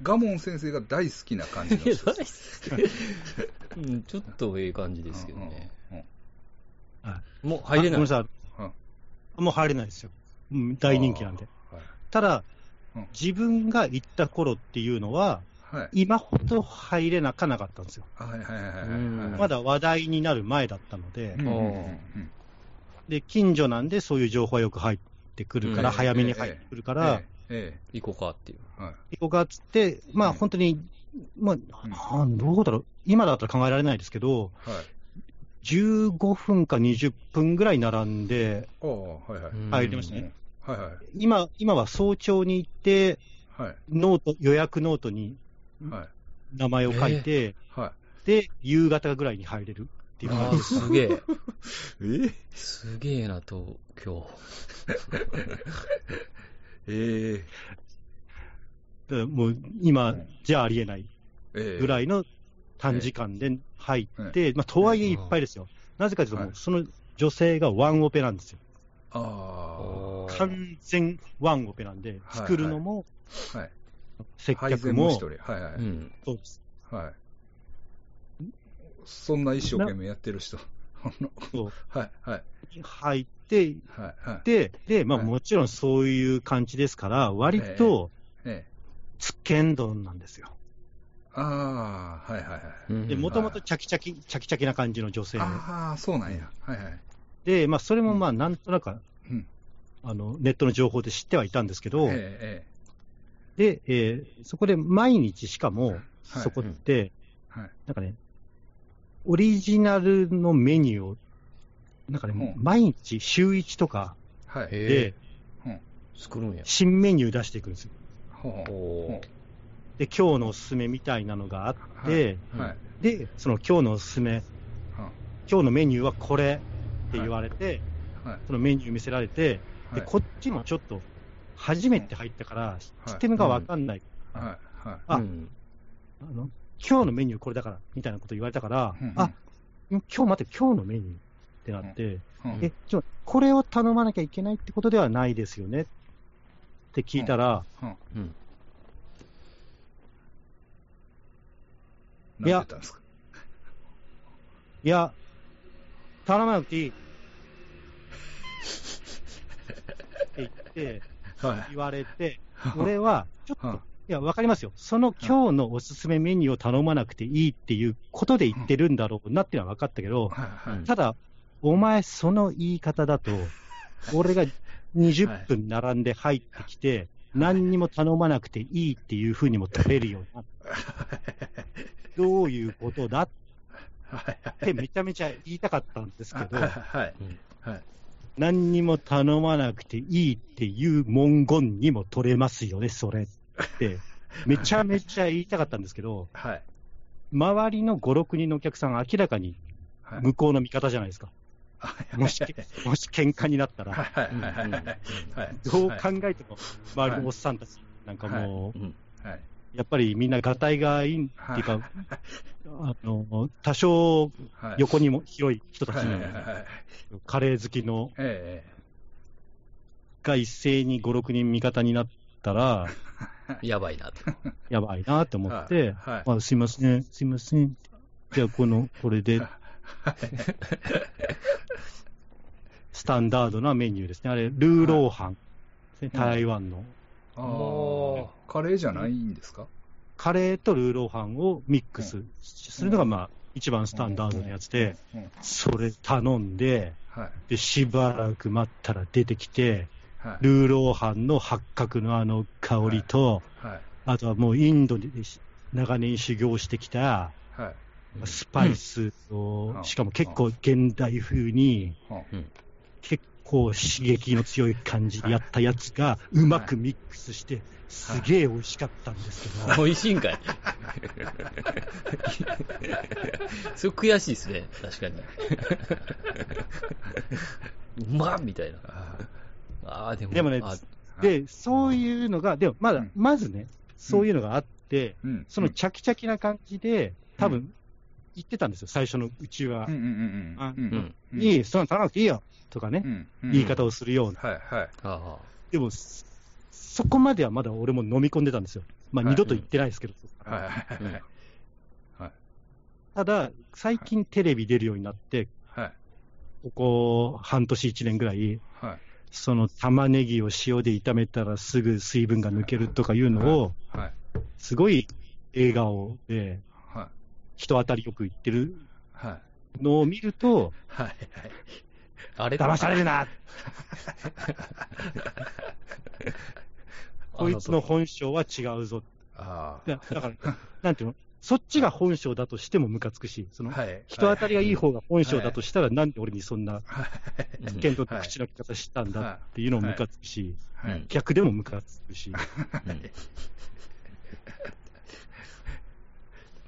Speaker 2: ガモン先生が大好きな感じの
Speaker 3: いや、
Speaker 2: 人
Speaker 3: 大
Speaker 2: で
Speaker 3: 好
Speaker 2: す。
Speaker 3: き。 うん、ちょっとええ感じですけどね。
Speaker 2: うん。うんうん
Speaker 3: もう入れ
Speaker 1: あごめ
Speaker 3: ない。
Speaker 1: んなさい
Speaker 2: うん
Speaker 1: もう入れないですよ。うん大人気なんで。
Speaker 2: はい
Speaker 1: ただ
Speaker 2: うん、
Speaker 1: 自分が行った頃っていうのは、
Speaker 2: はい。
Speaker 1: 今ほど入れなかなかったんですよ。
Speaker 2: はいはいはいはいうは
Speaker 3: ん
Speaker 2: い。
Speaker 1: まだ話題になる前だったので
Speaker 2: うん、、うんうん
Speaker 3: あ
Speaker 2: うん
Speaker 1: で、近所なんでそういう情報はよく入ってくるか
Speaker 3: う
Speaker 1: ら、
Speaker 3: ん
Speaker 1: 早めに入ってくるから、、
Speaker 2: ええ
Speaker 3: 行こうかっていう。
Speaker 2: ええ、はい。
Speaker 1: 行こうかっつって、まあ本当に、まあ、なんどうだろう、今だったら考えられないですけど、
Speaker 2: はい。
Speaker 1: 15分か20分ぐらい並んで、
Speaker 2: ああ、はいはい。
Speaker 1: 入りましたね
Speaker 2: うんはいはい。
Speaker 1: 今、今は早朝に行って、
Speaker 2: はい。
Speaker 1: ノート、予約ノートに
Speaker 2: はい。
Speaker 1: 名前を書いて、
Speaker 2: は
Speaker 1: で、夕方ぐらいに入れるっていう感
Speaker 3: あ
Speaker 1: じ
Speaker 3: あ、
Speaker 1: です。
Speaker 3: すげえ。
Speaker 2: い。え
Speaker 3: すげえな、東京。
Speaker 2: ええ
Speaker 1: だからもう今
Speaker 2: うん
Speaker 1: じゃありえない
Speaker 2: ええ
Speaker 1: ぐらいの短時間で入って、まあ、とはいえいっぱいですよ。なぜかというと、も
Speaker 2: は
Speaker 1: う
Speaker 2: い
Speaker 1: その女性がワンオペなんですよ。
Speaker 2: あ
Speaker 3: あ
Speaker 1: 完全ワンオペなんで、
Speaker 2: はい
Speaker 1: 作るのも、
Speaker 2: あ。はい。
Speaker 1: 接
Speaker 2: 配
Speaker 1: 客
Speaker 2: 膳も
Speaker 1: も、
Speaker 2: 一
Speaker 1: そ
Speaker 2: 人。はいは
Speaker 3: あ。
Speaker 2: い。
Speaker 3: うん。
Speaker 1: うです。
Speaker 2: はい。そんな一生懸命やってる人。あの
Speaker 1: そう
Speaker 2: はいはい
Speaker 1: 入って、
Speaker 2: はいはい。
Speaker 1: で、で、まあ
Speaker 2: はい
Speaker 1: もちろんそういう感じですから、割と、
Speaker 2: ええ、
Speaker 1: つけん丼なんですよ。
Speaker 2: ああ、はいはいはい。
Speaker 1: で、
Speaker 3: うん
Speaker 1: もともとチャキチャキ、チャキチャキな感じの女性
Speaker 2: ああ、そうなんや。はいはい。
Speaker 1: で、まあそれもまあなんとなく、
Speaker 2: うん。
Speaker 1: あの、ネットの情報で知ってはいたんですけ
Speaker 2: え
Speaker 1: ど、
Speaker 2: え、え
Speaker 1: で、えーそこで毎日しかも、
Speaker 2: はい
Speaker 1: そこって、
Speaker 2: え、はい。
Speaker 1: なんかね、オリジナルのメニューを、なんかね、
Speaker 2: うん
Speaker 1: 毎日、週1とか
Speaker 2: はい。
Speaker 3: へえ
Speaker 1: で、
Speaker 3: 作るんや。
Speaker 1: 新メニュー出していくんですよ。
Speaker 2: ほうほう
Speaker 3: お
Speaker 1: で、今日のおすすめみたいなのがあって、
Speaker 3: うん
Speaker 2: はい。
Speaker 1: で、その今日のおすすめ、
Speaker 2: は
Speaker 1: 今日のメニューはこれって言われて、
Speaker 2: いはい。
Speaker 1: そのメニュー見せられて、で、こっちもちょっと、初めて入ったから、システムがわかんない、
Speaker 2: はい。は
Speaker 1: あ
Speaker 3: うん
Speaker 1: あの、今日のメニューこれだから、みたいなこと言われたから、
Speaker 2: い。
Speaker 1: あ、今日待って、今日のメニューってなって、
Speaker 2: うん、うん
Speaker 1: え、ちょ、これを頼まなきゃいけないってことではないですよねって聞いたら、
Speaker 3: うん。
Speaker 2: なんて言ったんですか
Speaker 1: いや、頼まなくていい。って言って、
Speaker 2: はい。
Speaker 1: 言われ て、俺は、ちょっと、
Speaker 2: はい
Speaker 1: や、わかりますよ。その今日のおすすめメニューを頼まなくていいっていうことで言ってるんだろうなっていうのは分かったけど、
Speaker 2: はいはい。
Speaker 1: ただ、お前、その言い方だと、俺が20分並んで入ってきて、何にも頼まなくていいっていうふうにも取れるようになる。どういうことだっ
Speaker 2: はい
Speaker 1: てめちゃめちゃ言いたかったんですけど
Speaker 2: は、いはい
Speaker 3: うん
Speaker 2: はい
Speaker 1: 何にも頼まなくていいっていう文言にも取れますよね、それって。めちゃめちゃ言いたかったんですけど、
Speaker 2: はい
Speaker 1: 周りの5、6人のお客さん、明らかに
Speaker 2: はい
Speaker 1: 向こうの味方じゃないですか。もし、もし喧嘩になった
Speaker 2: はい
Speaker 1: ら、
Speaker 2: はい
Speaker 3: うん
Speaker 2: はいはいはい はい
Speaker 1: どう考
Speaker 2: はい
Speaker 1: えても、周りのおっさんたち、なんかも
Speaker 3: うん
Speaker 2: はい
Speaker 1: うん、やっぱりみんながたいがいいっていうか、あの、多少
Speaker 2: はい
Speaker 1: 横にも広い人たち
Speaker 2: はいはい
Speaker 1: な
Speaker 2: はい
Speaker 1: ので、
Speaker 2: はい
Speaker 1: カレー好きの
Speaker 2: え
Speaker 1: が一斉に5、6人味方になった ら、
Speaker 3: やばいなと。
Speaker 1: やばいなって
Speaker 2: え
Speaker 1: 思
Speaker 2: は
Speaker 1: っ
Speaker 2: い
Speaker 1: て、
Speaker 2: はい
Speaker 1: あすいません、すいません。じゃあ、この、これで、スタンダードなメニューですね。あれ、ルーローハンですね、
Speaker 3: はい
Speaker 1: 台湾の。
Speaker 2: あ
Speaker 3: も
Speaker 2: ーカレーじゃないんですか
Speaker 1: カレーとルーローハンをミックスするのが、まあ、一番スタンダードなやつで、
Speaker 2: うん
Speaker 1: それ頼んで、
Speaker 2: はい
Speaker 1: で、しばらく待ったら出てきて、
Speaker 2: はい
Speaker 1: ルーローハンの八角のあの香りと、
Speaker 2: はい
Speaker 1: あとはもうインドで長年修行してきた
Speaker 2: はい
Speaker 3: うん
Speaker 1: スパイスを、
Speaker 2: うん
Speaker 1: しかも結構現代風に、
Speaker 2: は
Speaker 1: 結構刺激の強い感じでやったやつが、うまくミックスして、すげえ美味しかったんですけど、
Speaker 3: 美味しいんかい。それ悔しいですね、確かに。うまっみたいな。
Speaker 2: あ
Speaker 3: ああ、でも。
Speaker 1: でもね
Speaker 3: あ
Speaker 2: あ
Speaker 1: で、そういうのが、でもま
Speaker 2: う
Speaker 1: だ
Speaker 2: ん、
Speaker 1: まずね、そういうのがあって、
Speaker 2: うん
Speaker 1: そのチャキチャキな感じで、多
Speaker 2: う
Speaker 1: 分、言ってたんですよ、最初のうちは
Speaker 2: うん。うん
Speaker 1: あ
Speaker 2: うんうん
Speaker 3: うん。
Speaker 2: うん
Speaker 1: いい、そんなの頼まなくていいよとかね
Speaker 2: う、んうん
Speaker 1: 言い方をするような。
Speaker 2: はいはい
Speaker 3: あ
Speaker 1: でも、そそこまではまだ俺も飲み込んでたんですよ。まあ、
Speaker 2: はい
Speaker 1: 二度と言ってないですけど。
Speaker 2: はいはいはい
Speaker 1: ただ、最近テレビ出るようになって、
Speaker 2: はい
Speaker 1: ここ半年1年ぐらい、
Speaker 2: はい
Speaker 1: その玉ねぎを塩で炒めたらすぐ水分が抜けるとかいうのを、
Speaker 2: はい
Speaker 1: すごい映画を、えー
Speaker 2: はい
Speaker 1: 人当たりよく言ってる
Speaker 2: はい
Speaker 1: のを見る と、
Speaker 2: はい
Speaker 3: あ。あれ
Speaker 1: 騙される な
Speaker 3: あ
Speaker 1: こいつの本性は違うぞ。
Speaker 2: あ
Speaker 1: だだから、なんていうのそっちが本性だとしてもムカつくし、そ
Speaker 2: あ
Speaker 1: の、
Speaker 2: はい
Speaker 1: 人当たりがいい方が本性だとしたら、なんで俺にそんな
Speaker 3: うん
Speaker 1: 危険と口の利き方したんだっていうのもムカつくし、
Speaker 2: はい
Speaker 3: うん
Speaker 1: 逆でもムカつくし、
Speaker 3: うん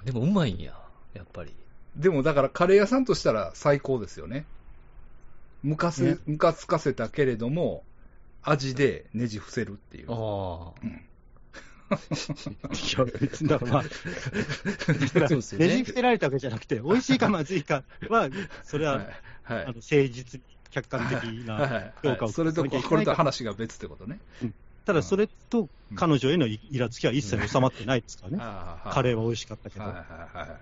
Speaker 3: でもうまいんや、やっぱり。
Speaker 2: でもだからカレー屋さんとしたら最高ですよね。むかせ、
Speaker 1: ね
Speaker 2: むかつかせたけれども、味でねじ伏せるっていう。
Speaker 3: あ
Speaker 1: いや、別にだ から、
Speaker 3: あ。そうですよ
Speaker 1: ねじ
Speaker 3: ね
Speaker 1: 伏。せられたわけじゃなくて、美味しいかまずいかは、それは、
Speaker 2: はい。はい
Speaker 1: あの誠実、客観的
Speaker 2: はい
Speaker 1: な、
Speaker 2: は
Speaker 1: 評
Speaker 2: い
Speaker 1: 価を
Speaker 2: それとこ、これと話が別ってことね。
Speaker 1: ただそれと彼女へのイラつきは一切収まってないですからね、
Speaker 2: ああ
Speaker 1: カレ
Speaker 2: ー
Speaker 1: ーは美味しかったけど、
Speaker 2: はいはいは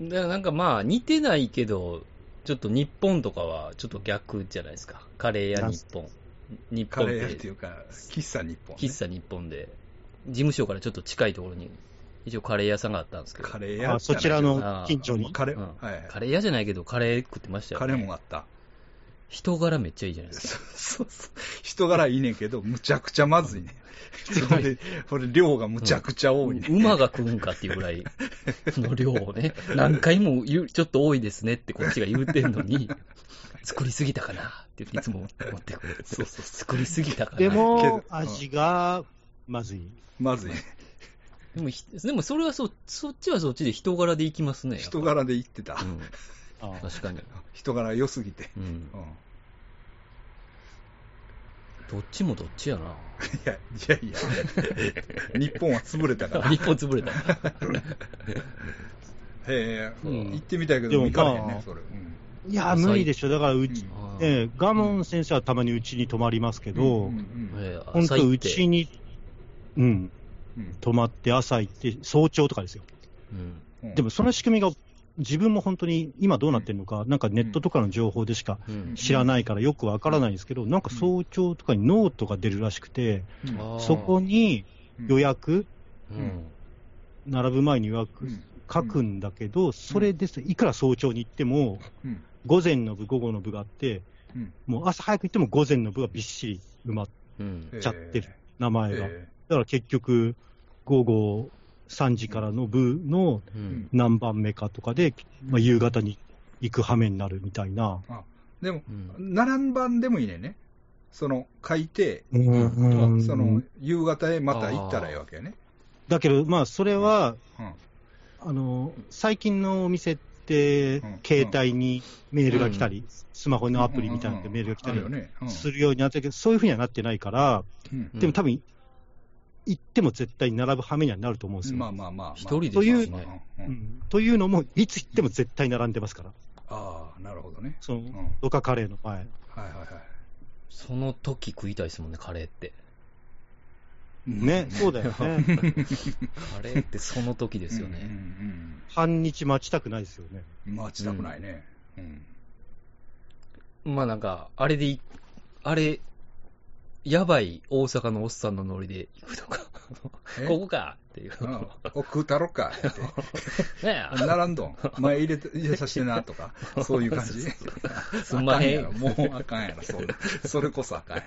Speaker 2: い。
Speaker 3: だからなんかまあ、似てないけど、ちょっと日本とかはちょっと逆じゃないですか。カレー屋日本。日
Speaker 2: カ
Speaker 3: 本
Speaker 2: レー屋って
Speaker 3: で
Speaker 2: いうか、喫茶日本、ね。
Speaker 3: 喫茶日本で、事務所からちょっと近いところに、一応カレー屋さんがあったんですけど、
Speaker 2: カレー屋じゃないけど
Speaker 1: あそちらの近所
Speaker 2: あ
Speaker 1: に。
Speaker 2: カレー、
Speaker 3: うん
Speaker 2: はいはい。
Speaker 3: カレー屋じゃないけど、カレー食ってましたよ、
Speaker 2: カ
Speaker 3: ね。
Speaker 2: レーもあった。
Speaker 3: 人柄めっちゃいいじゃないです
Speaker 2: そ
Speaker 3: か。
Speaker 2: うそうそう。人柄いいねんけど、むちゃくちゃまずいね。これ、これ量がむちゃくちゃ多いね。
Speaker 3: 馬が食うんかっていうぐらいの量を ね、何回も言うちょっと多いですねってこっちが言うてんのに、作りすぎたかなって言っていつも持ってくる。
Speaker 2: そうそう
Speaker 3: 作りすぎたかな。
Speaker 1: で
Speaker 2: けど
Speaker 1: も、
Speaker 2: うん
Speaker 1: 味がまずい。
Speaker 2: まずいね。
Speaker 3: でもひ、でもそれはそ、そっちはそっちで人柄でいきますね。やっぱ
Speaker 2: 人柄で言ってた。
Speaker 3: うん、
Speaker 1: ああ
Speaker 3: 確かに。
Speaker 2: 人柄良すぎて。
Speaker 3: うん
Speaker 2: う。ん。い
Speaker 3: どっちもどっちやな。
Speaker 2: や、いやい や。日本は潰れたから。へ
Speaker 3: 一本潰れた。
Speaker 2: え、
Speaker 3: うん
Speaker 2: 行ってみたいけ
Speaker 1: で
Speaker 2: ど、
Speaker 1: も
Speaker 2: 行かれへん
Speaker 1: ま
Speaker 2: ね
Speaker 1: あ、
Speaker 2: それ。うん
Speaker 1: いや、無理でしょ、だからうち、
Speaker 2: うん
Speaker 3: あー
Speaker 1: ええガモン先生はたまにうちに泊まりますけど、
Speaker 2: うん
Speaker 3: えー
Speaker 1: 本
Speaker 3: 朝行
Speaker 1: 当、
Speaker 3: っ
Speaker 1: う
Speaker 3: て
Speaker 1: ちに、うん、
Speaker 2: うん
Speaker 1: 泊まって、朝行って、早朝とかですよ、
Speaker 3: うん。
Speaker 2: うん
Speaker 1: でもその仕組みが、自分も本当に今どうなってるのか、なんかネットとかの情報でしか
Speaker 3: うん。
Speaker 1: 知らないからよくわからないんですけど、なんか早朝とかにノートが出るらしくて、
Speaker 2: うん
Speaker 3: あー
Speaker 1: そこに予約、
Speaker 3: うん。
Speaker 1: 並ぶ前に予
Speaker 2: う
Speaker 1: 約
Speaker 2: ん
Speaker 1: 書くんだけど、それです、いくら早朝に行っても、
Speaker 2: うん
Speaker 1: 午前の部、午後の部があって
Speaker 2: うん、
Speaker 1: もう朝早く行っても午前の部がびっしり埋まっ
Speaker 3: うん。
Speaker 1: ちゃってる名前が。
Speaker 2: え
Speaker 1: だから結局、午後3時からの部の
Speaker 3: うんん。
Speaker 1: 何番目かとかで、まあ、夕方に行く羽目になるみたいな。
Speaker 2: えでも、
Speaker 3: うん。
Speaker 2: 並ん番でもいいねんね。その、書いて、
Speaker 3: ん
Speaker 1: うん
Speaker 2: その、夕方へまた行ったらいいわけやね。
Speaker 1: だけど、まあ、それは、
Speaker 2: うん
Speaker 1: あの、最近のお店って
Speaker 2: うん、
Speaker 1: 携帯にメールが来たり、スマホのアプリみたいなのでメールが来たり
Speaker 2: あるよね。うん
Speaker 1: するようになってるけど、そういうふうにはなってないから、
Speaker 2: うん
Speaker 3: うん
Speaker 1: でも多分、行っても絶対並ぶ羽目にはなると思うんですよ。
Speaker 2: まあまあまあまあ。
Speaker 3: 一人で
Speaker 1: という
Speaker 3: すね。
Speaker 2: うんう
Speaker 1: うんんというのも、いつ行っても絶対並んでますから、
Speaker 2: ああ、なるほどね。
Speaker 1: その
Speaker 2: うん。
Speaker 1: ドカカレーの前。
Speaker 2: はいはいはい。
Speaker 3: その時食いたいですもんね、カレーって。
Speaker 1: ね、そう だよね。
Speaker 3: カレーってその時で
Speaker 2: です
Speaker 3: よ
Speaker 2: うん
Speaker 3: ね。
Speaker 1: 半日待ちたくないですよね。
Speaker 2: うんうん。待ちたくないね。うん。
Speaker 3: まあなんか、あれでい、あれ、やばい大阪のおっさんのノリで行くとか、
Speaker 2: え
Speaker 3: ここかっていう。
Speaker 2: ああお食うたろかって。
Speaker 3: ねえ
Speaker 2: 並んどん。前入れて入れさせてなとか、そういう感じ。
Speaker 3: すんまへん
Speaker 2: あかやろもうあかんやろ、そんなそれこそあかんや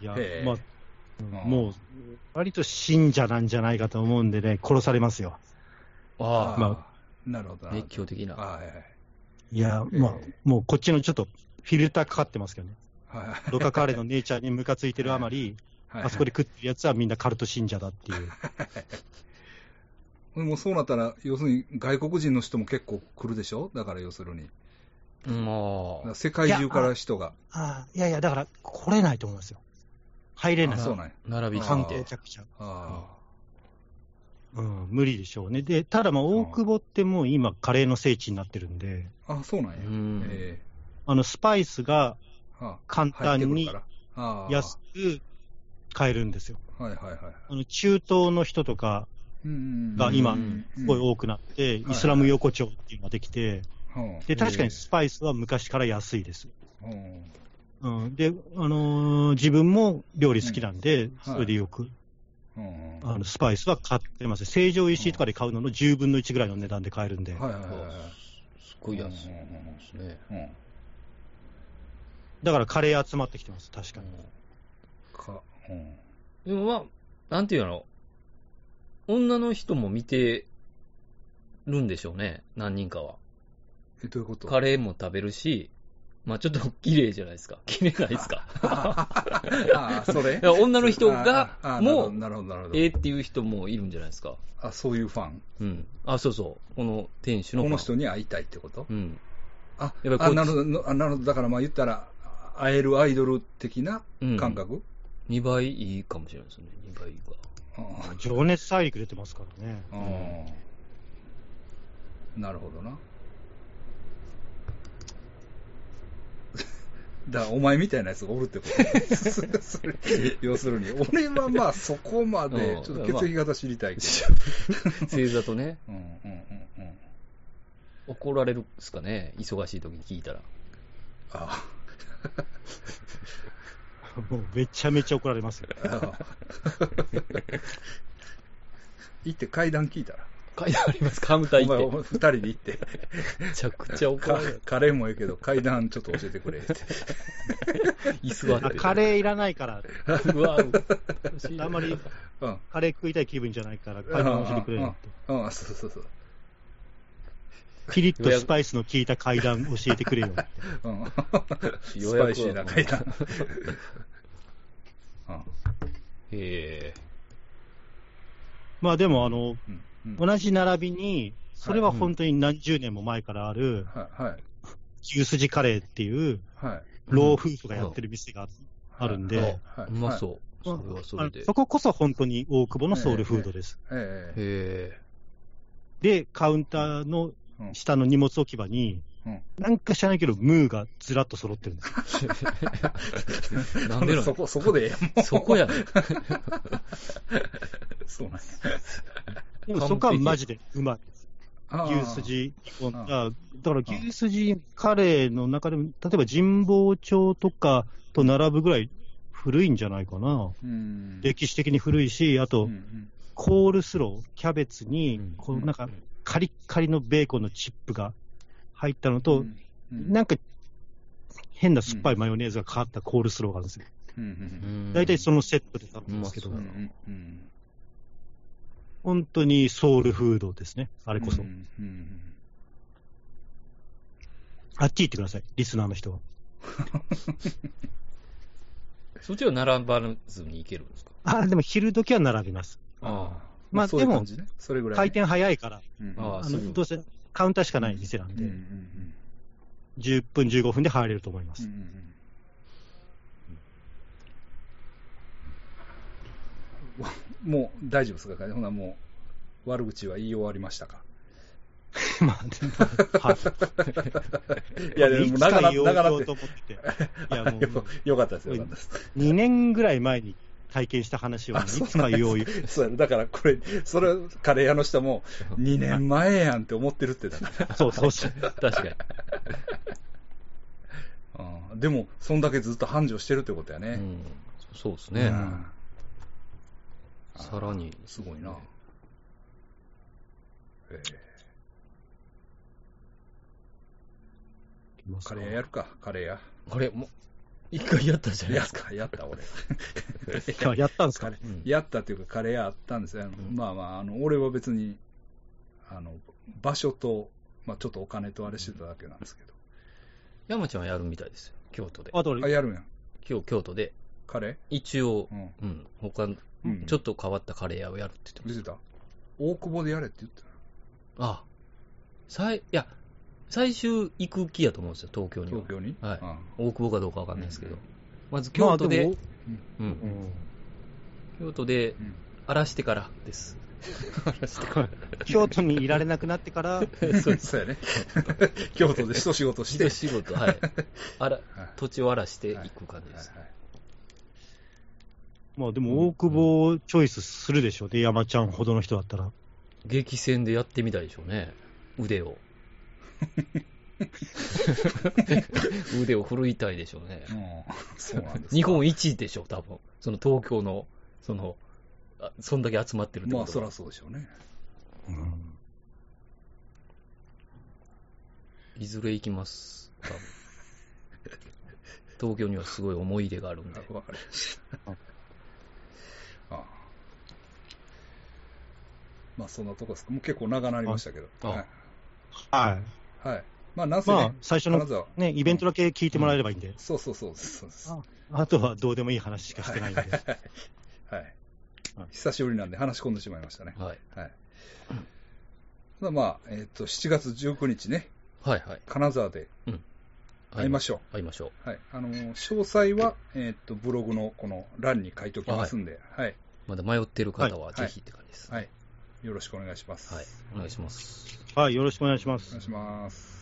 Speaker 1: いや
Speaker 2: へえ、
Speaker 1: まあ、
Speaker 2: ろ。ん
Speaker 1: もう、割と信者なんじゃないかと思うんでね、殺されますよ。
Speaker 3: あ
Speaker 1: ま
Speaker 2: あ、なるほど
Speaker 3: あ、
Speaker 2: なる
Speaker 3: 熱狂的
Speaker 2: ほど。
Speaker 3: な。
Speaker 2: はいはいはい
Speaker 1: いや、まあ
Speaker 2: ええ、
Speaker 1: もうこっちのちょっとフィルターかかってますけどね。
Speaker 2: はいはい
Speaker 1: ドカカーレの姉ちゃんにムカついてるあまり、
Speaker 2: はい。
Speaker 1: あそこで食ってるやつはみんなカルト信者だっていう。
Speaker 2: でもそうなったら、要するに外国人の人も結構来るでしょだから要するに。
Speaker 3: も
Speaker 2: だから世界中から人が。
Speaker 1: ああ、いやいや、だから来れないと思うんですよ。入れ
Speaker 2: あ
Speaker 1: ない。
Speaker 2: そうなんや。
Speaker 3: う、並び
Speaker 2: あ
Speaker 3: き
Speaker 2: ー
Speaker 1: 観
Speaker 3: っ
Speaker 1: 光
Speaker 3: て。
Speaker 1: 客じゃ。
Speaker 2: あ
Speaker 1: うん、無理でしょうね。で、ただまあ、大久保ってもう今、カレーの聖地になってるんで、
Speaker 2: あ、あそうなんや
Speaker 3: う。ん。
Speaker 2: え
Speaker 1: あの、スパイスが
Speaker 2: えあ
Speaker 1: 簡
Speaker 2: 入って
Speaker 1: 単
Speaker 2: くる
Speaker 1: に
Speaker 2: から。ああ
Speaker 1: 安く買えるんですよ。
Speaker 2: はいはいはい。
Speaker 1: あの中東の人とか
Speaker 2: うんうんうん
Speaker 1: が今
Speaker 2: うん
Speaker 1: すごい多くなって、
Speaker 2: うん
Speaker 1: イスラム横丁っていうのができて、
Speaker 2: うん
Speaker 1: で、確か
Speaker 3: へえ
Speaker 1: にスパイスは昔から安いです。
Speaker 2: うん
Speaker 1: うん、で、あのー自分も料理好きなんで、
Speaker 2: はい
Speaker 1: それでよく、
Speaker 2: うんうん
Speaker 1: あのスパイスは買ってます。成城石井とかで買うのの10分の1ぐらいの値段で買えるんで、
Speaker 2: はいはいはいはい。
Speaker 3: すごい安いですね。
Speaker 2: うん
Speaker 1: だからカレー集まってきてます、確かに。
Speaker 2: か、うん。
Speaker 3: でもまあ、なんていうの、女の人も見てるんでしょうね、何人かは。
Speaker 2: え、どういうこと
Speaker 3: カレーも食べるし、まあちょっと綺麗じゃないですか。綺麗ないですか。
Speaker 2: あ あ、それ
Speaker 3: いや女の人
Speaker 2: あああ
Speaker 3: が
Speaker 2: あ、
Speaker 3: もう、
Speaker 2: なるほど、なるほどな
Speaker 3: ええ
Speaker 2: る
Speaker 3: っていう人もいるんじゃないですか。
Speaker 2: ほど。あ、そういうファン。
Speaker 3: うん。あ、そうそう。この店主の。
Speaker 2: この人に会いたいってこと
Speaker 3: うん。
Speaker 2: あ、
Speaker 3: やっぱ
Speaker 2: あ
Speaker 3: り
Speaker 2: な
Speaker 3: こっ
Speaker 2: る
Speaker 3: ち
Speaker 2: ほど、あなるほど。だからまあ言ったら、会えるアイドル的な
Speaker 3: うん。
Speaker 2: 感。覚、
Speaker 3: 2倍いいかもしれないですね。2倍が。
Speaker 2: うん
Speaker 1: 情熱大陸出てますからね。
Speaker 2: うんなるほどな。 だからお前みたいなやつがおるってこと。 それそれ要するに、俺はまあそこまで
Speaker 3: う、ん
Speaker 2: ちょっと血液型知りたいけ
Speaker 3: 星座とね、
Speaker 2: ど。うんうんうんうん。
Speaker 3: 怒られるっすかね。忙しい時に聞いたら。
Speaker 2: あ
Speaker 1: もうめちゃめちゃ怒られますよ。
Speaker 2: あ。ああ 行って階段聞いたら。
Speaker 3: 書いてあります。カムタ
Speaker 2: お
Speaker 3: イって。
Speaker 2: 前
Speaker 3: め
Speaker 2: お二人で行って。
Speaker 3: ちゃくちゃ怒ら
Speaker 2: カ
Speaker 3: れる。
Speaker 2: カレーもええけど、階段ちょっと教えてくれって。
Speaker 3: 椅子は
Speaker 1: あ カレーいらないから、
Speaker 3: ー。うわ
Speaker 1: あんまり
Speaker 2: うん。
Speaker 1: カレー食いたい気分じゃないから、カレー教えてくれるって。
Speaker 2: うん、そうそうそう。
Speaker 1: ピリッとスパイスの効いた階段教えてくれよ って。
Speaker 2: うん、ス
Speaker 3: 予約
Speaker 2: パ
Speaker 3: は
Speaker 2: イシーな階段。
Speaker 3: へえ。
Speaker 1: まあでも、あの、
Speaker 2: うんうん
Speaker 1: 同じ並びに、それは本当に何十年も前からある、
Speaker 2: はい、はい、
Speaker 1: 牛すじカレーっていう、
Speaker 2: はい。
Speaker 1: 老夫婦がやってる店があるんで、
Speaker 3: うん
Speaker 2: はいう。
Speaker 3: まそうう。それはそれ
Speaker 1: あ
Speaker 3: で
Speaker 1: の。そここそ本当に大久保のソウルフードです。
Speaker 2: ええ
Speaker 3: へえ。
Speaker 1: で、カウンターの下の荷物置き場に、
Speaker 2: うん
Speaker 1: なんか知らないけど、ムーがずらっと揃ってるんですよ。
Speaker 3: なんでな
Speaker 2: そ
Speaker 3: の
Speaker 2: こ、そこでええやんもう
Speaker 3: そこやねん。
Speaker 2: そうなんや
Speaker 1: でもそこはマジでうまい。
Speaker 2: あー
Speaker 1: 牛すじ煮込んだ、だから牛すじカレーの中でも、例えば神保町とかと並ぶぐらい古いんじゃないかな。
Speaker 2: うん。
Speaker 1: 歴史的に古いし、あ
Speaker 2: う
Speaker 1: と
Speaker 2: ん、うん
Speaker 1: コールスロー、キャベツに
Speaker 3: うん、
Speaker 1: こうなんか、カリッカリのベーコンのチップが入ったのと、
Speaker 2: うんうん
Speaker 1: なんか、変な酸っぱいマヨネーズがかかったコールスローがあるんですよ。
Speaker 2: うんうんうん
Speaker 1: 大体そ
Speaker 3: の、
Speaker 1: のセットで食べるんですけど、
Speaker 3: うま
Speaker 2: う
Speaker 3: そ
Speaker 2: んうん
Speaker 1: 本当にソウルフードですね、あ
Speaker 2: あ
Speaker 1: れこそ。
Speaker 2: うんうん
Speaker 1: あっち行ってください、リスナーの人は。
Speaker 3: そっちは並ばずに行けるんですか
Speaker 1: あでも昼時は並びます。
Speaker 3: あ
Speaker 1: まあ
Speaker 2: そういう
Speaker 1: でも
Speaker 2: 感じねそれぐらい。
Speaker 1: 回転早いから、
Speaker 2: うんうん
Speaker 3: ああ
Speaker 1: あ
Speaker 3: そう
Speaker 1: のどうせカウンターしかない店なん
Speaker 2: うん
Speaker 1: で、
Speaker 2: うんうん
Speaker 1: 10分、15分で入れると思いま
Speaker 2: う
Speaker 1: す。
Speaker 2: んうんうんもう大丈夫ですかほな、もう悪口は言い終わりましたか。
Speaker 1: まあ、でもはい
Speaker 2: いや、で
Speaker 1: い
Speaker 2: も
Speaker 1: つ
Speaker 2: 長
Speaker 1: か
Speaker 2: ら
Speaker 1: 言お
Speaker 2: く、
Speaker 1: うと思
Speaker 2: 長ら
Speaker 1: っ
Speaker 2: く
Speaker 1: て
Speaker 2: て。
Speaker 1: て。い や、もう、
Speaker 2: よかったですよ、よかったです。
Speaker 1: 2年ぐらい前に体験した話をね、
Speaker 2: あ
Speaker 1: い
Speaker 2: そう
Speaker 1: つか言おうよ。
Speaker 2: そうやろだからこれ、それ、カレー屋の人も、2年前やんって思ってるってだ から
Speaker 1: そうそうそう。
Speaker 3: あ、確かに。
Speaker 2: あーでも、そんだけずっと繁盛してるってことや
Speaker 3: う
Speaker 2: ね。
Speaker 3: ん、そうです
Speaker 2: う
Speaker 3: ね。
Speaker 2: ん
Speaker 3: さらに。
Speaker 2: すごいな。えーカレー屋やるか、カレー屋。
Speaker 3: あれ、もう、一回やったじゃない
Speaker 2: や
Speaker 3: で
Speaker 2: っ
Speaker 3: すか。
Speaker 2: た、やった、俺。
Speaker 1: いややったんです
Speaker 2: カ
Speaker 1: か
Speaker 2: レー
Speaker 3: うん
Speaker 2: やったっていうか、カレー屋あったんですよ。
Speaker 3: ん
Speaker 2: まあまあ、あの俺は別に、あの場所と、まあ、ちょっとお金とあれしてただけなんですけど。
Speaker 3: 山ちゃんはやるみたいですよ。京都で。
Speaker 1: あと
Speaker 2: あ、やるんや。
Speaker 3: 今日京都で、
Speaker 2: カレ
Speaker 3: 一応
Speaker 2: ー、うん。
Speaker 3: うん、他、
Speaker 2: うん
Speaker 3: ちょっと変わったカレー屋をやるって言ってま
Speaker 2: 出
Speaker 3: した
Speaker 2: てた大久保でやれって言ってた。
Speaker 3: あ、最、いや、最終行く気やと思うんですよ、東京には
Speaker 2: 東。京に
Speaker 3: はい
Speaker 2: あ
Speaker 3: 大久保かどうかわかんないですけど。
Speaker 2: うん
Speaker 3: まず京都で、
Speaker 1: まあ
Speaker 3: うん
Speaker 1: でも
Speaker 3: 京都で
Speaker 2: うん
Speaker 3: 荒らしてからです。 荒らしてか
Speaker 1: 京都にいられなくなってから、
Speaker 3: ら。そうです。
Speaker 2: そうやね。京都で一仕事して。
Speaker 3: 一仕 事、はい。あら、
Speaker 2: はい
Speaker 3: 土地を荒らしていく感じです。
Speaker 2: はいはい
Speaker 1: まあでも大久保をチョイスするでしょうね、山ちゃんほどの人だったら。
Speaker 3: 激戦でやってみたいでしょうね。腕 を。腕を振るいたいでしょうね。
Speaker 2: うんそうなんですか。
Speaker 3: 日本一でしょ、多分。その東京の、その、あそんだけ集まってるって
Speaker 2: ま
Speaker 3: こ
Speaker 2: あ、
Speaker 3: と
Speaker 2: そ
Speaker 3: は
Speaker 2: らそうでしょうね。
Speaker 3: いずれ行きます。多分東京にはすごい思い入れがあるんで。
Speaker 2: わかりました。あまあ、そんなとこですか。もう結構長なりましたけど。
Speaker 3: あ
Speaker 2: はい。
Speaker 1: はい。
Speaker 2: はい。まあ、なんせ
Speaker 1: ま
Speaker 2: ね
Speaker 1: あ、、最初
Speaker 2: 金
Speaker 1: の
Speaker 2: 沢。
Speaker 1: ね、イベントだけ聞いてもらえればいいんで、
Speaker 2: そうそうそうです。そうです
Speaker 1: ああとはどうでもいい話しかして ないんで。
Speaker 2: はい
Speaker 1: はい。
Speaker 2: 久しぶりなんで話し込んでしまいましたね。
Speaker 3: はい。
Speaker 2: はい。まあまあ、えっと、7月19日ね、
Speaker 3: はいはい。
Speaker 2: 金沢で会いましょう。
Speaker 3: 会いましょ
Speaker 2: はい、あのー詳細は、えーっとブログのこの欄に書いておきますんで、はい
Speaker 3: う。まだ迷ってる方は
Speaker 2: はい
Speaker 3: ぜひって感じです。
Speaker 2: はいよろしくお願いします。
Speaker 3: はい。お願いします。
Speaker 1: はい、よろしくお願いしま
Speaker 2: お
Speaker 1: す
Speaker 2: 願い。します。